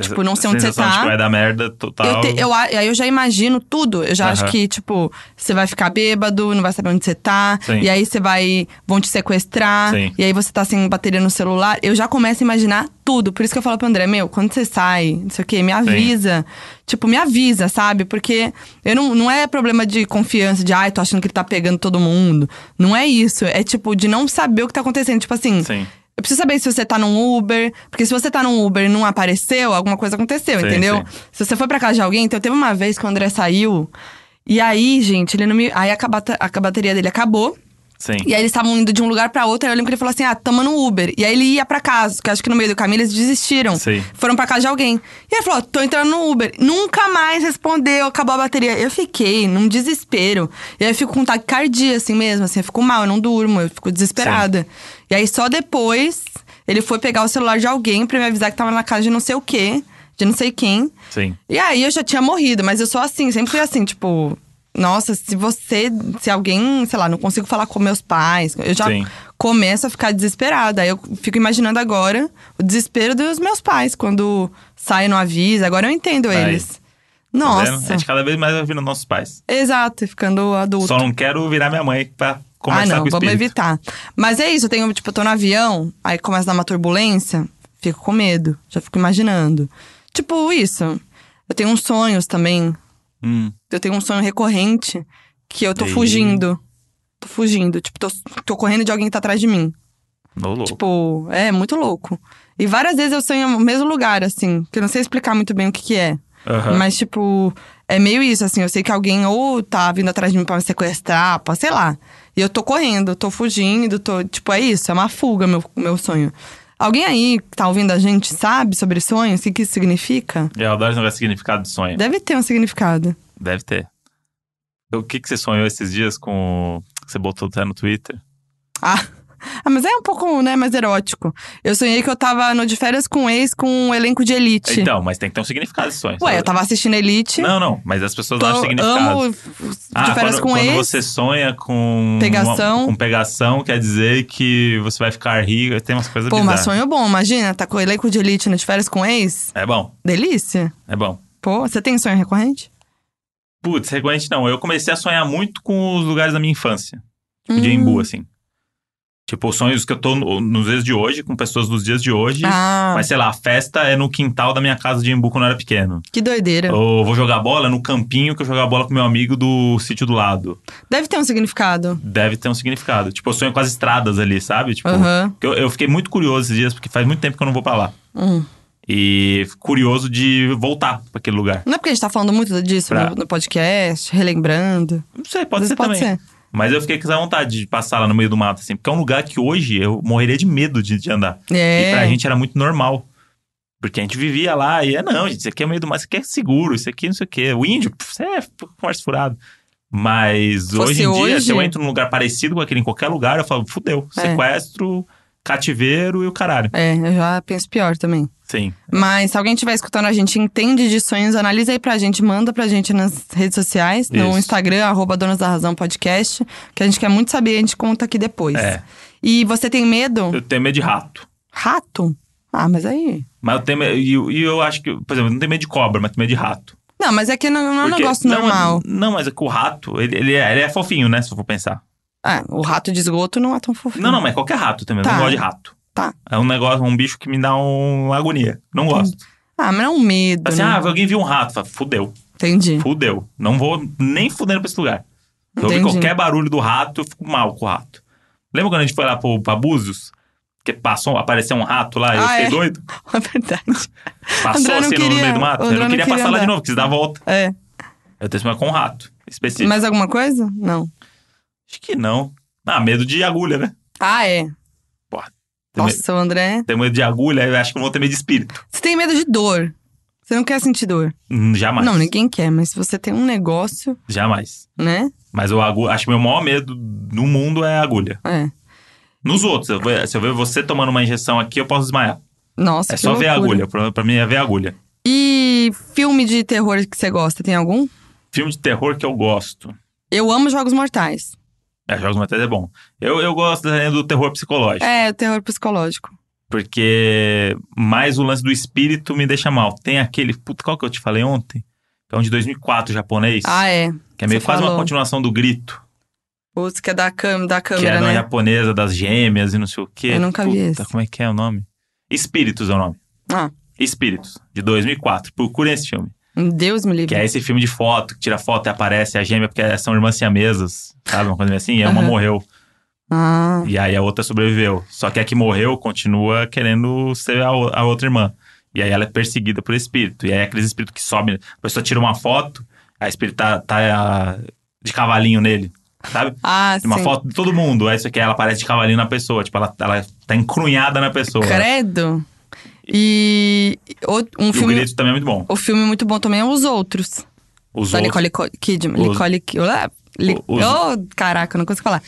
[SPEAKER 2] Tipo, não sei onde você
[SPEAKER 1] Sensação de
[SPEAKER 2] tá.
[SPEAKER 1] que vai dar merda total.
[SPEAKER 2] Eu, te- eu a- aí eu já imagino tudo. Eu já acho
[SPEAKER 1] Aham.
[SPEAKER 2] que, tipo, você vai ficar bêbado, não vai saber onde você tá.
[SPEAKER 1] Sim.
[SPEAKER 2] E aí você vai. vão te sequestrar.
[SPEAKER 1] Sim.
[SPEAKER 2] E aí você tá sem bateria no celular. Eu já começo a imaginar tudo. Por isso que eu falo pro André, meu, quando você sai, não sei o quê, me avisa. Tipo, me avisa, sabe? Porque eu não, não é problema de confiança, de ai, tô achando que ele tá pegando todo mundo. Não é isso. É tipo, de não saber o que tá acontecendo. Tipo assim.
[SPEAKER 1] Sim.
[SPEAKER 2] Eu preciso saber se você tá num Uber, porque se você tá num Uber e não apareceu, alguma coisa aconteceu,
[SPEAKER 1] Sim,
[SPEAKER 2] entendeu?
[SPEAKER 1] sim.
[SPEAKER 2] Se você foi pra casa de alguém, então teve uma vez que o André saiu, e aí, gente, ele não me. Aí a, cabata- a bateria dele acabou.
[SPEAKER 1] Sim.
[SPEAKER 2] E aí eles estavam indo de um lugar pra outro, aí eu lembro que ele falou assim: ah, tamo no Uber. E aí ele ia pra casa, porque acho que no meio do caminho eles desistiram.
[SPEAKER 1] Sim.
[SPEAKER 2] Foram pra casa de alguém. E ele falou: tô entrando no Uber. Nunca mais respondeu, acabou a bateria. Eu fiquei num desespero. E aí eu fico com taquicardia, assim mesmo, assim, eu fico mal, eu não durmo, eu fico desesperada. E aí só depois ele foi pegar o celular de alguém pra me avisar que tava na casa de não sei o quê, de não sei quem.
[SPEAKER 1] Sim.
[SPEAKER 2] E aí eu já tinha morrido, mas eu sou assim, sempre fui assim, tipo. Nossa, se você. Se alguém, sei lá, não consigo falar com meus pais, eu já
[SPEAKER 1] Sim.
[SPEAKER 2] começo a ficar desesperada. Aí eu fico imaginando agora o desespero dos meus pais quando saem no aviso. Agora eu entendo
[SPEAKER 1] Aí.
[SPEAKER 2] eles.
[SPEAKER 1] Tá vendo? A
[SPEAKER 2] Nossa.
[SPEAKER 1] gente cada vez mais vai virando nossos pais.
[SPEAKER 2] Exato, ficando adulto.
[SPEAKER 1] Só não quero virar minha mãe pra
[SPEAKER 2] ah,
[SPEAKER 1] conversar
[SPEAKER 2] não,
[SPEAKER 1] com o espírito.
[SPEAKER 2] vamos evitar. Mas é isso, eu tenho, tipo, eu tô no avião, aí começa a dar uma turbulência, fico com medo, já fico imaginando. Tipo, isso. Eu tenho uns sonhos também,
[SPEAKER 1] Hum.
[SPEAKER 2] Eu tenho um sonho recorrente que eu tô
[SPEAKER 1] Ih.
[SPEAKER 2] fugindo. Tô fugindo. Tipo, tô, tô correndo de alguém que tá atrás de mim.
[SPEAKER 1] Ô, louco.
[SPEAKER 2] Tipo, é muito louco. E várias vezes eu sonho no mesmo lugar, assim, que eu não sei explicar muito bem o que que é.
[SPEAKER 1] Aham.
[SPEAKER 2] Mas, tipo, é meio isso, assim. Eu sei que alguém ou tá vindo atrás de mim pra me sequestrar, pra, sei lá. E eu tô correndo, tô fugindo, tô. Tipo, é isso, é uma fuga, meu, meu sonho. Alguém aí que tá ouvindo a gente sabe sobre sonhos? O que, que isso significa?
[SPEAKER 1] Eu adoro esse negócio de significado de sonho.
[SPEAKER 2] Deve ter um significado.
[SPEAKER 1] Deve ter. O que, que você sonhou esses dias com. o- que Você botou até no Twitter?
[SPEAKER 2] Ah, ah, mas é um pouco, né, mais erótico. Eu sonhei que eu tava no de férias com um ex com um elenco de Elite.
[SPEAKER 1] Então, mas tem que ter um significado de sonho.
[SPEAKER 2] Ué,
[SPEAKER 1] sabe?
[SPEAKER 2] eu tava assistindo Elite.
[SPEAKER 1] Não, não, mas as pessoas
[SPEAKER 2] tô-
[SPEAKER 1] acham significado.
[SPEAKER 2] amo de
[SPEAKER 1] Ah,
[SPEAKER 2] férias
[SPEAKER 1] quando,
[SPEAKER 2] com
[SPEAKER 1] quando
[SPEAKER 2] ex.
[SPEAKER 1] você sonha com
[SPEAKER 2] Pegação.
[SPEAKER 1] uma- com pegação, quer dizer que você vai ficar rico. Tem umas coisas
[SPEAKER 2] Pô, mas
[SPEAKER 1] bizarras.
[SPEAKER 2] sonho bom, imagina, tá com o elenco de Elite no de férias com ex.
[SPEAKER 1] É bom,
[SPEAKER 2] Delícia.
[SPEAKER 1] é bom.
[SPEAKER 2] Pô, você tem sonho recorrente?
[SPEAKER 1] Putz, recorrente não. Eu comecei a sonhar muito com os lugares da minha infância. Tipo, de
[SPEAKER 2] Hum.
[SPEAKER 1] Embu, assim. Tipo, sonhos que eu tô no- nos dias de hoje, com pessoas dos dias de hoje.
[SPEAKER 2] Ah,
[SPEAKER 1] Mas sei lá, a festa é no quintal da minha casa de Embu quando eu era pequeno.
[SPEAKER 2] que doideira.
[SPEAKER 1] Ou vou jogar bola no campinho que eu jogava bola com meu amigo do sítio do lado.
[SPEAKER 2] Deve ter um significado.
[SPEAKER 1] Deve ter um significado. Tipo, eu sonho com as estradas ali, sabe? Tipo,
[SPEAKER 2] Aham.
[SPEAKER 1] eu, eu fiquei muito curioso esses dias, porque faz muito tempo que eu não vou pra lá.
[SPEAKER 2] Hum.
[SPEAKER 1] E fico curioso de voltar pra aquele lugar.
[SPEAKER 2] Não é porque a gente tá falando muito disso
[SPEAKER 1] Pra-
[SPEAKER 2] no, no podcast, relembrando.
[SPEAKER 1] Não sei,
[SPEAKER 2] Às
[SPEAKER 1] pode
[SPEAKER 2] vezes
[SPEAKER 1] ser
[SPEAKER 2] pode
[SPEAKER 1] também. Mas eu fiquei com essa vontade de passar lá no meio do mato, assim. Porque é um lugar que hoje eu morreria de medo de, de andar.
[SPEAKER 2] É.
[SPEAKER 1] E pra gente era muito normal. Porque a gente vivia lá e é, não, gente, isso aqui é meio do mato, isso aqui é seguro, isso aqui não sei o quê. O índio, pff, isso é conversa furado. Mas
[SPEAKER 2] Fosse
[SPEAKER 1] hoje em dia,
[SPEAKER 2] hoje-
[SPEAKER 1] se eu entro num lugar parecido com aquele em qualquer lugar, eu falo, fudeu,
[SPEAKER 2] É.
[SPEAKER 1] sequestro, cativeiro e o caralho.
[SPEAKER 2] É, eu já penso pior também.
[SPEAKER 1] Sim.
[SPEAKER 2] Mas se alguém estiver escutando a gente entende de sonhos, analisa aí pra gente, manda pra gente nas redes sociais, no
[SPEAKER 1] Isso.
[SPEAKER 2] Instagram, arroba Donas da Razão Podcast, que a gente quer muito saber, a gente conta aqui depois.
[SPEAKER 1] É.
[SPEAKER 2] E você tem medo?
[SPEAKER 1] Eu tenho medo de rato.
[SPEAKER 2] Rato? Ah, mas aí.
[SPEAKER 1] Mas eu tenho medo, e, eu- e eu acho que, por exemplo, eu não tenho medo de cobra, mas tenho medo de rato.
[SPEAKER 2] Não, mas é que não, não é um
[SPEAKER 1] Porque-
[SPEAKER 2] negócio
[SPEAKER 1] não,
[SPEAKER 2] normal.
[SPEAKER 1] Não, mas é que o rato, ele, ele, é, ele é fofinho, né? Se eu for pensar.
[SPEAKER 2] Ah, o rato de esgoto não é tão fofinho.
[SPEAKER 1] Não, não, mas qualquer rato também. Eu
[SPEAKER 2] Tá.
[SPEAKER 1] não gosto de rato.
[SPEAKER 2] Tá.
[SPEAKER 1] É um negócio, um bicho que me dá uma agonia. Não gosto.
[SPEAKER 2] Ah, mas é um medo.
[SPEAKER 1] Assim,
[SPEAKER 2] né?
[SPEAKER 1] ah, alguém viu um rato. Fala, fudeu,
[SPEAKER 2] Entendi.
[SPEAKER 1] fudeu. Não vou nem fudendo pra esse lugar. Se eu ouvir
[SPEAKER 2] Entendi.
[SPEAKER 1] qualquer barulho do rato, eu fico mal com o rato. Lembra quando a gente foi lá pro, pra Búzios? Que passou, apareceu um rato lá, eu
[SPEAKER 2] Ah,
[SPEAKER 1] fiquei
[SPEAKER 2] é.
[SPEAKER 1] doido.
[SPEAKER 2] É verdade.
[SPEAKER 1] Passou
[SPEAKER 2] André não
[SPEAKER 1] assim no
[SPEAKER 2] queria-
[SPEAKER 1] meio do mato.
[SPEAKER 2] o
[SPEAKER 1] Eu
[SPEAKER 2] André
[SPEAKER 1] não
[SPEAKER 2] não
[SPEAKER 1] queria
[SPEAKER 2] queria
[SPEAKER 1] passar lá de
[SPEAKER 2] andar.
[SPEAKER 1] novo, quis dar a volta.
[SPEAKER 2] É.
[SPEAKER 1] Eu tenho esse problema com um rato específico.
[SPEAKER 2] Mais alguma coisa? Não.
[SPEAKER 1] Acho que não. Ah, medo de agulha, né?
[SPEAKER 2] Ah, é.
[SPEAKER 1] Tenho
[SPEAKER 2] Nossa, o André.
[SPEAKER 1] Tenho medo de agulha, eu acho que eu vou ter medo de espírito.
[SPEAKER 2] Você tem medo de dor. Você não quer sentir dor.
[SPEAKER 1] Hum, Jamais.
[SPEAKER 2] Não, ninguém quer, mas se você tem um negócio,
[SPEAKER 1] Jamais.
[SPEAKER 2] né?
[SPEAKER 1] Mas eu agu... acho que meu maior medo no mundo é agulha.
[SPEAKER 2] É.
[SPEAKER 1] Nos outros, eu ver- se eu ver você tomando uma injeção aqui, eu posso desmaiar.
[SPEAKER 2] Nossa,
[SPEAKER 1] É
[SPEAKER 2] que
[SPEAKER 1] só ver a
[SPEAKER 2] loucura.
[SPEAKER 1] agulha. O problema pra mim é ver a agulha.
[SPEAKER 2] E filme de terror que você gosta, tem algum?
[SPEAKER 1] Filme de terror que eu gosto.
[SPEAKER 2] Eu amo Jogos Mortais.
[SPEAKER 1] É, Jogos Mortais é bom. Eu, eu gosto da linha do terror psicológico.
[SPEAKER 2] É, o terror psicológico.
[SPEAKER 1] Porque mais o lance do espírito me deixa mal. Tem aquele. Puta, qual que eu te falei ontem? Que é um de 2004 japonês.
[SPEAKER 2] Ah, é.
[SPEAKER 1] que é meio
[SPEAKER 2] você
[SPEAKER 1] quase uma
[SPEAKER 2] falou.
[SPEAKER 1] continuação do grito.
[SPEAKER 2] Putz, que é da, cam da
[SPEAKER 1] Que é
[SPEAKER 2] câmera,
[SPEAKER 1] era uma
[SPEAKER 2] né?
[SPEAKER 1] japonesa das gêmeas e não sei o quê.
[SPEAKER 2] Eu nunca vi
[SPEAKER 1] Puta,
[SPEAKER 2] esse.
[SPEAKER 1] como é que é o nome? Espíritos é o nome.
[SPEAKER 2] Ah.
[SPEAKER 1] Espíritos, de 2004. Procurem esse filme.
[SPEAKER 2] Deus me
[SPEAKER 1] Que
[SPEAKER 2] livre.
[SPEAKER 1] é esse filme de foto, que tira foto e aparece a gêmea, porque são irmãs siamesas, sabe? Uma coisa meio assim. E uma
[SPEAKER 2] Aham.
[SPEAKER 1] morreu.
[SPEAKER 2] Ah,
[SPEAKER 1] E aí a outra sobreviveu. Só que a que morreu continua querendo ser a, o- a outra irmã. E aí ela é perseguida por espírito. E aí é aqueles espíritos que sobem. A pessoa tira uma foto, a espírito tá, tá, ah, de cavalinho nele, sabe?
[SPEAKER 2] ah
[SPEAKER 1] Tem uma
[SPEAKER 2] sim.
[SPEAKER 1] foto de todo mundo. É isso aqui, ela aparece de cavalinho na pessoa. Tipo, ela, ela tá encrunhada na pessoa.
[SPEAKER 2] é um Credo. E outro- um
[SPEAKER 1] e o
[SPEAKER 2] filme,
[SPEAKER 1] grito também é muito bom.
[SPEAKER 2] o filme muito bom também é Os Outros.
[SPEAKER 1] Os
[SPEAKER 2] da
[SPEAKER 1] outros.
[SPEAKER 2] Nicole Co- Kidman.
[SPEAKER 1] Os-
[SPEAKER 2] Nicole Kidman.
[SPEAKER 1] Os-
[SPEAKER 2] Oh, caraca, eu não consigo falar.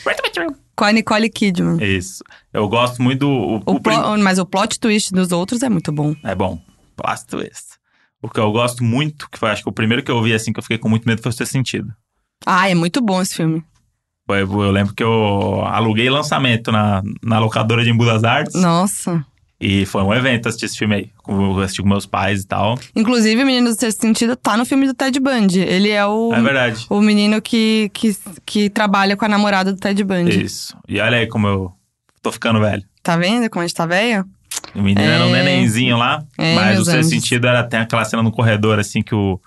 [SPEAKER 2] Com a Nicole Kidman.
[SPEAKER 1] Isso. Eu gosto muito do. O,
[SPEAKER 2] O
[SPEAKER 1] o prim-
[SPEAKER 2] plo- Mas o plot twist dos outros é muito bom.
[SPEAKER 1] É bom. Pasto esse. O que eu gosto muito, que foi acho que o primeiro que eu ouvi assim, que eu fiquei com muito medo, foi o ter sentido.
[SPEAKER 2] Ah, é muito bom esse filme.
[SPEAKER 1] Eu, eu lembro que eu aluguei lançamento na, na locadora de Embu das Artes.
[SPEAKER 2] Nossa.
[SPEAKER 1] E foi um evento assistir esse filme aí. com- Eu assisti com meus pais e tal.
[SPEAKER 2] Inclusive, o menino do sexto sentido tá no filme do Ted Bundy. Ele é o,
[SPEAKER 1] É verdade.
[SPEAKER 2] o menino que, que, que trabalha com a namorada do Ted Bundy.
[SPEAKER 1] Isso. E olha aí como eu tô ficando velho.
[SPEAKER 2] Tá vendo como a gente tá velho?
[SPEAKER 1] O menino era um
[SPEAKER 2] É.
[SPEAKER 1] nenenzinho lá,
[SPEAKER 2] É,
[SPEAKER 1] mas o
[SPEAKER 2] meus
[SPEAKER 1] seu
[SPEAKER 2] anjos.
[SPEAKER 1] sentido era tem aquela cena no corredor, assim, que o.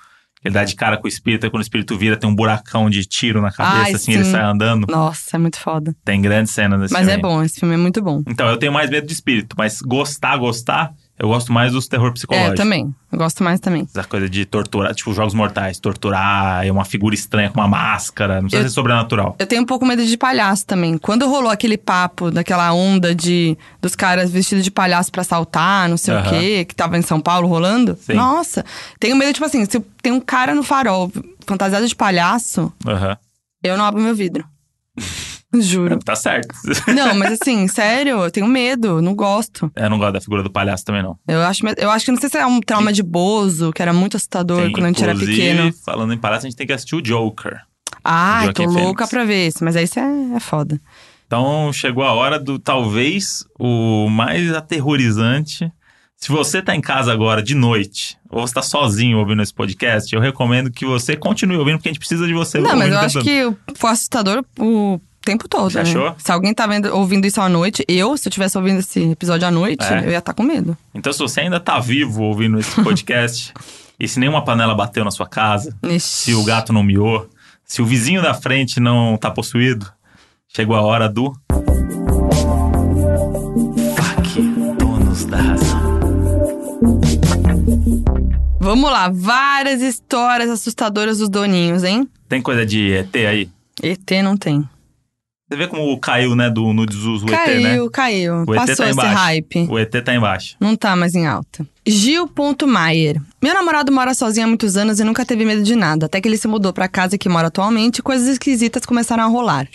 [SPEAKER 1] Ele dá de cara com o espírito, aí quando o espírito vira, tem um buracão de tiro na cabeça,
[SPEAKER 2] Ai,
[SPEAKER 1] assim, ele
[SPEAKER 2] sim.
[SPEAKER 1] sai andando.
[SPEAKER 2] Nossa, é muito foda.
[SPEAKER 1] Tem grandes cenas nesse
[SPEAKER 2] Mas é
[SPEAKER 1] filme.
[SPEAKER 2] bom, esse filme é muito bom.
[SPEAKER 1] Então, eu tenho mais medo de espírito, mas gostar, gostar, eu gosto mais dos terror
[SPEAKER 2] É, eu
[SPEAKER 1] psicológicos.
[SPEAKER 2] também. Eu gosto mais também.
[SPEAKER 1] Essa coisa de torturar, tipo, jogos mortais, torturar, é uma figura estranha com uma máscara, não precisa
[SPEAKER 2] Eu-
[SPEAKER 1] ser sobrenatural.
[SPEAKER 2] Eu tenho um pouco medo de palhaço também. Quando rolou aquele papo daquela onda de dos caras vestidos de palhaço pra saltar, não sei o
[SPEAKER 1] Aham.
[SPEAKER 2] quê, que tava em São Paulo rolando.
[SPEAKER 1] Sim.
[SPEAKER 2] Nossa, tenho medo, tipo assim, se eu- tem um cara no farol fantasiado de palhaço,
[SPEAKER 1] Aham.
[SPEAKER 2] eu não abro meu vidro. Juro.
[SPEAKER 1] Tá certo.
[SPEAKER 2] Não, mas assim, sério, eu tenho medo, não gosto.
[SPEAKER 1] eu não gosto da figura do palhaço também, não.
[SPEAKER 2] Eu acho, eu acho que não sei se é um trauma de bozo, que era muito assustador
[SPEAKER 1] Tem,
[SPEAKER 2] quando a gente era
[SPEAKER 1] inclusive,
[SPEAKER 2] pequeno.
[SPEAKER 1] Falando em palhaço, a gente tem que assistir o Joker.
[SPEAKER 2] Ai, tô
[SPEAKER 1] Joaquin Phoenix.
[SPEAKER 2] louca pra ver isso, mas aí isso é, é foda.
[SPEAKER 1] Então chegou a hora do talvez o mais aterrorizante. Se você tá em casa agora de noite, ou você tá sozinho ouvindo esse podcast, eu recomendo que você continue ouvindo, porque a gente precisa de você
[SPEAKER 2] Não,
[SPEAKER 1] ouvindo
[SPEAKER 2] mas eu acho
[SPEAKER 1] pensando.
[SPEAKER 2] que foi assustador o tempo todo.
[SPEAKER 1] Você
[SPEAKER 2] né?
[SPEAKER 1] achou?
[SPEAKER 2] Se alguém tá vendo- ouvindo isso à noite, eu, se eu tivesse ouvindo esse episódio à noite,
[SPEAKER 1] É.
[SPEAKER 2] eu ia estar com medo.
[SPEAKER 1] Então, se você ainda tá vivo ouvindo esse podcast, e se nenhuma panela bateu na sua casa, se
[SPEAKER 2] Ixi.
[SPEAKER 1] o gato não miou, se o vizinho da frente não tá possuído, chegou a hora do. Faque, donos da razão.
[SPEAKER 2] Vamos lá, várias histórias assustadoras dos doninhos, hein?
[SPEAKER 1] Tem coisa de ET aí?
[SPEAKER 2] ET não tem.
[SPEAKER 1] Você vê como caiu, né, do, no desuso o ET, né?
[SPEAKER 2] caiu, caiu.
[SPEAKER 1] O ET
[SPEAKER 2] Passou
[SPEAKER 1] tá
[SPEAKER 2] esse
[SPEAKER 1] embaixo.
[SPEAKER 2] hype.
[SPEAKER 1] O ET tá embaixo.
[SPEAKER 2] Não tá mais em alta. Gil.Maier. Meu namorado mora sozinho há muitos anos e nunca teve medo de nada, até que ele se mudou pra casa que mora atualmente e coisas esquisitas começaram a rolar.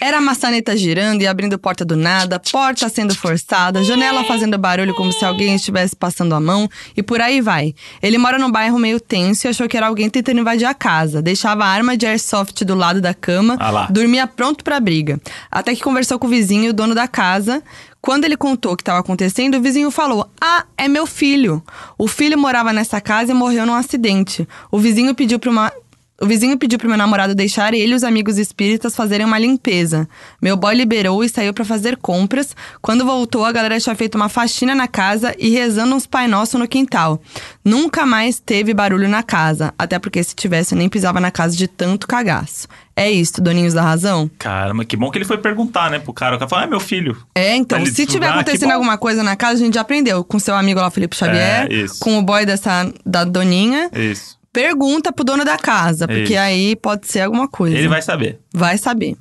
[SPEAKER 2] Era a maçaneta girando e abrindo porta do nada, porta sendo forçada, janela fazendo barulho como se alguém estivesse passando a mão e por aí vai. Ele mora num bairro meio tenso e achou que era alguém tentando invadir a casa. Deixava a arma de airsoft do lado da cama,
[SPEAKER 1] Ah lá.
[SPEAKER 2] dormia pronto pra briga. Até que conversou com o vizinho e o dono da casa. Quando ele contou o que estava acontecendo, o vizinho falou: Ah, é meu filho. O filho morava nessa casa e morreu num acidente. O vizinho pediu para uma. O vizinho pediu pro meu namorado deixar ele e os amigos espíritas fazerem uma limpeza. Meu boy liberou e saiu para fazer compras. Quando voltou, a galera tinha feito uma faxina na casa e rezando uns Pai Nosso no quintal. Nunca mais teve barulho na casa, até porque se tivesse eu nem pisava na casa de tanto cagaço. É isso, doninhos da razão?
[SPEAKER 1] Caramba, que bom que ele foi perguntar, né, pro cara. O cara falou, ah, é meu filho.
[SPEAKER 2] É, então,
[SPEAKER 1] Pra ele
[SPEAKER 2] se tiver
[SPEAKER 1] descobrir, ah, que
[SPEAKER 2] acontecendo
[SPEAKER 1] bom.
[SPEAKER 2] alguma coisa na casa, a gente já aprendeu. Com seu amigo lá, Felipe Xavier,
[SPEAKER 1] É, isso.
[SPEAKER 2] com o boy dessa da doninha.
[SPEAKER 1] Isso.
[SPEAKER 2] Pergunta pro dono da casa, porque
[SPEAKER 1] Isso.
[SPEAKER 2] aí pode ser alguma coisa.
[SPEAKER 1] Ele vai saber.
[SPEAKER 2] Vai saber.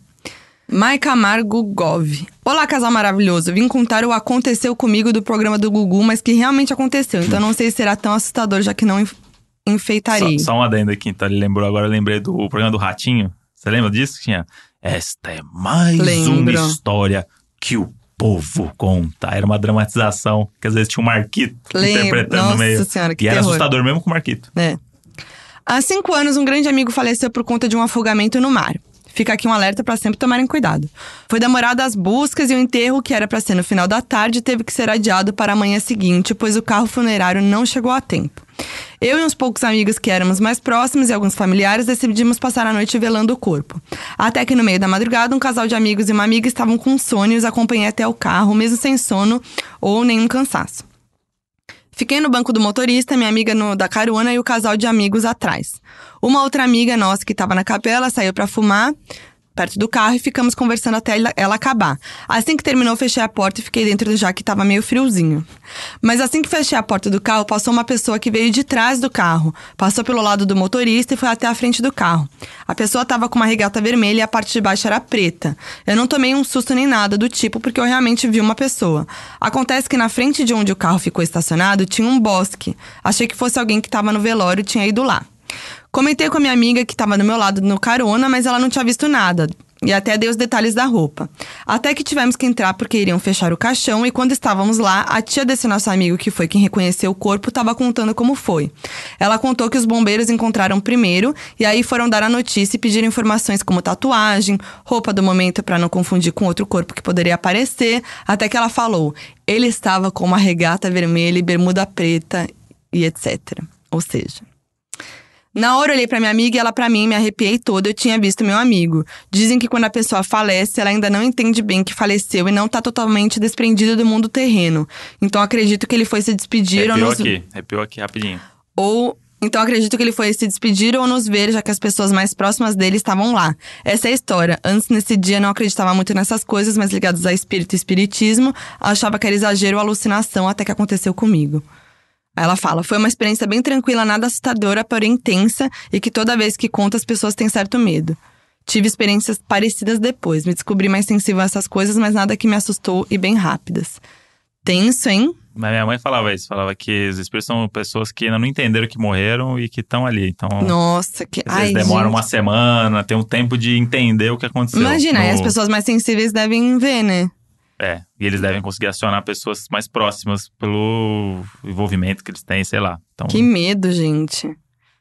[SPEAKER 2] Mai Camargo Gov. Olá, casal maravilhoso. Vim contar o aconteceu comigo do programa do Gugu, mas que realmente aconteceu. Então não sei se será tão assustador, já que não enf- enfeitarei.
[SPEAKER 1] Só, só um adendo aqui, então ele lembrou agora, eu lembrei do programa do Ratinho. Você lembra disso? que Tinha. Esta é mais uma
[SPEAKER 2] Lembro.
[SPEAKER 1] história que o povo conta. Era uma dramatização, que às vezes tinha o Marquito
[SPEAKER 2] Lembro.
[SPEAKER 1] interpretando
[SPEAKER 2] Nossa
[SPEAKER 1] no meio.
[SPEAKER 2] Senhora, que
[SPEAKER 1] e era
[SPEAKER 2] terror.
[SPEAKER 1] assustador mesmo com o Marquito.
[SPEAKER 2] É. Há cinco anos, um grande amigo faleceu por conta de um afogamento no mar. Fica aqui um alerta para sempre tomarem cuidado. Foi demorado as buscas e o enterro, que era para ser no final da tarde, teve que ser adiado para a manhã seguinte, pois o carro funerário não chegou a tempo. Eu e uns poucos amigos que éramos mais próximos e alguns familiares decidimos passar a noite velando o corpo. Até que no meio da madrugada, um casal de amigos e uma amiga estavam com sono e os acompanhei até o carro, mesmo sem sono ou nenhum cansaço. Fiquei no banco do motorista, minha amiga no, da carona e o casal de amigos atrás. Uma outra amiga nossa que estava na capela saiu para fumar perto do carro e ficamos conversando até ela- ela acabar. Assim que terminou, fechei a porta e fiquei dentro do já que estava meio friozinho. Mas assim que fechei a porta do carro, passou uma pessoa que veio de trás do carro, passou pelo lado do motorista e foi até a frente do carro. A pessoa estava com uma regata vermelha e a parte de baixo era preta. Eu não tomei um susto nem nada do tipo, porque eu realmente vi uma pessoa. Acontece que na frente de onde o carro ficou estacionado tinha um bosque. Achei que fosse alguém que estava no velório e tinha ido lá. Comentei com a minha amiga que estava do meu lado no carona, mas ela não tinha visto nada. E até dei os detalhes da roupa. Até que tivemos que entrar porque iriam fechar o caixão, e quando estávamos lá, a tia desse nosso amigo, que foi quem reconheceu o corpo, estava contando como foi. Ela contou que os bombeiros encontraram primeiro, e aí foram dar a notícia e pedir informações como tatuagem, roupa do momento para não confundir com outro corpo que poderia aparecer, até que ela falou: ele estava com uma regata vermelha e bermuda preta e etc. Ou seja. Na hora eu olhei pra minha amiga e ela pra mim, me arrepiei toda, eu tinha visto meu amigo. Dizem que quando a pessoa falece, ela ainda não entende bem que faleceu e não tá totalmente desprendida do mundo terreno. Então acredito que ele foi se despedir ou
[SPEAKER 1] Arrepiou
[SPEAKER 2] nos...
[SPEAKER 1] aqui, arrepiou aqui rapidinho.
[SPEAKER 2] Ou. Então acredito que ele foi se despedir ou nos ver, já que as pessoas mais próximas dele estavam lá. Essa é a história. Antes, nesse dia, não acreditava muito nessas coisas, mas ligados a espírito e espiritismo, achava que era exagero ou alucinação, até que aconteceu comigo. Aí Ela fala, foi uma experiência bem tranquila, nada assustadora, porém intensa, e que toda vez que conta as pessoas têm certo medo. Tive experiências parecidas depois, me descobri mais sensível a essas coisas, mas nada que me assustou e bem rápidas. Tenso, hein?
[SPEAKER 1] Mas minha mãe falava isso, falava que os espíritos são pessoas que ainda não entenderam que morreram e que estão ali. Então,
[SPEAKER 2] Nossa, que.
[SPEAKER 1] às vezes
[SPEAKER 2] Ai,
[SPEAKER 1] demora
[SPEAKER 2] gente.
[SPEAKER 1] uma semana, tem um tempo de entender o que aconteceu.
[SPEAKER 2] Imagina, aí
[SPEAKER 1] no-
[SPEAKER 2] as pessoas mais sensíveis devem ver, né?
[SPEAKER 1] É, e eles devem conseguir acionar pessoas mais próximas pelo envolvimento que eles têm, sei lá. Então,
[SPEAKER 2] Que medo, gente.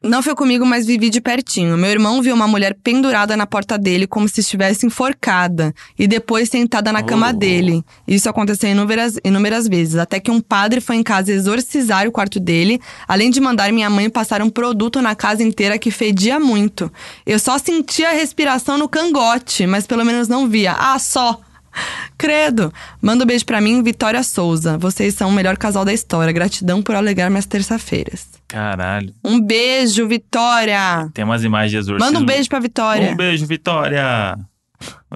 [SPEAKER 2] Não foi comigo, mas vivi de pertinho. Meu irmão viu uma mulher pendurada na porta dele como se estivesse enforcada e depois sentada na cama
[SPEAKER 1] Oh.
[SPEAKER 2] dele. Isso aconteceu inúmeras, inúmeras vezes, até que um padre foi em casa exorcizar o quarto dele, além de mandar minha mãe passar um produto na casa inteira que fedia muito. Eu só sentia a respiração no cangote, mas pelo menos não via. Ah, só! Credo! Manda um beijo pra mim, Vitória Souza. Vocês são o melhor casal da história. Gratidão por alegar minhas terça-feiras.
[SPEAKER 1] caralho.
[SPEAKER 2] Um beijo, Vitória!
[SPEAKER 1] Tem umas imagens de exorcismo.
[SPEAKER 2] Manda um beijo pra Vitória.
[SPEAKER 1] Um beijo, Vitória!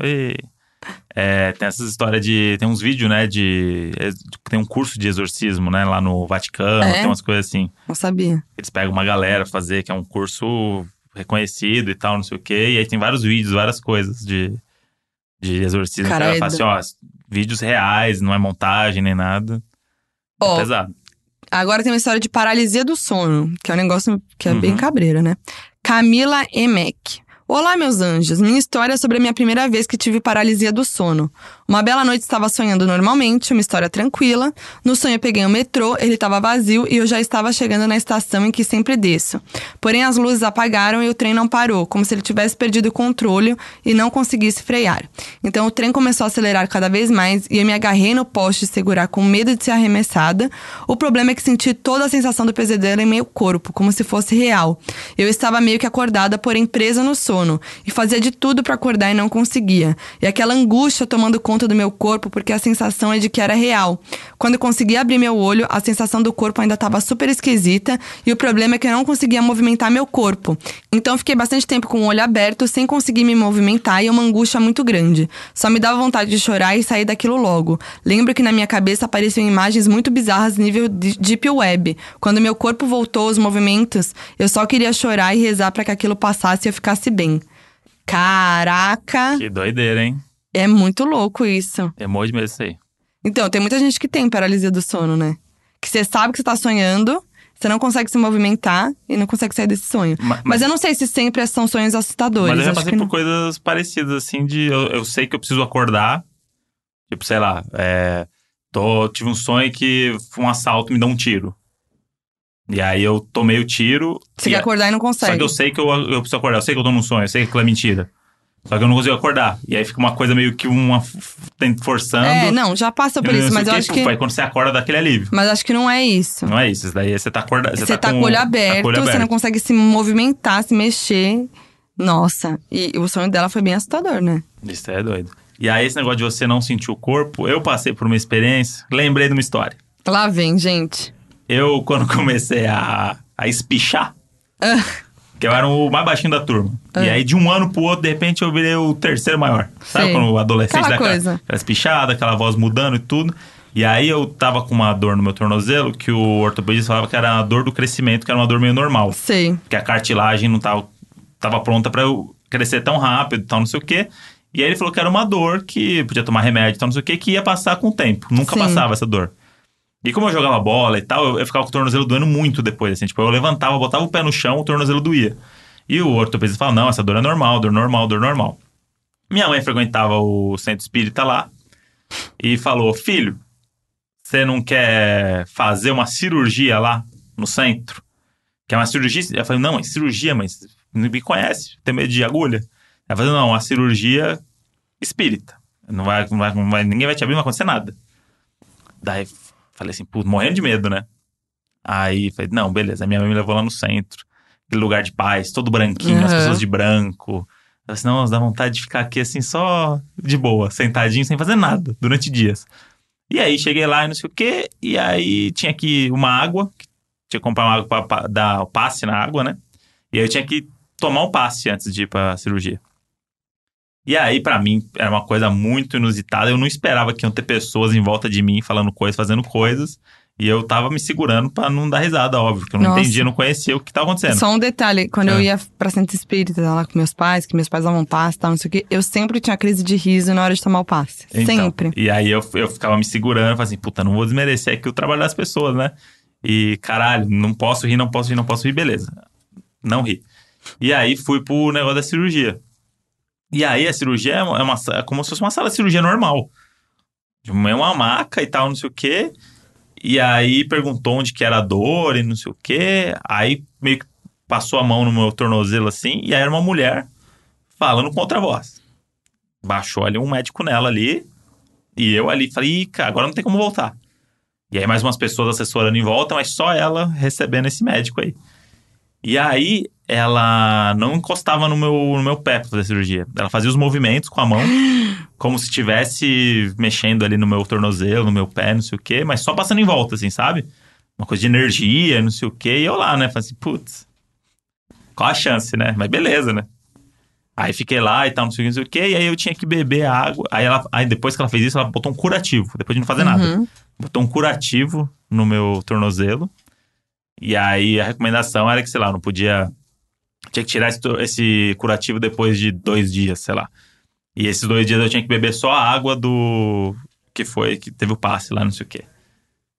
[SPEAKER 1] Oi! É, tem essas histórias de. Tem uns vídeos, né? De. é, Tem um curso de exorcismo, né? Lá no Vaticano,
[SPEAKER 2] É?
[SPEAKER 1] tem umas coisas assim.
[SPEAKER 2] Não sabia.
[SPEAKER 1] eles pegam uma galera pra fazer, que é um curso reconhecido e tal, não sei o quê. E aí tem vários vídeos, várias coisas de, de exorcismo. O cara
[SPEAKER 2] Credo.
[SPEAKER 1] fala assim, ó, vídeos reais, não é montagem nem nada. É
[SPEAKER 2] Ó,
[SPEAKER 1] pesado.
[SPEAKER 2] Agora tem uma história de paralisia do sono, que é um negócio que é bem
[SPEAKER 1] Uhum.
[SPEAKER 2] cabreiro, né? Camila Emek. Olá, meus anjos. Minha história é sobre a minha primeira vez que tive paralisia do sono. Uma bela noite estava sonhando normalmente, uma história tranquila. No sonho eu peguei o metrô, ele estava vazio e eu já estava chegando na estação em que sempre desço. Porém, as luzes apagaram e o trem não parou, como se ele tivesse perdido o controle e não conseguisse frear. Então o trem começou a acelerar cada vez mais e eu me agarrei no poste de segurar com medo de ser arremessada. O problema é que senti toda a sensação do pesadelo em meu corpo, como se fosse real. Eu estava meio que acordada, porém presa no sono, e fazia de tudo para acordar e não conseguia. E aquela angústia tomando conta do meu corpo, porque a sensação é de que era real. Quando eu consegui abrir meu olho, a sensação do corpo ainda estava super esquisita e o problema é que eu não conseguia movimentar meu corpo. Então eu fiquei bastante tempo com o olho aberto, sem conseguir me movimentar e é uma angústia muito grande. Só me dava vontade de chorar e sair daquilo logo. Lembro que na minha cabeça apareciam imagens muito bizarras nível de- Deep Web. Quando meu corpo voltou aos movimentos, eu só queria chorar e rezar para que aquilo passasse e eu ficasse bem. Caraca,
[SPEAKER 1] Que doideira, hein?
[SPEAKER 2] é muito louco isso.
[SPEAKER 1] É monte mesmo isso aí.
[SPEAKER 2] Então, tem muita gente que tem paralisia do sono, né? Que você sabe que você tá sonhando, você não consegue se movimentar e não consegue sair desse sonho.
[SPEAKER 1] Ma-
[SPEAKER 2] Mas, eu não sei se sempre são sonhos assustadores.
[SPEAKER 1] Mas eu já
[SPEAKER 2] acho
[SPEAKER 1] passei
[SPEAKER 2] que
[SPEAKER 1] por
[SPEAKER 2] não.
[SPEAKER 1] coisas parecidas, assim, de eu, eu sei que eu preciso acordar. Tipo, sei lá, é, tô, tive um sonho que um assalto me dá um tiro. E aí eu tomei o tiro.
[SPEAKER 2] Você
[SPEAKER 1] e
[SPEAKER 2] quer
[SPEAKER 1] a-
[SPEAKER 2] acordar e não consegue.
[SPEAKER 1] só que eu sei que eu, eu preciso acordar, eu sei que eu tô num sonho, eu sei que aquilo é mentira. Só que eu não consigo acordar. E aí fica uma coisa meio que uma f- f- tem- forçando.
[SPEAKER 2] É, não, tipo, já passa por
[SPEAKER 1] e
[SPEAKER 2] isso,
[SPEAKER 1] sei
[SPEAKER 2] mas
[SPEAKER 1] o
[SPEAKER 2] eu
[SPEAKER 1] quê,
[SPEAKER 2] acho
[SPEAKER 1] puf,
[SPEAKER 2] que.
[SPEAKER 1] Aí quando você acorda, dá aquele alívio.
[SPEAKER 2] Mas acho que não é isso.
[SPEAKER 1] Não é isso, isso daí é você tá acordado.
[SPEAKER 2] Você tá com o olho aberto, você não consegue se movimentar, se mexer. Nossa, e o sonho dela foi bem assustador, né?
[SPEAKER 1] Isso é doido. E aí, esse negócio de você não sentir o corpo, eu passei por uma experiência, lembrei de uma história.
[SPEAKER 2] Lá vem, gente.
[SPEAKER 1] Eu, quando comecei a, a espichar,
[SPEAKER 2] Ah,
[SPEAKER 1] que eu era o mais baixinho da turma. E aí, de um ano pro outro, de repente, eu virei o terceiro maior. Sabe
[SPEAKER 2] Sei.
[SPEAKER 1] quando o adolescente
[SPEAKER 2] Aquela
[SPEAKER 1] dá aquela,
[SPEAKER 2] coisa.
[SPEAKER 1] aquela espichada, aquela voz mudando e tudo. E aí, eu tava com uma dor no meu tornozelo, que o ortopedista falava que era uma dor do crescimento, que era uma dor meio normal
[SPEAKER 2] Sei.
[SPEAKER 1] que a cartilagem não tava, tava pronta pra eu crescer tão rápido, tal, não sei o quê. E aí ele falou que era uma dor que podia tomar remédio, tal, não sei o quê, que ia passar com o tempo. Nunca
[SPEAKER 2] Sim.
[SPEAKER 1] passava essa dor. E como eu jogava bola e tal, eu, eu ficava com o tornozelo doendo muito depois, assim. Tipo, eu levantava, botava o pé no chão, o tornozelo doía. E o ortopedista falava, não, essa dor é normal, dor normal, dor normal. Minha mãe frequentava o centro espírita lá e falou, filho, você não quer fazer uma cirurgia lá no centro? Quer uma cirurgia? Ela falou, não, é cirurgia, mas não me conhece, tem medo de agulha. Ela falou, não, uma cirurgia espírita. Não vai, não vai, não vai- ninguém vai te abrir, não vai acontecer nada. Daí falei assim, putz, morrendo de medo, né? Aí falei, não, beleza. Aí Minha mãe me levou lá no centro, aquele lugar de paz, todo branquinho, as
[SPEAKER 2] Aham.
[SPEAKER 1] pessoas de branco. Ela assim, não, dá vontade de ficar aqui assim, só de boa, sentadinho, sem fazer nada, durante dias. E aí cheguei lá e não sei o quê, e aí tinha aqui uma água, que tinha que comprar uma água pra, pa- dar o passe na água, né? E aí eu tinha que tomar o passe antes de ir pra cirurgia. E aí, pra mim, era uma coisa muito inusitada. Eu não esperava que iam ter pessoas em volta de mim falando coisas, fazendo coisas. E eu tava me segurando pra não dar risada, óbvio. Porque eu não
[SPEAKER 2] Nossa.
[SPEAKER 1] entendia, não conhecia o que tava acontecendo.
[SPEAKER 2] Só um detalhe, quando eu
[SPEAKER 1] É.
[SPEAKER 2] ia pra centro espírita lá com meus pais, que meus pais davam passe e tal, não sei o quê, eu sempre tinha crise de riso na hora de tomar o passe.
[SPEAKER 1] Então,
[SPEAKER 2] Sempre.
[SPEAKER 1] E aí eu, eu ficava me segurando, falava assim, puta, não vou desmerecer aqui o trabalho das pessoas, né? E caralho, não posso rir, não posso rir, não posso rir, beleza. Não ri. E aí fui pro negócio da cirurgia. E aí a cirurgia é, uma, é uma sa- é como se fosse uma sala de cirurgia normal. É uma maca e tal, não sei o quê. E aí perguntou onde que era a dor e não sei o quê. Aí meio que passou a mão no meu tornozelo assim, e aí era uma mulher falando com outra voz. Baixou ali um médico nela ali, e eu ali falei, "Ih, cara, agora não tem como voltar. E aí mais umas pessoas assessorando em volta, mas só ela recebendo esse médico aí. E aí ela não encostava no meu, no meu pé pra fazer a cirurgia. Ela fazia os movimentos com a mão, como se estivesse mexendo ali no meu tornozelo, no meu pé, não sei o quê, mas só passando em volta, assim, sabe? Uma coisa de energia, não sei o quê. E eu lá, né? Falei assim, putz, qual a chance, né? Mas beleza, né? Aí fiquei lá e tal, não sei o que, não sei o que. E aí eu tinha que beber água. Aí, ela, aí depois que ela fez isso, ela botou um curativo. Depois de não fazer nada.
[SPEAKER 2] Uhum.
[SPEAKER 1] Botou um curativo no meu tornozelo. E aí a recomendação era que, sei lá, não podia... Tinha que tirar esse, to- esse curativo depois de dois dias, sei lá. E esses dois dias eu tinha que beber só a água do... Que foi, que teve o passe lá, não sei o que.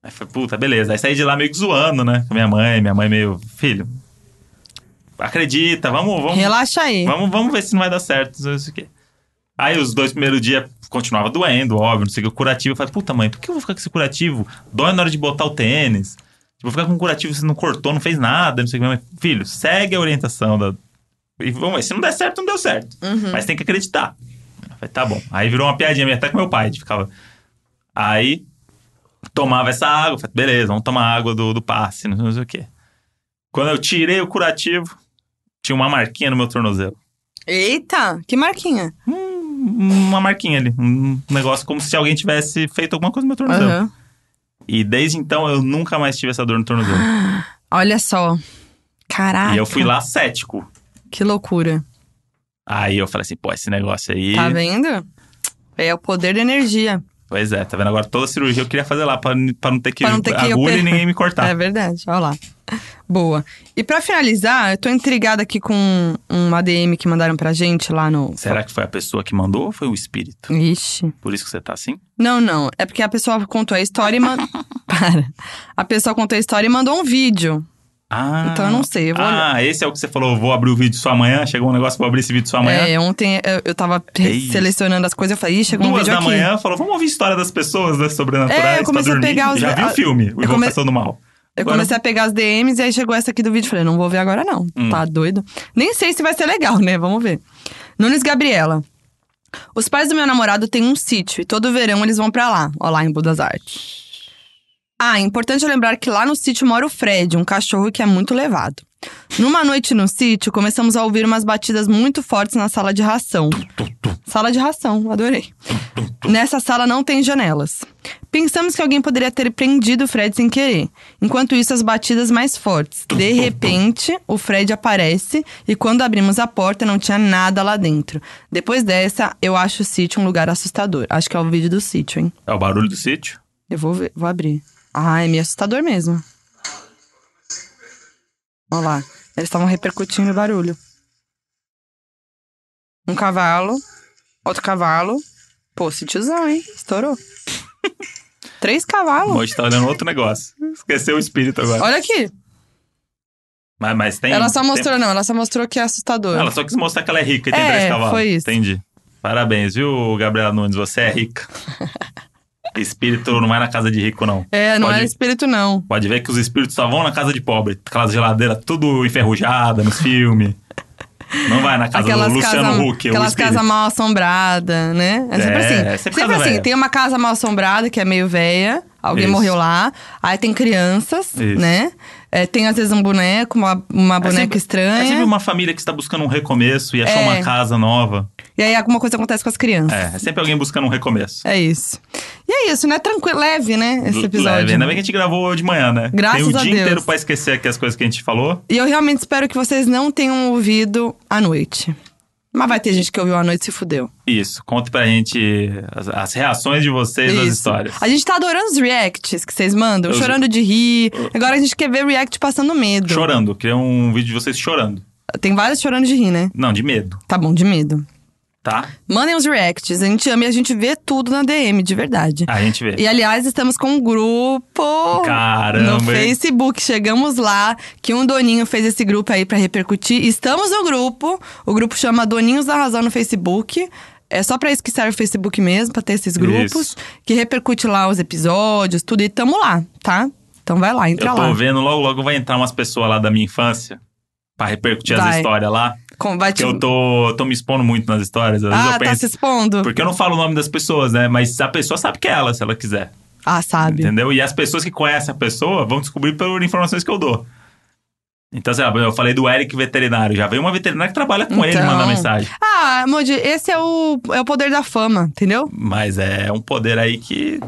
[SPEAKER 1] Aí foi, puta, beleza. Aí saí de lá meio que zoando, né? Com minha mãe, minha mãe meio, filho, acredita, vamos, vamos.
[SPEAKER 2] Relaxa aí.
[SPEAKER 1] Vamos, vamos ver se não vai dar certo. não sei o quê. Aí os dois primeiros dias continuava doendo, óbvio, não sei o que. O curativo, eu falei, puta mãe, por que eu vou ficar com esse curativo? Dói na hora de botar o tênis. Tipo, vou ficar com um curativo, você não cortou, não fez nada, não sei o que. Mas, filho, segue a orientação da... E vamos ver, se não der certo, não deu certo.
[SPEAKER 2] Hum. Uhum.
[SPEAKER 1] Mas tem que acreditar. Eu falei, tá bom. Aí virou uma piadinha minha, até com meu pai, de ficava... Aí, tomava essa água, eu falei, beleza, vamos tomar água do, do passe, não sei o que. Quando eu tirei o curativo, tinha uma marquinha no meu tornozelo.
[SPEAKER 2] Eita, que marquinha.
[SPEAKER 1] Um- Uma marquinha ali. Um negócio como se alguém tivesse feito alguma coisa no meu tornozelo.
[SPEAKER 2] Aham.
[SPEAKER 1] E desde então eu nunca mais tive essa dor no tornozelo.
[SPEAKER 2] Olha só. Caraca.
[SPEAKER 1] e eu fui lá cético.
[SPEAKER 2] Que loucura.
[SPEAKER 1] Aí eu falei assim, pô, esse negócio aí.
[SPEAKER 2] Tá vendo? É o poder da energia.
[SPEAKER 1] Pois é, tá vendo? Agora toda cirurgia eu queria fazer lá pra, pra não ter que,
[SPEAKER 2] Pra não ter
[SPEAKER 1] agulha
[SPEAKER 2] que
[SPEAKER 1] e
[SPEAKER 2] operar.
[SPEAKER 1] ninguém me cortar.
[SPEAKER 2] É verdade, olha lá. Boa. E pra finalizar, eu tô intrigada aqui com um ADM que mandaram pra gente lá no.
[SPEAKER 1] Será que foi a pessoa que mandou ou foi o espírito?
[SPEAKER 2] Ixi.
[SPEAKER 1] Por isso que você tá assim?
[SPEAKER 2] Não, não. É porque a pessoa contou a história e mandou. Para. A pessoa contou a história e mandou um vídeo.
[SPEAKER 1] Ah.
[SPEAKER 2] Então eu não sei. Eu vou olhar.
[SPEAKER 1] Ah, esse é o que você falou, vou abrir o vídeo só amanhã. Chegou um negócio, vou abrir esse vídeo só amanhã.
[SPEAKER 2] É, ontem eu, eu tava
[SPEAKER 1] Ei.
[SPEAKER 2] selecionando as coisas, eu falei, ih, chegou um
[SPEAKER 1] Duas
[SPEAKER 2] vídeo
[SPEAKER 1] da
[SPEAKER 2] aqui.
[SPEAKER 1] manhã, falou, vamos ouvir história das pessoas, das
[SPEAKER 2] É,
[SPEAKER 1] sobrenaturais,
[SPEAKER 2] eu comecei a
[SPEAKER 1] pra dormir.
[SPEAKER 2] pegar os-
[SPEAKER 1] Já vi o
[SPEAKER 2] a-
[SPEAKER 1] filme, o
[SPEAKER 2] come-
[SPEAKER 1] Invocação do Mal.
[SPEAKER 2] Eu
[SPEAKER 1] Agora-
[SPEAKER 2] comecei a pegar as DMs e aí chegou essa aqui do vídeo. Falei, não vou ver agora não. Tá doido? Nem sei se vai ser legal, né? Vamos ver. Nunes Gabriela. Os pais do meu namorado têm um sítio e todo verão eles vão pra lá. Ó lá em Budas Artes. Ah, é importante lembrar que lá no sítio mora o Fred, um cachorro que é muito levado. Numa noite no sítio, começamos a ouvir umas batidas muito fortes na sala de ração. Sala de ração, adorei. Nessa sala não tem janelas. Pensamos que alguém poderia ter prendido o Fred sem querer. Enquanto isso, as batidas mais fortes. De repente, o Fred aparece e quando abrimos a porta, não tinha nada lá dentro. Depois dessa, eu acho o sítio um lugar assustador. Acho que é o vídeo do sítio, hein?
[SPEAKER 1] É o barulho do sítio?
[SPEAKER 2] Eu vou ver, vou abrir. Ah, é meio assustador mesmo. Olha lá. Eles estavam repercutindo o barulho. Um cavalo, outro cavalo. Pô, sentiozão, hein? Estourou. Três cavalos.
[SPEAKER 1] Hoje tá olhando outro negócio. Esqueceu o espírito agora.
[SPEAKER 2] Olha aqui.
[SPEAKER 1] Mas, mas tem.
[SPEAKER 2] ela só
[SPEAKER 1] tem-
[SPEAKER 2] mostrou, não. Ela só mostrou que é assustador.
[SPEAKER 1] Ela só quis mostrar que ela é rica e tem
[SPEAKER 2] É,
[SPEAKER 1] três cavalos.
[SPEAKER 2] foi isso.
[SPEAKER 1] Entendi. Parabéns, viu, Gabriela Nunes? Você é rica. espírito não vai na casa de rico, não.
[SPEAKER 2] É, não
[SPEAKER 1] Pode-
[SPEAKER 2] era espírito, não.
[SPEAKER 1] Pode ver que os espíritos só vão na casa de pobre. Aquelas geladeiras tudo enferrujada nos filmes. Não vai na casa
[SPEAKER 2] Aquelas
[SPEAKER 1] do Luciano
[SPEAKER 2] casas
[SPEAKER 1] Huck. é o
[SPEAKER 2] aquelas
[SPEAKER 1] espírito.
[SPEAKER 2] casas mal assombradas, né? É sempre
[SPEAKER 1] É, é
[SPEAKER 2] assim.
[SPEAKER 1] sempre
[SPEAKER 2] sempre
[SPEAKER 1] casa
[SPEAKER 2] assim,
[SPEAKER 1] velha.
[SPEAKER 2] tem uma casa mal assombrada que é meio velha, alguém
[SPEAKER 1] Isso.
[SPEAKER 2] morreu lá, aí tem crianças,
[SPEAKER 1] Isso.
[SPEAKER 2] né? É, tem às vezes um boneco, uma, uma
[SPEAKER 1] É
[SPEAKER 2] boneca
[SPEAKER 1] sempre- É
[SPEAKER 2] estranha.
[SPEAKER 1] sempre uma família que está buscando um recomeço e achou
[SPEAKER 2] É.
[SPEAKER 1] uma casa nova.
[SPEAKER 2] E aí alguma coisa acontece com as crianças.
[SPEAKER 1] É, é sempre alguém buscando um recomeço.
[SPEAKER 2] É, isso. E é isso, né? Tranquilo, leve, né? Esse episódio.
[SPEAKER 1] Leve. Ainda bem que a gente gravou de manhã, né?
[SPEAKER 2] Graças
[SPEAKER 1] Tem o
[SPEAKER 2] a
[SPEAKER 1] dia
[SPEAKER 2] Deus.
[SPEAKER 1] inteiro pra esquecer aqui as coisas que a gente falou.
[SPEAKER 2] E eu realmente espero que vocês não tenham ouvido à noite. Mas vai ter gente que ouviu à noite e se fudeu.
[SPEAKER 1] Isso, conta pra gente as, as reações de vocês das
[SPEAKER 2] Isso.
[SPEAKER 1] histórias.
[SPEAKER 2] A gente tá adorando os reacts que vocês mandam,
[SPEAKER 1] Eu-
[SPEAKER 2] chorando de rir. Agora a gente quer ver react passando medo.
[SPEAKER 1] Chorando, queria um vídeo de vocês chorando.
[SPEAKER 2] Tem vários chorando de rir, né?
[SPEAKER 1] Não, de medo,
[SPEAKER 2] Tá bom, de medo.
[SPEAKER 1] tá?
[SPEAKER 2] Mandem os reacts, a gente ama e a gente vê tudo na DM, de verdade.
[SPEAKER 1] A gente vê.
[SPEAKER 2] E aliás, estamos com um grupo
[SPEAKER 1] Caramba,
[SPEAKER 2] no
[SPEAKER 1] hein?
[SPEAKER 2] Facebook. Chegamos lá, que um doninho fez esse grupo aí pra repercutir. Estamos no grupo. O grupo chama Doninhos da Razão no Facebook. É só pra isso que serve o Facebook mesmo, pra ter esses grupos.
[SPEAKER 1] Isso.
[SPEAKER 2] Que repercute lá os episódios, tudo. E tamo lá, tá? Então vai lá, entra
[SPEAKER 1] Eu tô
[SPEAKER 2] lá.
[SPEAKER 1] vendo, logo, logo vai entrar umas pessoas lá da minha infância pra repercutir as
[SPEAKER 2] Vai.
[SPEAKER 1] histórias lá.
[SPEAKER 2] Com- vai
[SPEAKER 1] Porque
[SPEAKER 2] te...
[SPEAKER 1] eu tô, tô me expondo muito nas histórias. Às vezes
[SPEAKER 2] Ah,
[SPEAKER 1] eu
[SPEAKER 2] tá
[SPEAKER 1] penso.
[SPEAKER 2] se expondo?
[SPEAKER 1] Porque eu não falo o nome das pessoas, né? Mas a pessoa sabe que é ela, se ela quiser.
[SPEAKER 2] Ah, sabe.
[SPEAKER 1] Entendeu? E as pessoas que conhecem a pessoa vão descobrir pelas informações que eu dou. Então, sei lá, eu falei do Eric veterinário. Já veio uma veterinária que trabalha com ele
[SPEAKER 2] Então.
[SPEAKER 1] mandar mensagem.
[SPEAKER 2] Ah, Moody, esse é o, é o poder da fama, entendeu?
[SPEAKER 1] Mas é um poder aí que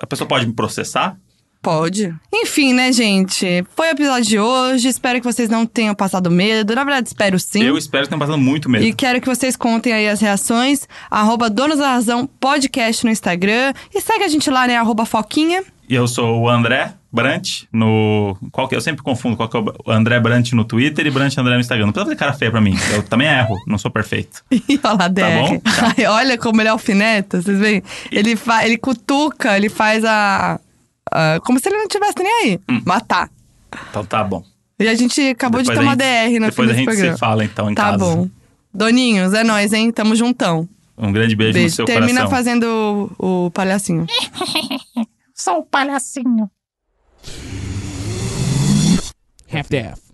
[SPEAKER 1] a pessoa pode me processar.
[SPEAKER 2] Pode. Enfim, né, gente? Foi o episódio de hoje. Espero que vocês não tenham passado medo. Na verdade, espero sim.
[SPEAKER 1] Eu espero que tenha passando muito medo.
[SPEAKER 2] E quero que vocês contem aí as reações. Arroba Donos da Razão Podcast no Instagram. E segue a gente lá, né? Arroba Foquinha.
[SPEAKER 1] E eu sou o André Brant no. Qual que, eu sempre confundo qual que é o André Brant no Twitter e Brant André no Instagram. Não precisa fazer cara feia pra mim. Eu também erro, não sou perfeito.
[SPEAKER 2] E olha lá, DR.
[SPEAKER 1] bom? Tá.
[SPEAKER 2] Ai, olha como ele é alfineta, vocês veem? Ele, fa... ele cutuca, ele faz a... ah, como se ele não tivesse nem aí. Matar.
[SPEAKER 1] Então tá bom.
[SPEAKER 2] E a gente acabou
[SPEAKER 1] Hum. Depois
[SPEAKER 2] de tomar
[SPEAKER 1] a gente-
[SPEAKER 2] DR no fim
[SPEAKER 1] Depois a
[SPEAKER 2] desse
[SPEAKER 1] gente
[SPEAKER 2] programa.
[SPEAKER 1] se fala então em
[SPEAKER 2] tá
[SPEAKER 1] casa.
[SPEAKER 2] bom. Doninhos, é nóis, hein? Tamo juntão.
[SPEAKER 1] Um grande beijo, no seu
[SPEAKER 2] Termina
[SPEAKER 1] coração.
[SPEAKER 2] fazendo o, o palhacinho.
[SPEAKER 3] Sou o palhacinho. Half-Death.